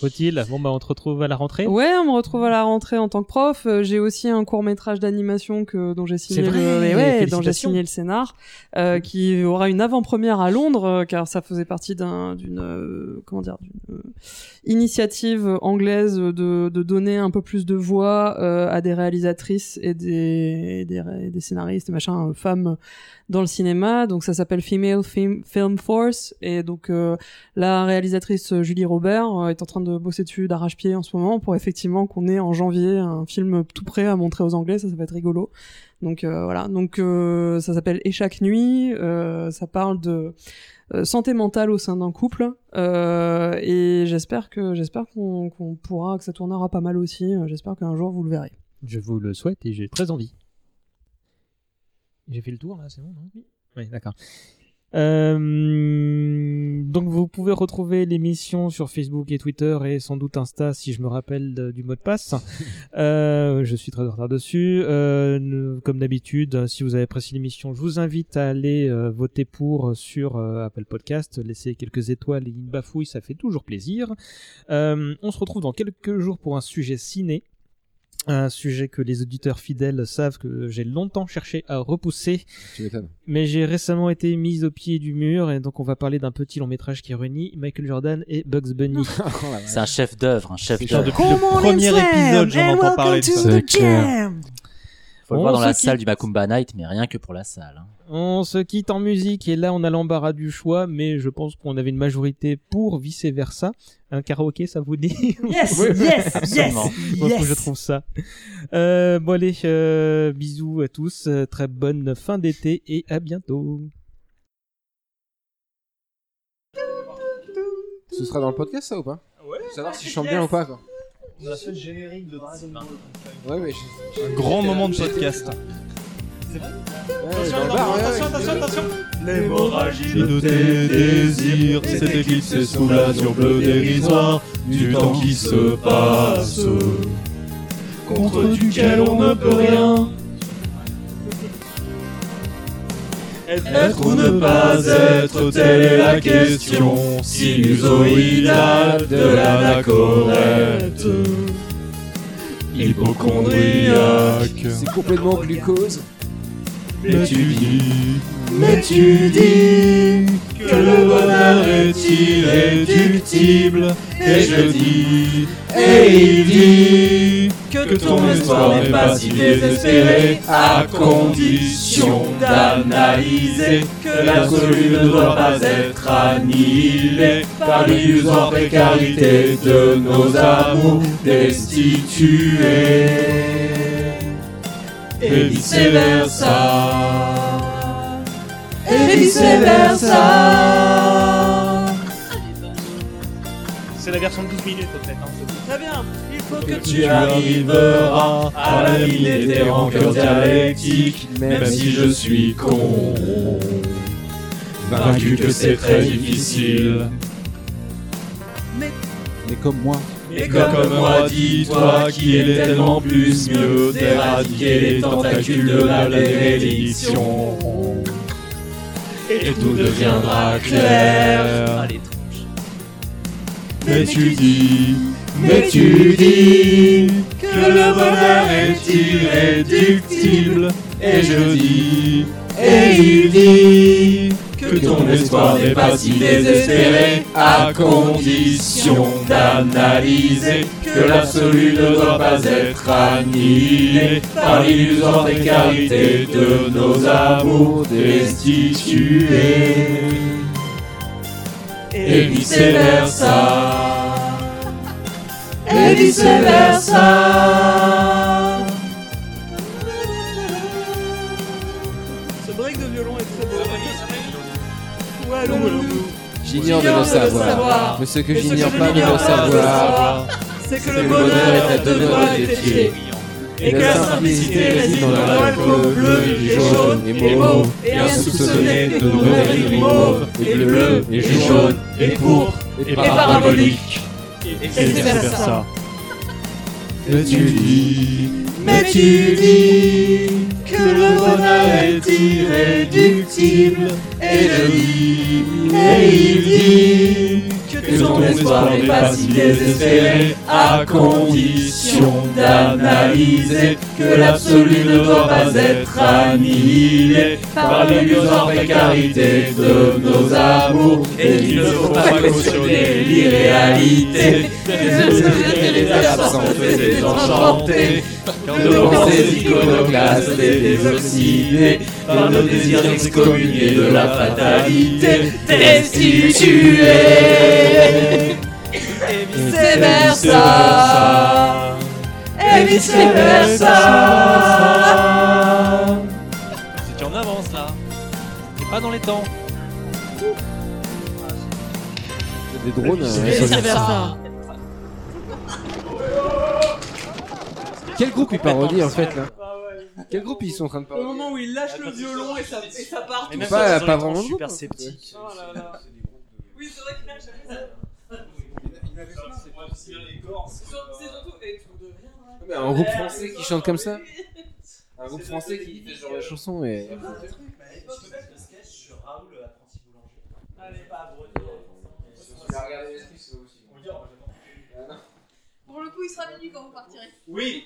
A: Faut-il Bon, bah, on te retrouve à la rentrée.
B: Ouais, on me retrouve à la rentrée en tant que prof. Euh, J'ai aussi un court métrage d'animation que dont j'ai signé,
A: C'est vrai,
B: le, mais ouais, dont j'ai
A: félicitations.
B: signé le scénar, euh, qui aura une avant-première à Londres, euh, car ça faisait partie d'un- d'une euh, comment dire d'une euh, initiative anglaise de, de donner un peu plus de voix euh, à des réalisatrices et des, et des, ré- et des scénaristes et machin euh, femmes dans le cinéma. Donc ça s'appelle Female Film, Film Force et donc euh, la réalisatrice Julie Robert euh, est en train de de bosser dessus d'arrache-pied en ce moment pour effectivement qu'on ait en janvier un film tout prêt à montrer aux Anglais. Ça, ça va être rigolo. Donc euh, voilà. Donc euh, ça s'appelle Et chaque nuit. Euh, ça parle de euh, santé mentale au sein d'un couple. Euh, et j'espère que j'espère qu'on qu'on pourra que ça tournera pas mal aussi. Euh, J'espère qu'un jour vous le verrez.
A: Je vous le souhaite et j'ai très envie. J'ai fait le tour là, c'est bon, non Oui, d'accord. Euh, donc vous pouvez retrouver l'émission sur Facebook et Twitter et sans doute Insta si je me rappelle de- du mot de passe. Euh, je suis très en retard dessus. Euh, ne- comme d'habitude, si vous avez apprécié l'émission, je vous invite à aller euh, voter pour sur euh, Apple Podcast. Laissez quelques étoiles et une bafouille, ça fait toujours plaisir. Euh, on se retrouve dans quelques jours pour un sujet ciné un sujet que les auditeurs fidèles savent que j'ai longtemps cherché à repousser.
K: Tu m'étonnes.
J: [laughs]
A: Mais j'ai récemment été mise au pied du mur et donc on va parler d'un petit long métrage qui réunit Michael Jordan et Bugs Bunny.
K: Oh
J: C'est un chef d'œuvre, un chef
A: genre
J: d'œuvre.
A: depuis le Come on premier in, Sam, épisode, j'en and entends welcome parler de to ça. the jam.
J: Faut le voir
A: On
J: dans la
A: se
J: salle
A: quitte.
J: du Macumba Night, mais rien que pour la salle. hein.
A: on se quitte en musique et là on a l'embarras du choix, mais je pense qu'on avait une majorité pour vice versa. Un karaoké, ça vous dit
O: Yes, yes,
A: Absolument.
O: yes,
A: Moi, faut que
O: yes.
A: Je trouve ça. Euh, bon allez, euh, bisous à tous, euh, très bonne fin d'été et à bientôt.
K: Ce sera dans le podcast ça ou pas Ouais. Savoir si je chante
P: yes.
K: bien ou pas. Quoi.
P: On a fait le générique de Dragon Ball.
K: Ouais, mais j'ai-
P: Un grand
K: j'étais là,
P: moment de
K: j'étais-
P: podcast.
K: Attention, dans le bar, attention, ouais,
P: attention, attention.
C: L'hémorragie de tes désirs s'est éclipsée sous l'azur bleu dérisoire du temps qui se passe, contre duquel on ne peut rien. Être ou ne pas être, telle est la question sinusoïdale de l'anachorète. Hypochondriaque.
K: C'est complètement glucose.
C: Mais tu dis, mais tu dis que le bonheur est irréductible. Et je dis, et il dit que ton espoir n'est pas si désespéré à condition d'analyser que l'absolu ne doit pas être annihilé par l'illusoire précarité de nos amours destitués et vice versa. Et vice versa.
P: C'est la version de 12 minutes en fait. hein. Très bien, il faut
C: Que tu arriveras à la ligne des rancœurs dialectiques, même si je suis con. Vaincu que c'est très difficile.
L: Mais comme moi.
C: Et comme moi, dis-toi qu'il est tellement plus mieux d'éradiquer les tentacules de la bénédiction. Et tout deviendra clair. Mais tu dis, mais tu dis que le bonheur est irréductible. Et je dis, et il dit que ton espoir n'est pas si désespéré à condition d'analyser que l'absolu ne doit pas être annihilé par l'illusoire précarité de nos amours destitués et vice versa et vice versa
B: Ce break de violon est très beau.
K: J'ignore de le savoir. Mais ce que j'ignore pas de le savoir,
B: c'est que
K: le bonheur est à deux doigts des pieds. Et que la simplicité réside dans l'alcool bleu et jaune et mauve, et insoupçonné de nouvelles mauve, et bleu et jaune et pourpre et parabolique.
C: et
K: vice versa.
C: Mais tu dis, mais tu dis que le bonheur est irréductible. Et je dis, et il dit que ton espoir n'est pas si désespéré à condition d'analyser que l'absolu ne doit pas être annihilé par l'illusoire précarité de nos amours et qu'il ne faut pas cautionner l'irréalité les les absents et les désenchantés quand nos pensées iconoclastes et désoxydées par nos désirs excommuniés de la fatalité destitués
O: et vice versa. Et vice versa.
C: C'était en avance là. T'es pas dans les temps.
K: Des drones. euh,
O: Vice
K: ça-
O: versa.
K: Quel groupe ils parodient en fait là Quel groupe ils sont en train de parler
O: moment où il lâche le violon et ça, et ça part
K: Mais même ça, ce sont des gens super
J: sceptiques.
O: Oui, c'est vrai qu'il lâche
K: Mais un groupe français qui chante comme ça Un groupe français qui fait ce genre de chanson et.
Q: Pour le coup, il sera minuit quand vous partirez.
O: Oui.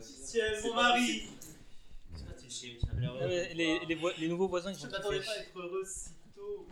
Q: Si elle mon mari.
C: Euh,
A: Les, les, voix- les nouveaux voisins, ils sont
Q: Je m'attendais pas à être heureux si tôt.